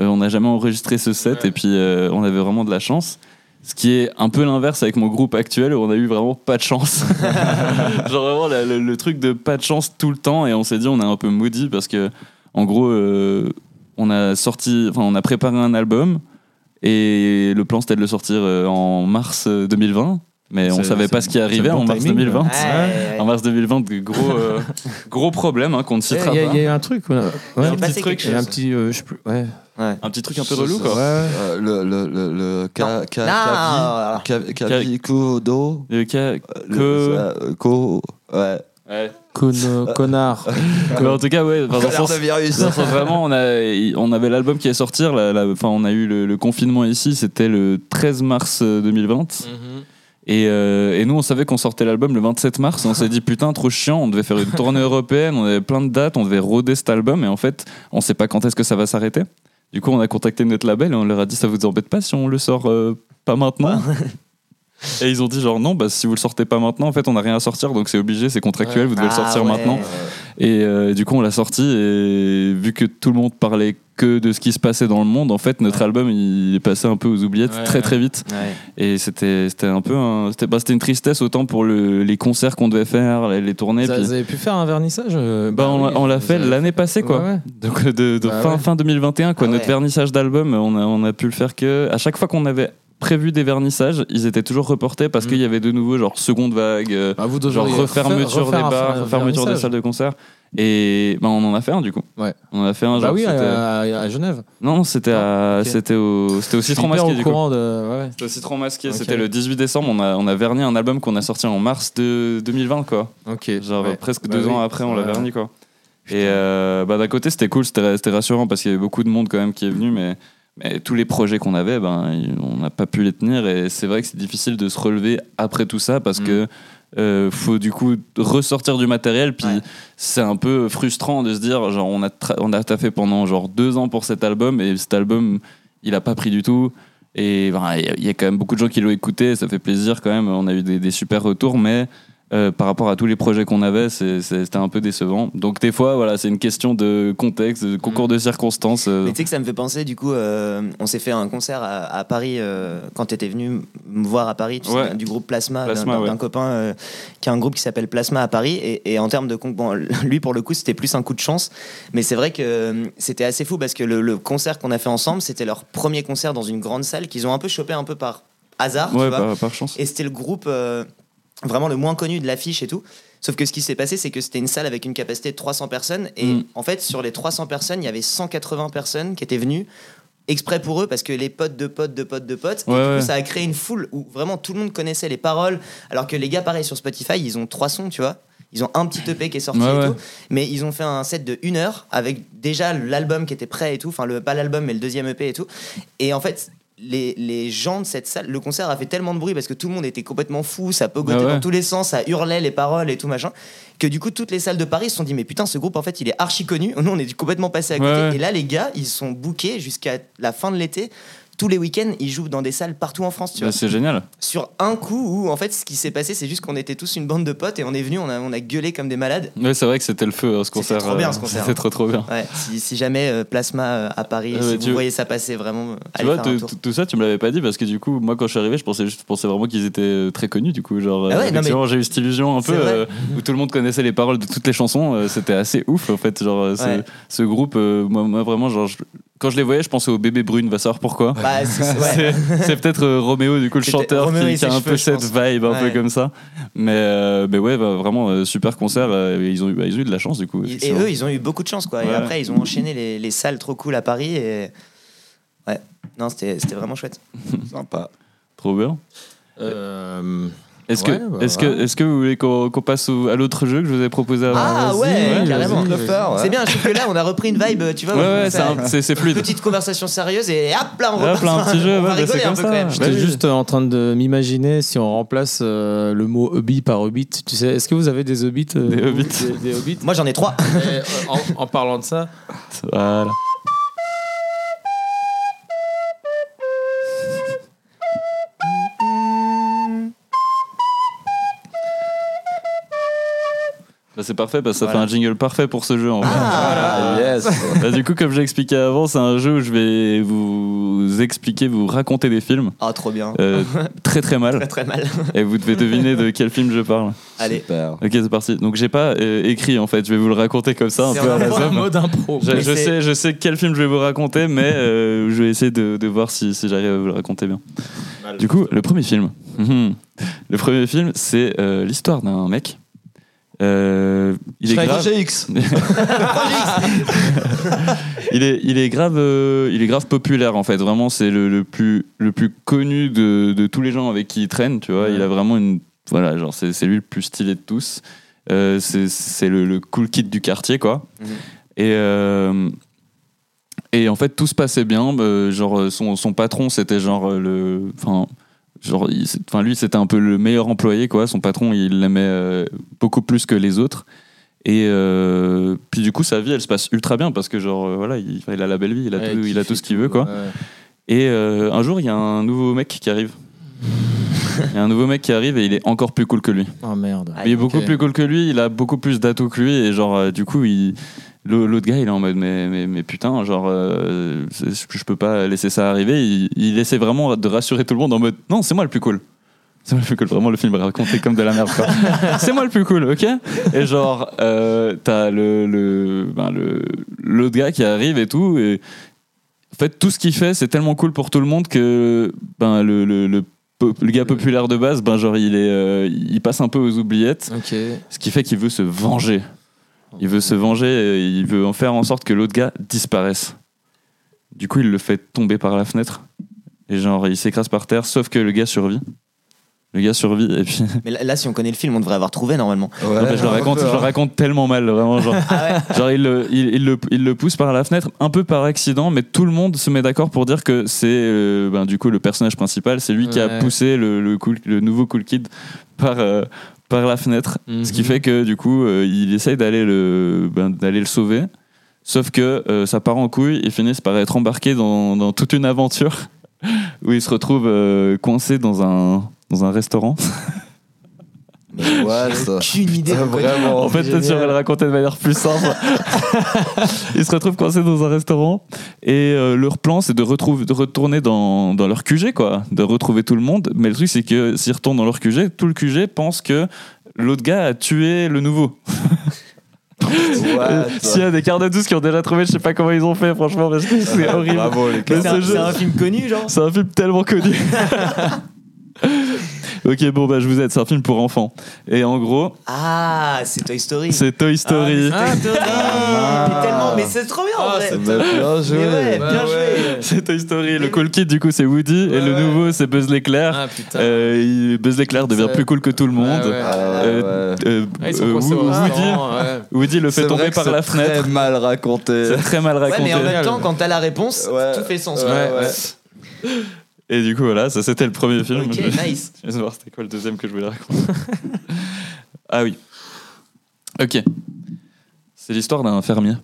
Euh, on n'a jamais enregistré ce set et puis euh, on avait vraiment de la chance. Ce qui est un peu l'inverse avec mon groupe actuel où on a eu vraiment pas de chance. Genre vraiment la- le, le truc de pas de chance tout le temps et on s'est dit on est un peu maudit parce que en gros euh, on a sorti, enfin on a préparé un album et le plan c'était de le sortir euh, en mars euh, 2020 mais on
C'est-
savait
c'est-
pas ce qui
c'est
arrivait
le bon
en mars
timing,
2020.
ouais.
En
Ouais.
mars 2020, de gros, euh, gros problème hein, qu'on ne
Il y,
citera
a- il
pas.
y a eu un truc. ouais.
Il
Ouais.
s'est passé
truc,
quelque
Il y a un
chose.
petit. euh, je sais plus. Ouais.
Un petit truc un peu relou quoi.
Ouais.
Euh, le le le le ca, ca,
Non. Ah,
cavi- ca- cavi- codo,
Le cas-
euh,
que-
le- ça, euh, co ouais
ouais.
Conno- euh, Connard.
Mais en tout cas ouais, enfin, dans le sens-
virus
Dans le sens, vraiment, on, a, on avait l'album qui est sorti, la, la- enfin, on a eu le, le confinement ici, c'était le 13 mars euh, 2020.
Mhm.
Et, euh, et nous, on savait qu'on sortait l'album le 27 mars. On s'est dit, putain, trop chiant, on devait faire une tournée européenne, on avait plein de dates, on devait roder cet album, et en fait, on sait pas quand est-ce que ça va s'arrêter. Du coup, on a contacté notre label et on leur a dit, ça vous embête pas si on le sort euh, pas maintenant Et ils ont dit genre non, bah, si vous le sortez pas maintenant, en fait on n'a rien à sortir, donc c'est obligé, c'est contractuel, vous devez le
Ah
sortir
ouais.
maintenant. Et euh, du coup, on l'a sorti et vu que tout le monde parlait que de ce qui se passait dans le monde. En fait, notre album, il est passé un peu aux oubliettes
Ouais,
très
ouais.
très vite.
Ouais.
Et c'était c'était un peu un- c'était bah, c'était une tristesse autant pour le- les concerts qu'on devait faire, les, les tournées.
Vous
puis-
avez pu faire un vernissage euh,
bah, on
oui,
l'a- on l'a
vous
fait
avez-
l'année passée quoi.
Ouais, ouais.
Donc euh, de, de
Bah
fin,
ouais.
fin 2021 quoi.
Ah
Notre
ouais.
vernissage d'album, on a, on a pu le faire que à chaque fois qu'on avait prévu des vernissages, ils étaient toujours reportés parce
Mm.
qu'il y avait de nouveau genre seconde vague, euh,
Bah, vous
genre
devriez
refermeture
refaire un
des bars,
fer-
refermeture des
vernissage.
salles de concert. Et bah, on en a fait un du coup.
Ouais.
On en a fait un genre.
Bah oui,
c'était-
à, à- à Genève.
Non, non, c'était à-
ok.
c'était au c'était au
Je suis
Citron
hyper
Masqué
au
du coup.
courant de. ouais, ouais.
C'était au Citron Masqué,
Ok.
c'était le 18 décembre. On a, on a verni un album qu'on a sorti en mars de 2020, quoi.
Ok.
Genre
Ouais.
euh, presque
Bah
deux
oui.
ans après, on l'a
Ouais.
verni, quoi. Et euh, bah, d'un côté, c'était cool, c'était c'était rassurant parce qu'il y avait beaucoup de monde quand même qui est venu, mais, mais tous les projets qu'on avait, ben, ils- on n'a pas pu les tenir. Et c'est vrai que c'est difficile de se relever après tout ça parce
Mm.
que. euh, faut du coup ressortir du matériel puis
Ouais.
c'est un peu frustrant de se dire genre on a tra- on a taffé pendant genre deux ans pour cet album et cet album il a pas pris du tout et ben, il y a- il y, a quand même beaucoup de gens qui l'ont écouté, ça fait plaisir quand même. On a eu des, des super retours, mais euh, par rapport à tous les projets qu'on avait, c'est- c'est- c'était un peu décevant. Donc des fois, voilà, c'est une question de contexte, de concours de circonstances. euh.
Mm. Mais tu sais que ça me fait penser, du coup, euh, on s'est fait un concert à, à Paris euh, quand tu étais venu me voir à Paris, tu sais,
Ouais.
du groupe Plasma, d'un-
Plasma,
d'un
ouais.
d'un copain euh, qui a un groupe qui s'appelle Plasma à Paris. Et, et en termes de. con- Bon, lui, pour le coup, c'était plus un coup de chance. Mais c'est vrai que euh, c'était assez fou parce que le, le concert qu'on a fait ensemble, c'était leur premier concert dans une grande salle qu'ils ont un peu chopé un peu par hasard. tu
ouais, bah
vois.
par, par chance.
Et c'était le groupe euh, vraiment le moins connu de l'affiche et tout. Sauf que ce qui s'est passé, c'est que c'était une salle avec une capacité de 300 personnes. Et
Mm.
en fait, sur les 300 personnes, il y avait 180 personnes qui étaient venues exprès pour eux parce que les potes de potes de potes de potes. et
Ouais,
du coup,
ouais.
ça a créé une foule où vraiment tout le monde connaissait les paroles. Alors que les gars, pareil, sur Spotify, ils ont trois sons, tu vois. Ils ont un petit EP qui est sorti
Ouais,
et
ouais.
tout. Mais ils ont fait un set de une heure avec déjà l'album qui était prêt et tout. Enfin, le, pas l'album, mais le deuxième EP et tout. Et en fait, les, les gens de cette salle, le concert a fait tellement de bruit parce que tout le monde était complètement fou, ça pogotait
Ah ouais.
dans tous les sens, ça hurlait les paroles et tout machin, que du coup toutes les salles de Paris se sont dit mais putain ce groupe en fait il est archi connu, nous on est complètement passé à côté.
Ouais, ouais.
Et là les gars ils sont bookés jusqu'à la fin de l'été. Tous les week-ends, ils jouent dans des salles partout en France, tu
Bah,
vois.
c'est génial.
Sur un coup où, en fait, ce qui s'est passé, c'est juste qu'on était tous une bande de potes et on est venus, on a, on a gueulé comme des malades.
Ouais, c'est vrai que c'était le feu hein, ce concert.
trop bien,
euh,
ce concert.
C'était trop trop bien.
Ouais, si, si jamais euh, Plasma euh, à Paris,
Euh,
si
tu-
vous voyez ça passer, vraiment, euh,
Tu
allez
vois,
faire
tout,
un tour.
tout- tout ça, tu me l'avais pas dit parce que du coup, moi quand je suis arrivé, je pensais, juste- je pensais vraiment qu'ils étaient euh, très connus. Du coup, genre,
Ah ouais, non, mais-
effectivement, j'ai eu cette illusion un
C'est
peu
vrai.
euh, où tout le monde connaissait les paroles de toutes les chansons. euh, C'était assez ouf en fait. Genre, euh, ce-
Ouais.
ce groupe, euh, moi, moi, vraiment, genre, je- quand je les voyais, je pensais au bébé brune, va savoir pourquoi.
Bah, c'est- c'est- ouais.
C'est- C'est peut-être euh, Roméo, du coup, le
C'était
chanteur,
Roméo
qui,
et
qui a
ses
un
cheveux,
peu
je
cette
pense.
vibe, un peu
Ouais.
comme ça. Mais, euh, mais ouais, bah, vraiment, euh, super concert. euh, ils, ont eu, bah, ils ont eu de la chance, du coup.
Ils- Et
effectivement.
eux, ils ont eu beaucoup de chance, quoi. Et
Ouais.
après, ils ont enchaîné les, les salles trop cool à Paris. Et... Ouais, non, c'était c'était vraiment chouette.
Sympa.
Trop bien.
Euh,
Est-ce
Ouais,
que,
bah,
est-ce que,
voilà.
est-ce que vous voulez qu'on qu'on passe au- à l'autre jeu que je vous ai proposé avant
Ah
vas-y,
ouais,
ouais,
carrément.
vas-y,
Le
vas-y.
fort, C'est bien, je trouve que là, on a repris une vibe, tu vois.
Ouais,
on
ouais, c'est
fait
un- c'est c'est fluide.
Petite conversation sérieuse et hop là, on
Hop
repart.
là, un petit jeu,
on
ouais,
va
bah, c'est
rigoler un
comme
peu
ça.
quand même.
J'étais juste en train de m'imaginer si on remplace euh, le mot hobbit par hobbit. Tu sais, est-ce que vous avez des hobbits euh,
Des
vous,
hobbits.
Des, des hobbits
Moi, j'en ai trois.
Et, euh, en, en parlant de ça,
Voilà. Bah, c'est parfait parce que ça
Voilà.
fait un jingle parfait pour ce jeu en vrai.
Ah, yes.
Bah, du coup, comme j'ai expliqué avant, c'est un jeu où je vais vous expliquer, vous raconter des films
Ah, trop bien.
euh, très très
Pas
mal
très mal.
et vous devez deviner de quel film je parle.
Allez.
Super.
Ok, c'est parti. Donc j'ai pas euh, écrit en fait, je vais vous le raconter comme ça un
C'est
peu à
en
la
impro.
somme.
mode impro.
Je,
Mais
je
c'est-
sais, je sais quel film je vais vous raconter, mais euh, je vais essayer de, de voir si, si j'arrive à vous le raconter bien. Du coup, le premier film. Mhm. Le premier film, c'est euh, l'histoire d'un mec. Euh, il, est
Shrek.
grave,
Projet X.
il, est, il est grave, euh, il est grave populaire en fait. Vraiment, c'est le, le plus, le plus connu de, de tous les gens avec qui il traîne. Tu vois,
Ouais.
il a vraiment une, voilà, genre c'est c'est lui le plus stylé de tous. Euh, c'est- c'est le, le cool kid du quartier quoi. Et, euh, et en fait, tout se passait bien. Euh, genre, euh, son, son patron, c'était genre euh, le. Enfin, genre, il- c'est- enfin, lui, c'était un peu le meilleur employé, quoi. Son patron, il l'aimait euh, beaucoup plus que les autres. Et euh, puis, du coup, sa vie, elle se passe ultra bien parce que, genre, euh, voilà, il, enfin, il a la belle vie, il a,
Ouais,
tout,
qui
il a
fait
tout ce qu'il veut, quoi.
Ouais.
Et euh, un jour, il y a un nouveau mec qui arrive. Il y a un nouveau mec qui arrive et il est encore plus cool que lui.
Oh merde.
Ah,
Il est beaucoup plus cool que lui, il a beaucoup plus d'atouts que lui, et genre, euh, du coup, il, le- L'autre gars, il est en mode, mais, mais, mais putain, genre, euh, c'est- je peux pas laisser ça arriver. Il, il essaie vraiment de rassurer tout le monde en mode, non, c'est moi le plus cool. C'est moi le plus cool. Vraiment, le film est raconté comme de la merde, quoi. c'est moi le plus cool, ok Et genre, euh, t'as le, le, ben, le, l'autre gars qui arrive et tout. Et en fait, tout ce qu'il fait, c'est tellement cool pour tout le monde que ben, le, le, le, po- le gars populaire de base, ben, genre, il, est, euh, il passe un peu aux oubliettes.
Ok.
Ce qui fait qu'il veut se venger. Il veut se venger et il veut en faire en sorte que l'autre gars disparaisse. Du coup, il le fait tomber par la fenêtre. Et genre, il s'écrase par terre, sauf que le gars survit. Le gars survit et puis.
Mais là, là, si on connaît le film, on devrait avoir trouvé normalement.
Non, mais je le raconte, je
hein.
hein.
le raconte tellement mal, vraiment. Genre, genre il, le, il, il le, il le pousse par la fenêtre, un peu par accident, mais tout le monde se met d'accord pour dire que c'est euh, ben, du coup le personnage principal, c'est lui qui a
Ouais.
poussé le, le, cool- le nouveau Cool Kid par, euh, par la fenêtre. Ce qui
Mhm.
fait que du coup, euh, il essaye d'aller le, ben, d'aller le sauver. Sauf que euh, ça part en couille, ils finissent par être embarqués dans, dans toute une aventure où ils se retrouvent euh, coincés dans un, dans un restaurant.
Mais
Ouais,
j'ai
ça.
aucune idée.
Putain,
de quoi-
vraiment.
En fait, peut-être
Génial.
j'aurais le raconter de manière plus simple. Ils se retrouvent coincés dans un restaurant et euh, leur plan, c'est de, retrouver- de retourner dans, dans leur QG, quoi, de retrouver tout le monde. Mais le truc, c'est que s'ils retournent dans leur QG, tout le QG pense que l'autre gars a tué le nouveau.
What
S'il y a des quarts de tous qui ont déjà trouvé, je sais pas comment ils ont fait, franchement, parce que c'est horrible.
Ah, Bravo les
Mais C'est
gars.
ce
un,
jeu-
c'est un film connu, genre
C'est un film tellement connu. ok, bon, bah je vous aide, c'est un film pour enfants. Et en gros,
Ah, c'est Toy Story.
c'est Toy Story.
Ah, mais c'est Toy Story.
Ah.
Mais tellement, mais c'est trop bien
Ah,
en vrai.
Mais Bien
Mais
joué.
ouais,
Bah
bien joué.
C'est Toy Story. Le cool kid, du coup, c'est Woody. et le
ouais.
nouveau, c'est Buzz l'éclair.
Ah, putain.
Euh, il- Buzz l'éclair devient
Ça-
plus cool que tout le monde.
Ouais, ouais.
Ah,
Euh,
ouais.
euh,
Ah, ils sont
euh,
coincés au
Woody,
restaurant, hein. ouais.
Woody le
C'est
fait tomber
vrai que
par la
c'est
fenêtre.
Très mal raconté.
C'est très mal
Ouais,
raconté.
mais en même temps, quand t'as la réponse,
Ouais.
tout fait sens.
Ouais,
quoi.
ouais.
Et du coup, voilà, ça c'était le premier film.
Ok,
Je-
nice.
Je vais voir c'était quoi le deuxième que je voulais raconter. ah oui. Ok. C'est l'histoire d'un fermier.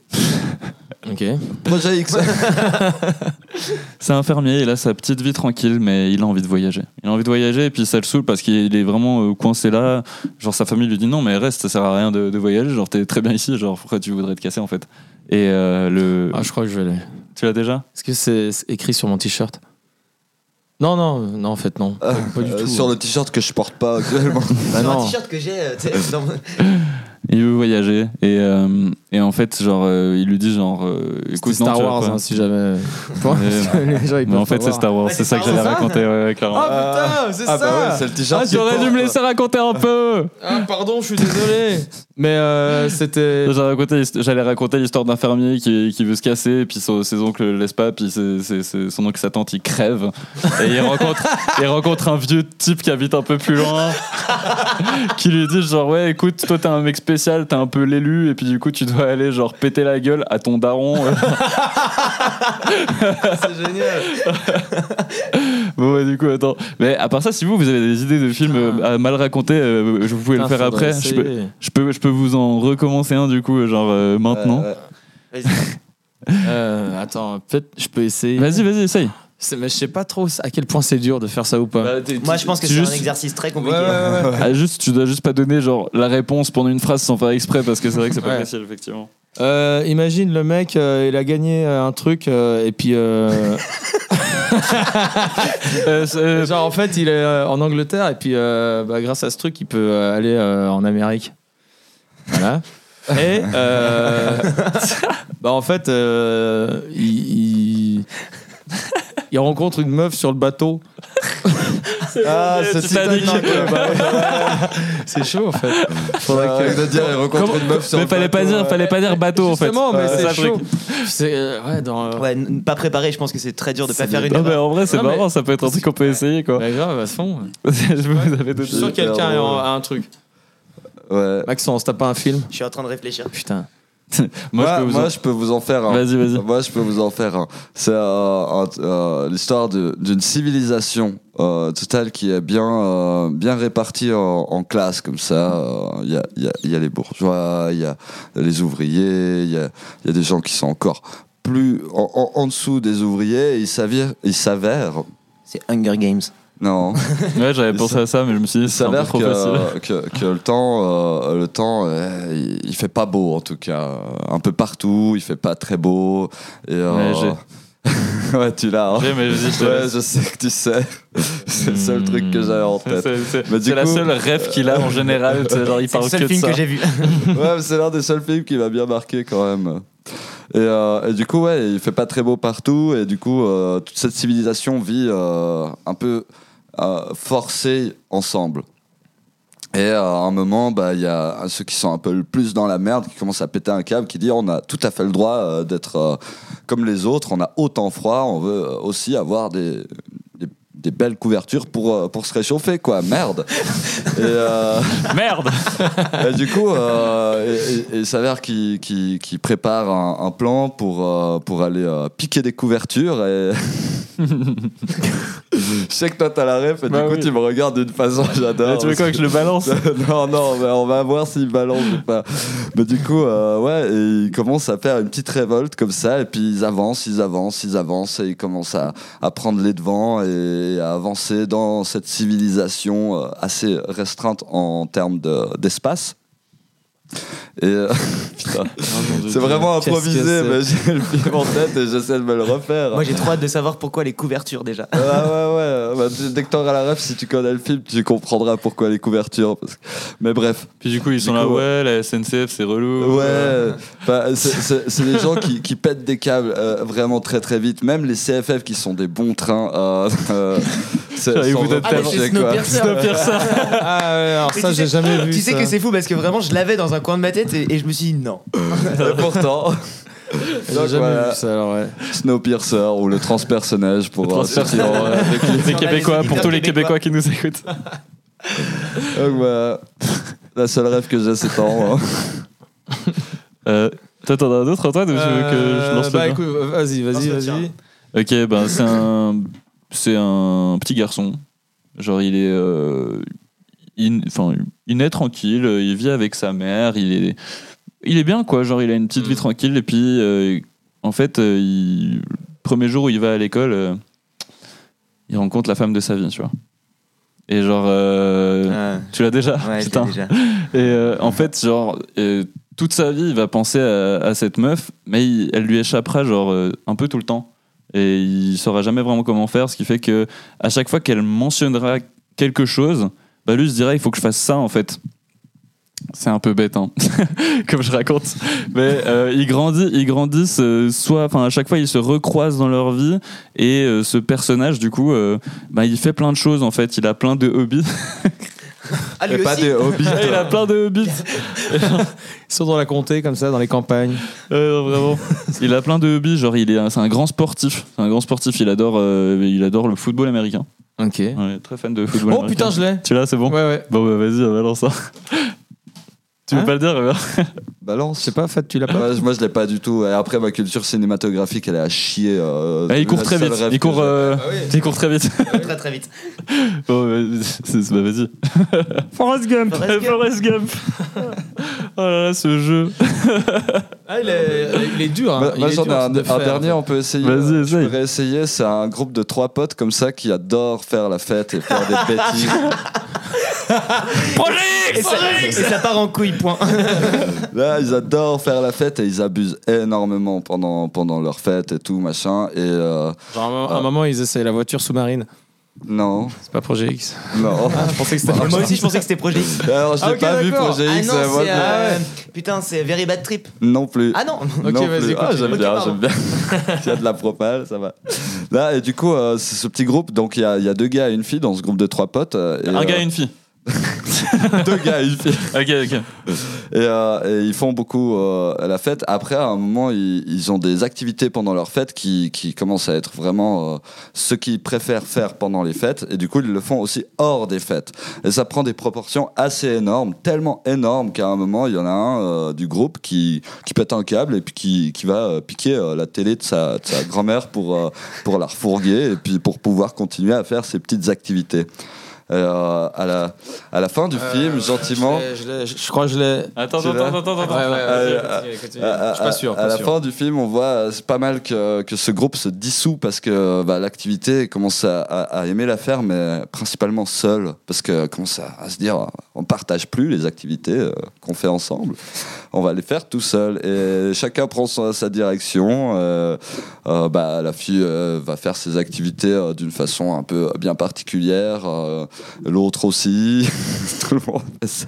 Ok.
Projet X.
C'est un fermier, il a sa petite vie tranquille, mais il a envie de voyager. Il a envie de voyager et puis ça le saoule parce qu'il est vraiment euh, coincé là. Genre sa famille lui dit non, mais reste, ça sert à rien de, de voyager. Genre t'es très bien ici, genre pourquoi tu voudrais te casser en fait Et euh, le.
Ah, je crois que je vais aller.
tu l'as déjà
Est-ce que c'est c'est écrit sur mon t-shirt Non, non, non, en fait, non. Pas, pas du
Euh,
tout.
Sur le t-shirt que je porte pas actuellement.
Bah
Ah,
Sur un
non.
t-shirt que j'ai, euh, tu sais, dans mon-
Il veut voyager et, euh, et en fait, genre euh, il lui dit genre euh,
C'était
écoute, non,
Star
tu vas
Wars,
pas.
hein, si jamais.
Mais-
Les gens, ils
Mais en fait,
peuvent pas
c'est
voir.
Star Wars,
Ouais, c'est
c'est ça que
Star
j'allais
Wars, hein
raconter, ouais, ouais, clairement.
Ah putain, c'est
Ah bah ouais,
ça
c'est le t-shirt.
Ah,
qui
t'aurais
porte.
dû me laisser
raconter un peu
Ah pardon, je suis désolé. Mais euh, c'était
J'allais raconter, j'allais raconter l'histoire d'un fermier qui, qui veut se casser, et puis son- ses oncles le laissent pas, puis c'est- c'est- c'est son oncle, sa tante, il crève. Et il rencontre, il rencontre un vieux type qui habite un peu plus loin, qui lui dit genre, ouais, écoute, toi t'es un mec spécial, t'es un peu l'élu, et puis du coup tu dois aller genre péter la gueule à ton daron.
c'est génial.
bon, ouais, du coup, attends. Mais à part ça, si vous, vous avez des idées de films euh, à mal raconter, euh, je- vous pouvez le
Putain,
faire après.
faudrait
Je peux,
essayer.
je, peux, je peux vous en recommencer un, du coup, genre euh, maintenant.
Ouais, ouais.
Euh, attends, peut-être je peux essayer.
Vas-y, vas-y, essaye.
C'est- Mais je sais pas trop à quel point c'est dur de faire ça ou pas.
Moi, je pense que
tu
c'est un
juste-
exercice très compliqué.
Ah, juste, tu dois juste pas donner genre la réponse pendant une phrase sans faire exprès parce que c'est vrai que c'est pas
Ouais.
facile effectivement.
Euh, imagine le mec, euh, il a gagné euh, un truc euh, et puis euh,
Euh, c'est- euh,
genre en fait il est euh, en Angleterre et puis euh, bah, grâce à ce truc il peut euh, aller euh, en Amérique. Voilà. Et euh, bah, en fait euh, il, il- il rencontre une meuf sur le bateau.
Ah, c'est
Titanic.
Titanic.
hein,
ouais, bah ouais.
C'est chaud en fait.
Faudrait que de dire, il rencontre une meuf sur
mais
le
fallait pas
bateau,
dire,
ouais.
fallait pas dire bateau en fait.
Justement, mais
ça,
c'est
le truc.
chaud. C'est euh, ouais dans. euh,
Ouais, n- pas préparé, je pense que c'est très dur de pas
C'est
faire
des-
une
Non, mais
erreur.
en vrai c'est
Non,
marrant,
mais-
ça peut être un truc qu'on peut essayer quoi.
Bah, grave à ce fond.
Je vous avais
Je suis sûr
d'autres.
que quelqu'un
Hyper drôle.
a un truc.
Ouais.
Maxence, t'as pas un film
Je suis en train de réfléchir.
Putain.
Moi je peux vous. en-
en faire un.
Vas-y, vas-y.
Moi, je peux vous en faire un. C'est euh, un- euh, l'histoire de- d'une civilisation euh, totale qui est bien, euh, bien répartie en, en classes, comme ça. Euh, Il y, a, il y a- il y a les bourgeois, il y a les ouvriers, il y a, il y a des gens qui sont encore plus en, en- en dessous des ouvriers. Et il s'avère, il s'avère
Ah,
C'est Hunger Games.
Non.
Ouais, j'avais
Il
pensé à ça, mais je me suis dit,
Il
c'est un peu
s'avère
trop facile.
que, euh, que, que le temps, euh, le temps euh, il, il fait pas beau en tout cas. Un peu partout, il fait pas très beau. Et, euh,
Ouais,
ouais, tu l'as. hein.
J'ai, mais je dis, je te
Ouais,
laisse.
je sais que tu sais. C'est le seul truc que j'avais en tête.
C'est- C'est
Bah, du
c'est la
coup-
seule rêve qu'il a en général. tu sais, genre, il
C'est le
parle
seul
que de
film
ça.
que j'ai vu.
ouais, mais c'est l'un des seuls films qui m'a bien marqué quand même. Et, euh, et du coup, ouais, il fait pas très beau partout. Et du coup, euh, toute cette civilisation vit euh, un peu euh, forcée ensemble. Et euh, à un moment, bah, il y a ceux qui sont un peu le plus dans la merde, qui commencent à péter un câble, qui disent on a tout à fait le droit euh, d'être euh, comme les autres, on a autant froid, on veut euh, aussi avoir des, des, des belles couvertures pour, euh, pour se réchauffer, quoi, merde. et, euh,
Merde
et Bah, du coup, euh, et- et- et il s'avère qu'il qu'il- qu'il prépare un, un plan pour, euh, pour aller euh, piquer des couvertures. Et... je sais que toi, t'as la ref, et
Bah
du coup,
oui.
tu me regardes d'une façon, j'adore.
Tu veux quoi que je le balance
non, non, mais on va voir s'il balance ou pas. Mais du coup, euh, ouais, et ils commencent à faire une petite révolte comme ça, et puis ils avancent, ils avancent, ils avancent, et ils commencent à, à prendre les devants et à avancer dans cette civilisation euh, assez restreinte en termes de- d'espace. et euh, putain,
Ah,
c'est vraiment
Qu'est-ce que
improvisé,
c'est
mais j'ai le film en tête et j'essaie de me le refaire.
Moi, j'ai trop hâte de savoir pourquoi les couvertures déjà.
Ouais, ouais, ouais. Bah, tu- dès que t'auras la ref, si tu connais le film, tu comprendras pourquoi les couvertures. parce que- Mais bref.
Puis du coup, ils
Du
sont là,
coup,
ouais, la SNCF, c'est relou.
Ouais, bah, c'est- c'est c'est des gens qui, qui pètent des câbles euh, vraiment très très vite. Même les CFF qui sont des bons trains. Euh, euh, c'est-
J'arrive
sont
vous d'être
reprochés,
Ah, mais c'est
quoi.
Snowpiercer.
Ah ouais, alors
Mais
ça,
tu
j'ai
sais-
jamais vu.
Tu sais
ça.
que c'est fou parce que vraiment, je l'avais dans un coin de ma tête et, et je me suis dit non.
Et pourtant,
J'ai
Donc,
jamais
voilà.
vu ça, alors ouais.
Snowpiercer ou le transpersonnage pour euh, ceux qui ont, euh, des clips.
Les
On a les
Québécois, pour
auditeurs
tous les
québécois.
Québécois qui nous écoutent.
Donc, voilà. La seule rêve que j'ai, c'est hein. en.
Euh, Toi, t'en as un autre, Antoine, ou tu veux que je lance
Euh, bah
le mien
écoute, vas-y, vas-y,
Lance le
vas-y.
Ok, ben c'est un, c'est un petit garçon. Genre il est, euh, il, enfin, il naît tranquille, euh, il vit avec sa mère, il est, il est bien quoi. Genre il a une
Mm.
petite vie tranquille et puis euh, en fait, euh, il- le premier jour où il va à l'école, euh, il rencontre la femme de sa vie, tu vois. Et genre, euh,
Ah. Ouais,
tu l'as déjà,
je l'ai
putain.
déjà.
Et euh, en fait, genre, euh, toute sa vie, il va penser à, à cette meuf, mais il- elle lui échappera, genre, euh, un peu tout le temps. Et il saura jamais vraiment comment faire, ce qui fait que à chaque fois qu'elle mentionnera quelque chose, bah lui se dira, il faut que je fasse ça, en fait. C'est un peu bête, hein, comme je raconte. Mais euh, ils grandissent, ils grandissent euh, soit, enfin, à chaque fois, ils se recroisent dans leur vie. Et euh, ce personnage, du coup, euh, bah, il fait plein de choses, en fait. Il a plein de hobbies.
Ah, lui
Et pas
aussi
des hobbies.
il a plein de hobbies.
Ils sont dans la comté, comme ça, dans les campagnes.
Ouais, non, vraiment. Il a plein de hobbies, genre il est, un- c'est un grand sportif, c'est un grand sportif. Il adore, euh, il adore le football américain.
Ok.
Ouais, très fan de football.
Oh
américain.
putain, je l'ai.
tu l'as, c'est bon.
Ouais, ouais.
Bon bah vas-y, balance ça. Tu veux
Hein
pas le dire euh, Robert
Balance.
Je sais pas, Fat, tu l'as pas
Ouais, moi je l'ai pas du tout. Et après ma culture cinématographique elle est à chier. euh,
Ah, Il
la
court très
seule
vite.
rêve
Il
que
court,
j'ai.
euh, il court très vite.
Ah très très vite.
Bon, bah, c'est- c'est- bah, vas-y. Forrest Gump.
Forrest Gump.
Forrest Gump. oh là là, ce jeu.
Ah, il est, il est dur. hein.
Moi,
Il
moi,
est
Bah, j'en ai
dur
un,
de
un
faire.
dernier, on peut essayer. euh,
Vas-y,
Je
essaye.
pourrais essayer. C'est un groupe de trois potes comme ça qui adorent faire la fête et faire des bêtises.
Et ça, et ça part en couille, point.
Là, ils adorent faire la fête et ils abusent énormément pendant, pendant leur fête et tout, machin. Et euh,
Genre, à un moment- à un moment, ils essayent la voiture sous-marine.
non,
C'est pas Projet X.
non.
Ah,
Je pensais que c'était
Moi aussi, je pensais que c'était Projet X.
Alors, je
Ah,
l'ai
ok,
pas vu
d'accord.
Projet
Ah
X.
non,
euh, moi,
c'est. euh, Putain, c'est Very Bad Trip.
Non plus.
Ah non
Ok,
non
vas-y,
plus. Ah,
continue.
j'aime
Ok,
bien,
pardon.
j'aime bien. il y a de la propale, ça va. Là, et du coup, euh, c'est ce petit groupe. Donc, il y a, il y a deux gars et une fille dans ce groupe de trois potes. euh, et,
Un gars
euh,
et une fille.
deux gars et une fille.
Ok, ok.
Et, euh, et ils font beaucoup euh, la fête. Après, à un moment, ils, ils ont des activités pendant leur fête qui, qui commencent à être vraiment euh, ce qu'ils préfèrent faire pendant les fêtes. Et du coup, ils le font aussi hors des fêtes. Et ça prend des proportions assez énormes, tellement énormes qu'à un moment, il y en a un euh, du groupe qui, qui pète un câble et puis qui, qui va euh, piquer euh, la télé de sa, de sa grand-mère pour, euh, pour la refourguer et puis pour pouvoir continuer à faire ses petites activités. euh, à, la, à la fin du film, gentiment.
Euh, Je, l'ai- je- je crois que je l'ai.
Attends,
Tu
attends,
l'as
attends, attends.
Ouais, ouais,
Euh,
ouais, continue, continue.
À- à-
Je suis pas sûr.
à
pas
la
sûr.
fin du film, on voit euh, c'est pas mal que, que ce groupe se dissout parce que bah, l'activité commence à, à- à aimer la faire, mais principalement seul. Parce que commence à, à se dire, euh, on partage plus les activités euh, qu'on fait ensemble. On va les faire tout seul. Et chacun prend son- sa direction. euh, euh, bah, la fille euh, va faire ses activités euh, d'une façon un peu euh, bien particulière. euh, L'autre aussi. tout le monde fait ça.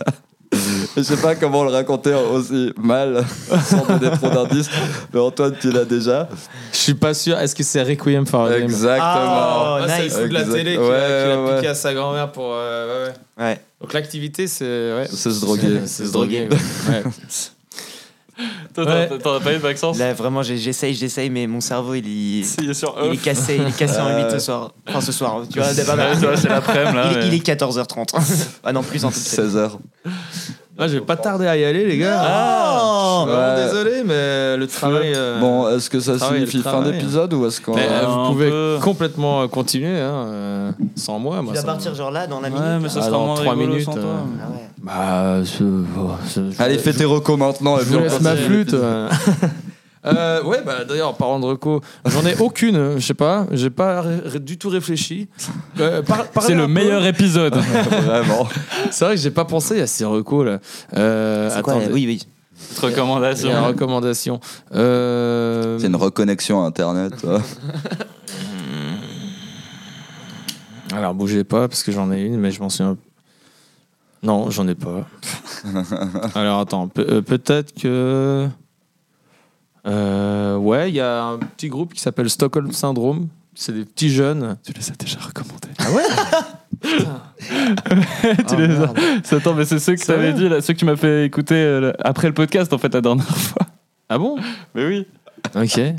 Je sais pas comment le raconter aussi mal, sans donner trop d'indices, mais Antoine, tu l'as déjà.
Je suis pas sûr. Est-ce que c'est Requiem for a Dream
Exactement.
Oh,
Ah, c'est le
nice.
fou de la
Exact.
télé qui
Ouais,
l'a- qui l'a
ouais,
piqué
ouais.
à sa grand-mère pour. euh, ouais, ouais.
Ouais.
Donc l'activité, c'est. Ouais.
C'est se droguer.
C'est se droguer. ouais.
Toi,
Ouais.
t'en- T'en as pas eu, Maxence
Là, vraiment, j'ai- j'essaye, j'essaye, mais mon cerveau, il, y-
Il est sur
il
off.
est cassé. Il est cassé en
Euh.
8 ce soir. Enfin, ce soir. Tu vois,
Ouais,
c'est pas mal.
tu vois, c'est l'après-midi là.
Il, est-
mais-
il est 14h30. ah non, plus en tout cas.
16 heures.
Là, je vais Ah, pas tarder à y aller, les gars.
Ah.
Je suis vraiment
Ouais.
désolé, mais le travail. euh,
Bon, est-ce que ça
travail,
signifie
le
fin
travail,
d'épisode ou est-ce qu'on.
mais,
un
euh, vous pouvez
peu.
complètement euh, continuer hein, euh, sans moi.
Tu
moi
vas
sans-
partir genre là, dans la minute.
Ouais, mais
là.
ça
Ah,
sera
dans
moins
trois
rigolo
minutes,
sans toi.
euh,
Ah ouais.
Bah, je- bon, je- je-
Allez, fais tes recos maintenant. et
Je
puis
vous
on
laisse ma
continue
flûte.
l'épisode.
Euh, ouais, bah d'ailleurs, en parlant de reco, j'en ai aucune, euh, je sais pas, j'ai pas ré- ré- du tout réfléchi. Euh, par- parlez
C'est
un
le
peu.
meilleur épisode.
Vraiment.
C'est vrai que j'ai pas pensé à ces recos là. Euh,
C'est quoi,
attendez,
euh, oui, oui.
Petite
il y a une
recommandation.
recommandation. Euh,
C'est une reconnexion à Internet. ouais.
Alors bougez pas parce que j'en ai une, mais je m'en souviens. Non, j'en ai pas. Alors attends, pe- euh, peut-être que. Euh, ouais, il y a un petit groupe qui s'appelle Stockholm Syndrome. C'est des petits jeunes.
Tu les as déjà recommandés.
Ah ouais
tu les
Ah,
as. Attends, mais c'est ceux que
C'est
t'avais
vrai
dit, là, ceux que tu m'as fait écouter euh, le- après le podcast, en fait, la dernière fois.
Ah bon
Mais oui.
Ok.
Mais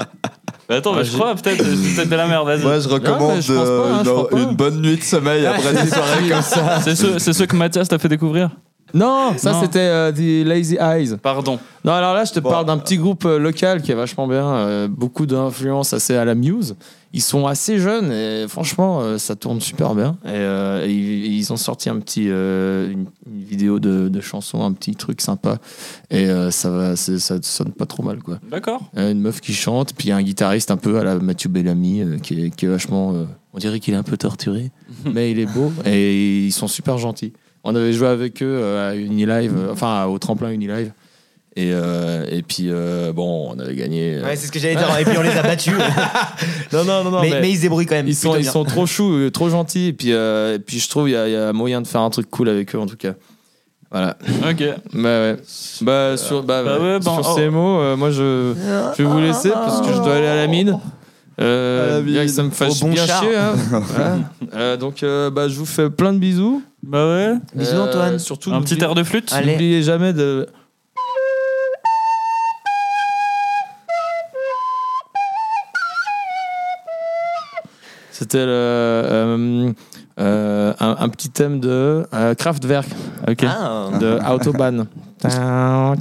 attends,
Ouais,
mais je
j'ai-
crois, peut-être, c'est peut-être de la merde, vas-y.
Moi, je recommande
mais je pense pas, hein, je
euh,
crois pas.
une bonne nuit de sommeil après des soirées comme ça.
C'est ceux, c'est ceux que Mathias t'a fait découvrir
Non, ça
Non.
c'était euh, des Lazy Eyes.
Pardon.
Non, alors là, je te
Bon,
parle d'un petit groupe euh, local qui est vachement bien, euh, beaucoup d'influence assez à la Muse. Ils sont assez jeunes et franchement, euh, ça tourne super bien. Et, euh, et ils, ils ont sorti un petit, euh, une, une vidéo de, de chanson, un petit truc sympa. Et euh, ça va, c'est- ça sonne pas trop mal, quoi.
D'accord.
Euh, une meuf qui chante, puis un guitariste un peu à la Mathieu Bellamy, euh, qui, est, qui est vachement. euh, on dirait qu'il est un peu torturé, mais il est beau et ils sont super gentils. On avait joué avec eux euh, à Unilive, euh, enfin au tremplin Unilive. Et, euh, et puis, euh, bon, on avait gagné. euh.
Ouais, c'est ce que j'allais dire. Et puis on les a battus.
non, non, non, non,
mais,
mais
mais ils se débrouillent quand même.
ils, sont,
plutôt
ils
bien.
sont trop choux, euh, trop gentils. Et puis, euh, et puis je trouve il y, a- il y a moyen de faire un truc cool avec eux, en tout cas. Voilà.
Ok.
Bah ouais. Bah sur, bah,
Bah ouais, bah,
sur
oh.
ces mots, euh, moi je, je vais vous laisser parce que je dois aller à la mine.
À la
Euh, bien que ça me fasse
Au bon
bien
char.
chier. hein. Voilà. Euh, donc euh, bah, je vous fais plein de bisous.
Bah ouais.
Bisous,
Euh,
Antoine.
Surtout
Un petit air de flûte
Allez.
N'oubliez jamais de C'était le, euh, euh, un, un petit thème de euh, Kraftwerk
Ok.
Ah,
de Autobahn. Ah,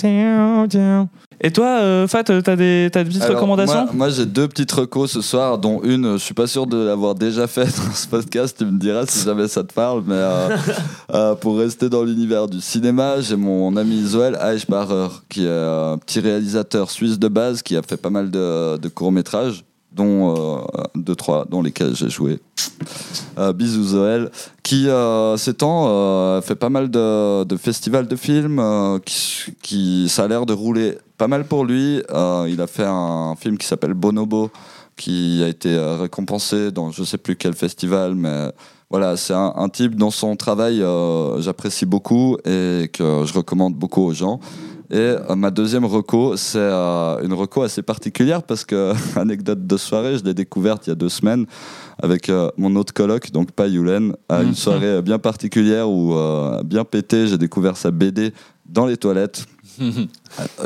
Et toi, euh, Fat, euh, t'as des, t'as des petites
Alors,
recommandations
Moi, moi, j'ai deux petites recos ce soir, dont une, euh, je suis pas sûr de l'avoir déjà faite dans ce podcast, tu me diras si jamais ça te parle, mais euh, euh, pour rester dans l'univers du cinéma, j'ai mon ami Zoël Eichbacher, qui est un petit réalisateur suisse de base, qui a fait pas mal de, de courts-métrages, dont euh, deux, trois, dans lesquels j'ai joué. Euh, bisous Zoël, qui euh, ces temps euh, fait pas mal de, de festivals de films, euh, qui, qui- ça a l'air de rouler pas mal pour lui. Euh, il a fait un film qui s'appelle Bonobo, qui a été euh, récompensé dans je sais plus quel festival, mais voilà, c'est un, un type dont son travail euh, j'apprécie beaucoup et que je recommande beaucoup aux gens. Et euh, ma deuxième reco, c'est euh, une reco assez particulière parce que, anecdote de soirée, je l'ai découverte il y a deux semaines avec euh, mon autre coloc, donc pas Yulen, à une soirée euh, bien particulière où, euh, bien pété, j'ai découvert sa BD dans les toilettes euh,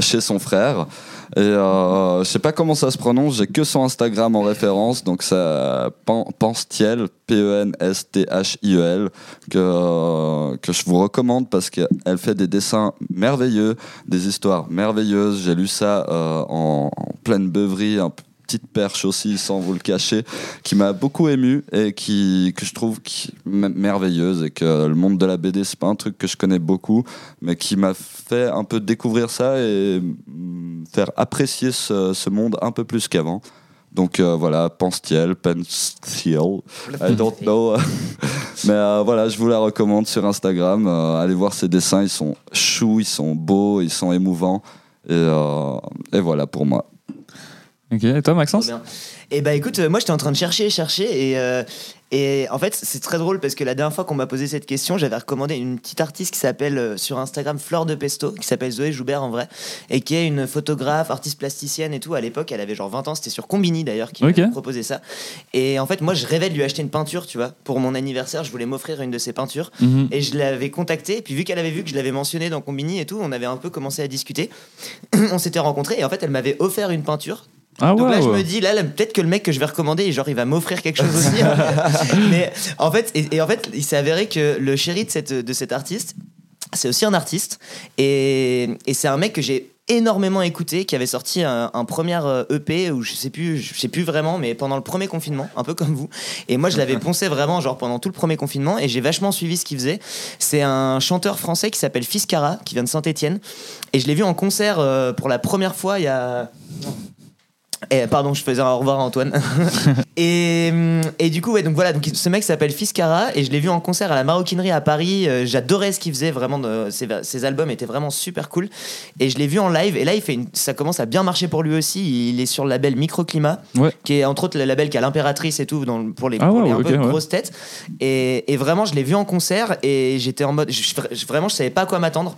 chez son frère. Et euh, je sais pas comment ça se prononce, j'ai que son Instagram en référence, donc ça Penstiel, E P-E-N-S-T-H-I-E-L, E que, euh, que je vous recommande parce qu'elle fait des dessins merveilleux, des histoires merveilleuses. J'ai lu ça euh, en, en pleine beuverie, un petite perche aussi, sans vous le cacher, qui m'a beaucoup ému et qui, que je trouve qui- m- merveilleuse. Et que le monde de la BD, c'est pas un truc que je connais beaucoup, mais qui m'a fait un peu découvrir ça et mm, faire apprécier ce, ce monde un peu plus qu'avant. Donc euh, voilà, Penstiel, Penstiel, I don't know. Mais euh, voilà, je vous la recommande sur Instagram. Euh, allez voir ses dessins, ils sont choux, ils sont beaux, ils sont émouvants. Et, euh, et voilà pour moi.
Ok, et toi, Maxence
Et bah écoute, euh, moi j'étais en train de chercher, chercher, et, euh, et en fait c'est très drôle parce que la dernière fois qu'on m'a posé cette question, j'avais recommandé une petite artiste qui s'appelle euh, sur Instagram Fleur de Pesto, qui s'appelle Zoé Joubert en vrai, et qui est une photographe, artiste plasticienne et tout. À l'époque, elle avait genre 20 ans, c'était sur Combini d'ailleurs qui
Ok.
m'avait proposé ça. Et en fait, moi je rêvais de lui acheter une peinture, tu vois, pour mon anniversaire, je voulais m'offrir une de ses peintures.
Mhm.
Et je l'avais contactée, et puis vu qu'elle avait vu que je l'avais mentionné dans Combini et tout, on avait un peu commencé à discuter. on s'était rencontrés, et en fait, elle m'avait offert une peinture.
Ah
Donc
ouais,
là, je
ouais.
me dis, là, là, peut-être que le mec que je vais recommander, genre, il va m'offrir quelque chose aussi. Mais en fait, et, et en fait, il s'est avéré que le chéri de cette, de cet artiste, c'est aussi un artiste, et, et c'est un mec que j'ai énormément écouté, qui avait sorti un, un premier euh, EP, ou je sais plus, je sais plus vraiment, mais pendant le premier confinement, un peu comme vous. Et moi, je l'avais poncé vraiment, genre pendant tout le premier confinement, et j'ai vachement suivi ce qu'il faisait. C'est un chanteur français qui s'appelle Fiscara, qui vient de Saint-Etienne. Et je l'ai vu en concert euh, pour la première fois il y a. Eh, pardon, je faisais un au revoir à Antoine. et, hum, et du coup, ouais, donc voilà, donc ce mec s'appelle Fiscara et je l'ai vu en concert à la Maroquinerie à Paris. Euh, J'adorais ce qu'il faisait, vraiment, de- ses, ses albums étaient vraiment super cool. Et je l'ai vu en live et là, il fait une- ça commence à bien marcher pour lui aussi. Il est sur le label Microclimat,
Ouais.
qui est entre autres le label qui a l'impératrice et tout dans, le- pour les,
Ah
pour
ouais,
les un
ok,
peu
ouais.
grosses têtes. Et, et vraiment, je l'ai vu en concert et j'étais en mode. je- je- vraiment, je savais pas à quoi m'attendre.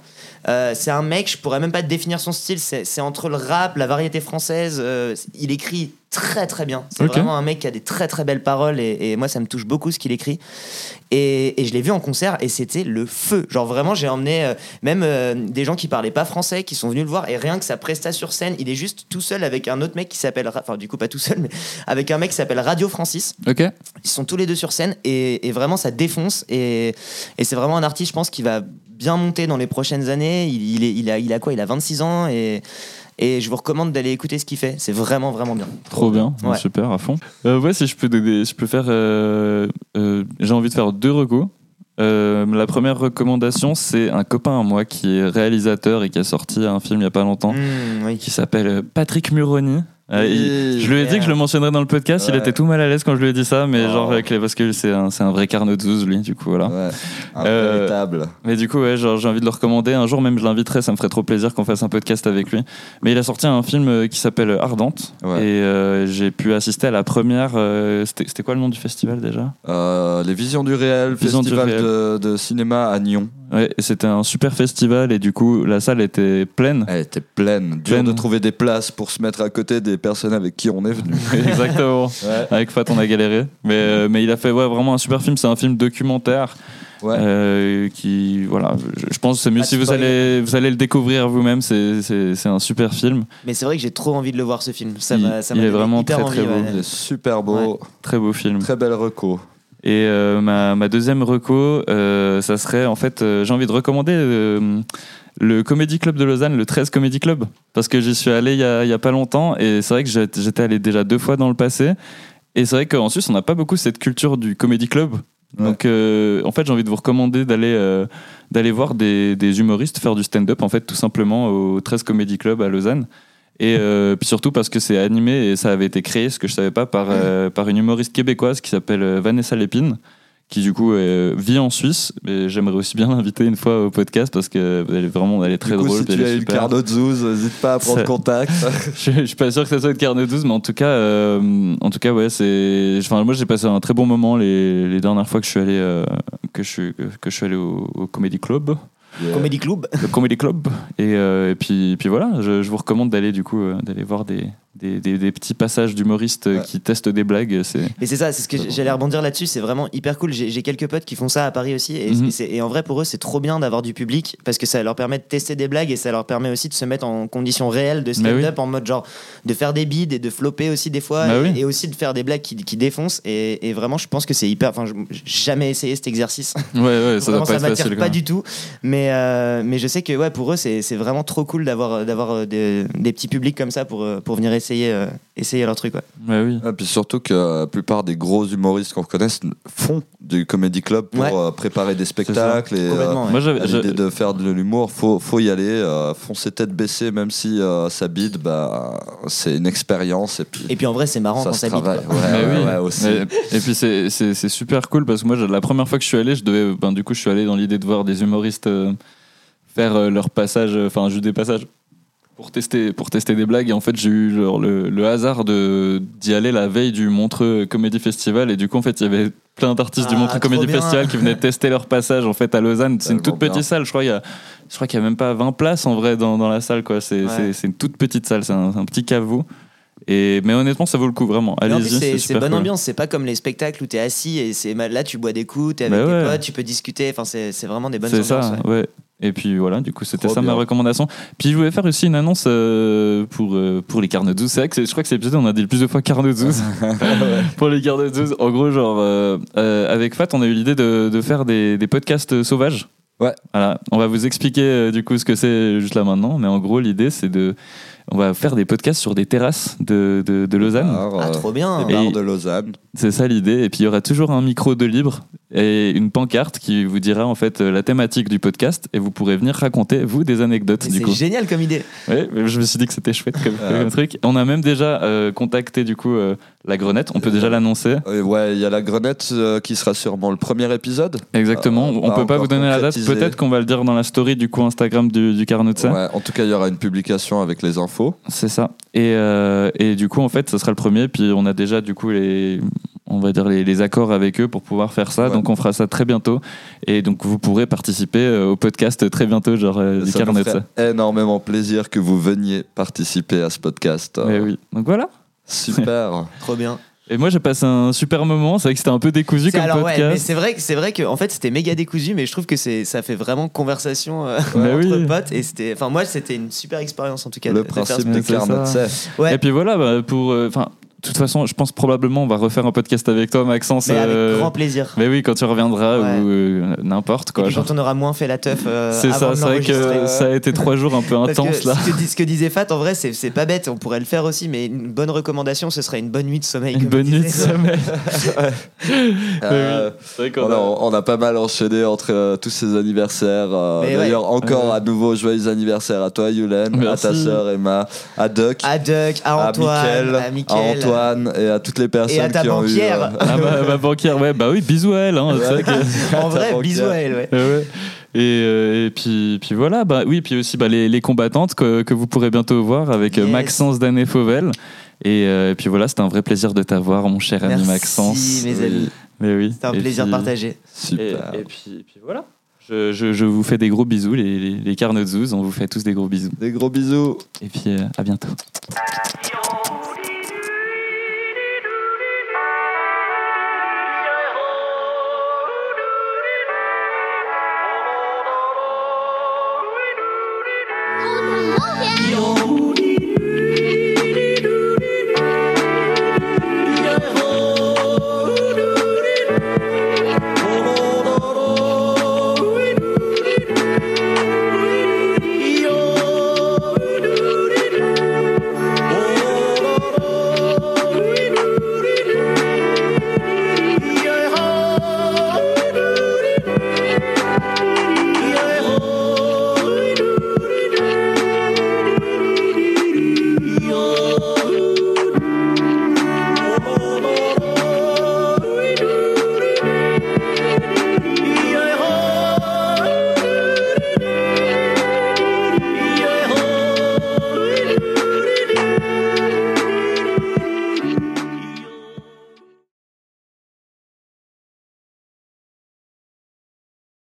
Euh, c'est un mec, je pourrais même pas te définir son style. C'est c'est entre le rap, la variété française. euh, il écrit très très bien. C'est
Ok.
vraiment un mec qui a des très très belles paroles et, et moi ça me touche beaucoup ce qu'il écrit. Et, et je l'ai vu en concert et c'était le feu. Genre vraiment, j'ai emmené euh, même euh, des gens qui parlaient pas français qui sont venus le voir et rien que sa presta sur scène, il est juste tout seul avec un autre mec qui s'appelle. Ra- Enfin, du coup, pas tout seul, mais avec un mec qui s'appelle Radio Francis
Ok.
ils sont tous les deux sur scène et, et vraiment ça défonce et, et c'est vraiment un artiste je pense qui va bien monter dans les prochaines années il, il est- il a, il a quoi il a 26 ans et, et je vous recommande d'aller écouter ce qu'il fait c'est vraiment vraiment bien
Trop bien,
Ouais.
super, à fond. Euh, ouais, si je peux, donner- je peux faire. euh, euh, J'ai envie de faire deux recos. Euh, la première recommandation, c'est un copain à moi qui est réalisateur et qui a sorti un film il y a pas longtemps
Mm, oui.
qui s'appelle euh, Patrick Muroni. Euh, il-
Oui,
je lui ai dit que je le mentionnerais dans le podcast, il
Ouais.
était tout mal à l'aise quand je lui ai dit ça, mais
Oh.
genre avec les, parce que c'est un, c'est un vrai Carnot 12 lui, du coup voilà.
Ouais, un
Ah. Euh,
véritable.
Mais du coup, ouais, genre, j'ai envie de le recommander. Un jour même, je l'inviterai. Ça me ferait trop plaisir qu'on fasse un podcast avec lui. Mais il a sorti un film euh, qui s'appelle Ardente.
Ouais.
Et euh, j'ai pu assister à la première. euh, C'était c'était quoi le nom du festival déjà
Euh, les Visions du Réel,
Visions du
festival
Réel.
De, de cinéma à Nyon.
ouais, et C'était un super festival. Et du coup, la salle était pleine.
Elle était pleine. Dur
Pleine.
de trouver des places pour se mettre à côté des personnes avec qui on est venu.
Exactement.
Ouais.
Avec Fat, on a galéré. Mais, euh, mais il a fait ouais, vraiment un super film. C'est un film documentaire.
Ouais. Ah,
euh, qui, voilà, je, je pense que c'est mieux
Pas de
si vous
spoil.
allez, vous allez le découvrir vous-même. C'est- C'est c'est un super film.
mais c'est vrai que j'ai trop envie de le voir ce film ça
Il-
m'a- ça
il
m'a
est
donné
vraiment
hyper
très, très
envie,
beau.
ouais.
Il est super beau.
Très beau film.
Très belle reco.
Et euh, ma, ma deuxième reco, euh, ça serait en fait, euh, j'ai envie de recommander euh, le Comedy Club de Lausanne, le 13 Comedy Club, parce que j'y suis allé il y a, il y a pas longtemps et c'est vrai que j'ai- j'étais allé déjà deux fois dans le passé. Et c'est vrai qu'en Suisse, on n'a pas beaucoup cette culture du Comedy Club.
Ouais.
Donc, euh, en fait, j'ai envie de vous recommander d'aller euh, d'aller voir des, des humoristes faire du stand-up, en fait, tout simplement au 13 Comedy Club à Lausanne. Et euh, puis surtout parce que c'est animé et ça avait été créé, ce que je savais pas, par, euh, par une humoriste québécoise qui s'appelle euh, Vanessa Lépine, qui du coup euh, vit en Suisse. Mais j'aimerais aussi bien l'inviter une fois au podcast parce que elle est vraiment, elle est très
du coup,
drôle.
si
puis
tu
elle
as
est
une
super.
carte de Zouz, n'hésite pas à prendre
Ça-
contact.
je, je suis pas sûr que ça soit une carnet 12, mais en tout cas, euh, en tout cas, ouais, c'est. Enfin, moi, j'ai passé un très bon moment les, les dernières fois que je suis allé euh, que je suis que, que je suis allé au, au comedy club,
Yeah.
Comedy Club
le comedy club, et, euh, et puis puis voilà, je, je vous recommande d'aller du coup euh, d'aller voir des des, des- des petits passages d'humoristes euh,
Ouais.
qui testent des blagues. C'est
mais c'est ça c'est ce que j'- j'allais rebondir là-dessus c'est vraiment hyper cool j'ai j'ai quelques potes qui font ça à Paris aussi et,
Mhm.
et c'est- et en vrai pour eux c'est trop bien d'avoir du public parce que ça leur permet de tester des blagues et ça leur permet aussi de se mettre en condition réelle de
Mais oui.
stand-up en mode genre de faire des bides et de flopper aussi des fois
Bah
et,
oui.
et aussi de faire des blagues qui, qui défoncent et, et vraiment je pense que c'est hyper enfin je- j'ai jamais essayé cet exercice
ouais ouais, ça
Vraiment,
doit pas
ça
être facile.
m'attire
quoi.
pas du tout mais Mais, euh, mais je sais que ouais, pour eux, c'est c'est vraiment trop cool d'avoir d'avoir euh, des, des petits publics comme ça pour, euh, pour venir essayer, euh, essayer leur truc. ouais.
Bah oui.
Et Ah, puis surtout que la plupart des gros humoristes qu'on reconnaît font du comedy club pour
Ouais.
euh, préparer des spectacles et euh,
Complètement. ouais.
Moi, j'avais-
à
je-
l'idée de faire de l'humour, faut faut y aller, euh, foncer tête baissée, même si euh, ça bide, bah c'est une expérience et puis
Et puis en vrai, c'est marrant
ça
quand
se
ça bite.
travaille.
quoi.
Ouais,
Mais
ouais,
oui.
ouais, aussi.
Et, et puis c'est- c'est c'est super cool parce que moi je- la première fois que je suis allé, je devais, ben, du coup je suis allé dans l'idée de voir des humoristes euh, faire euh, leur passage, euh, enfin juste des passages pour tester, pour tester des blagues. Et en fait j'ai eu genre, le, le hasard de d'y aller la veille du Montreux Comedy Festival et du coup en fait il y avait plein d'artistes du
Ah,
Montreux
trop
Comedy
bien.
Festival qui venaient tester leur passage en fait à Lausanne. C'est une
Tellement
toute petite
bien.
salle, je crois il y a, je crois qu'il y a même pas 20 places en vrai dans, dans la salle quoi. C'est
Ouais.
c'est- c'est une toute petite salle, c'est un, un petit caveau. Et, mais honnêtement, ça vaut le coup vraiment.
Mais en
Allez-y,
plus, c'est- c'est
super
bonne
cool.
ambiance, c'est pas comme les spectacles où t'es assis et c'est mal- là tu bois des coups, t'es avec
Bah ouais.
tes potes, tu peux discuter, enfin c'est c'est vraiment des bonnes
C'est
ambiances.
ça, hein.
ouais.
ouais. Et puis voilà, du coup, c'était
Trop
ça ma
bien.
recommandation. Puis je voulais faire aussi une annonce euh, pour, euh, pour les carnes douces. C'est vrai que c'est- je crois que c'est l'épisode où on a dit le plus de fois carnes douces. pour les carnes douces, en gros, genre, euh, euh, avec Fat, on a eu l'idée de, de faire des, des podcasts euh, sauvages.
Ouais.
Voilà, on va vous expliquer euh, du coup ce que c'est juste là maintenant. Mais en gros, l'idée, c'est de. On va faire des podcasts sur des terrasses de, de, de Lausanne.
Alors,
Ah,
euh,
trop bien.
les
Et- bah,
bars de Lausanne.
C'est ça l'idée. Et puis il y aura toujours un micro de libre et une pancarte qui vous dira en fait euh, la thématique du podcast et vous pourrez venir raconter vous des anecdotes
Mais
du
C'est
coup.
génial comme idée.
Ouais, mais je me suis dit que c'était chouette comme,
Ah.
comme truc. On a même déjà euh, contacté du coup euh, la grenette. On peut déjà l'annoncer.
Euh, ouais, il y a la grenette euh, qui sera sûrement le premier épisode.
Exactement.
Euh,
on
pas
peut pas
encore
vous donner la date.
concrétisé.
Peut-être qu'on va le dire dans la story du coup Instagram du, du Carnot de ça.
Ouais, en tout cas, il y aura une publication avec les infos.
C'est ça. Et, euh, et du coup, en fait, ça sera le premier. Puis on a déjà, du coup, les, on va dire les, les accords avec eux pour pouvoir faire ça.
Ouais.
Donc on fera ça très bientôt. Et donc vous pourrez participer euh, au podcast très bientôt, genre euh, du
ça nous
Carnot.
ferait
ça.
énormément plaisir que vous veniez participer à ce podcast.
Mais oui. Donc voilà.
Super.
Trop bien.
Et moi, j'ai passé un super moment. C'est vrai que c'était un peu décousu
C'est-
comme
Alors ouais, mais
podcast.
c'est vrai que c'est vrai que en fait c'était méga décousu, mais je trouve que c'est ça fait vraiment conversation euh,
Bah
entre
oui.
potes et c'était, enfin moi c'était une super expérience en tout cas. de-
le
de faire ce
principe
mais
de
c'est
Carnot,
ça.
c'est-
ouais.
Et puis voilà, bah, pour. Enfin, de toute façon, je pense probablement on va refaire un podcast avec toi, Maxence.
Mais avec
euh,
grand plaisir.
mais oui, quand tu reviendras
Ouais.
ou euh, n'importe
Et
quoi.
puis
genre.
quand on aura moins fait la teuf. euh,
C'est
avant
ça.
de
C'est vrai que
l'enregistrer. euh.
ça a été trois jours un peu
Parce
intenses
que
là.
Ce que, dis- ce que disait Fat, en vrai, c'est c'est pas bête. On pourrait le faire aussi, mais une bonne recommandation, ce serait une bonne nuit de sommeil.
Une
comme
bonne
il
nuit de
disait.
sommeil.
Euh, on, a, on a pas mal enchaîné entre euh, tous ces anniversaires. euh,
Mais
D'ailleurs, encore
Ouais.
à nouveau, joyeux anniversaire à toi, Yulen, à
Merci.
ta sœur Emma, à Duck,
À Doug, à
Ah, à
Antoine,
Mickaël,
à Mickaël,
Antoine et à toutes les personnes
et à ta
qui ont eu. euh,
banquière.
Ah bah, ma banquière, ouais, bah oui, bisous à elle. hein, c'est vrai que-
en vrai,
euh, banquière.
bisous à elle, ouais.
Euh, ouais. Et, euh, et puis, puis voilà, bah oui, puis aussi bah, les, les combattantes que, que vous pourrez bientôt voir avec euh,
Yes.
Maxence Danet Fauvel. Et, euh, et puis voilà, c'était un vrai plaisir de t'avoir, mon cher ami
Merci,
Maxence.
mes amis.
Mais oui.
C'est un
Et
plaisir
puis-
partagé.
Et,
Super.
et puis, et puis voilà. Je, je- je vous fais des gros bisous, les, les, les Carnot Zoos, on vous fait tous des gros bisous.
Des gros bisous.
Et puis euh, à bientôt.
Attention,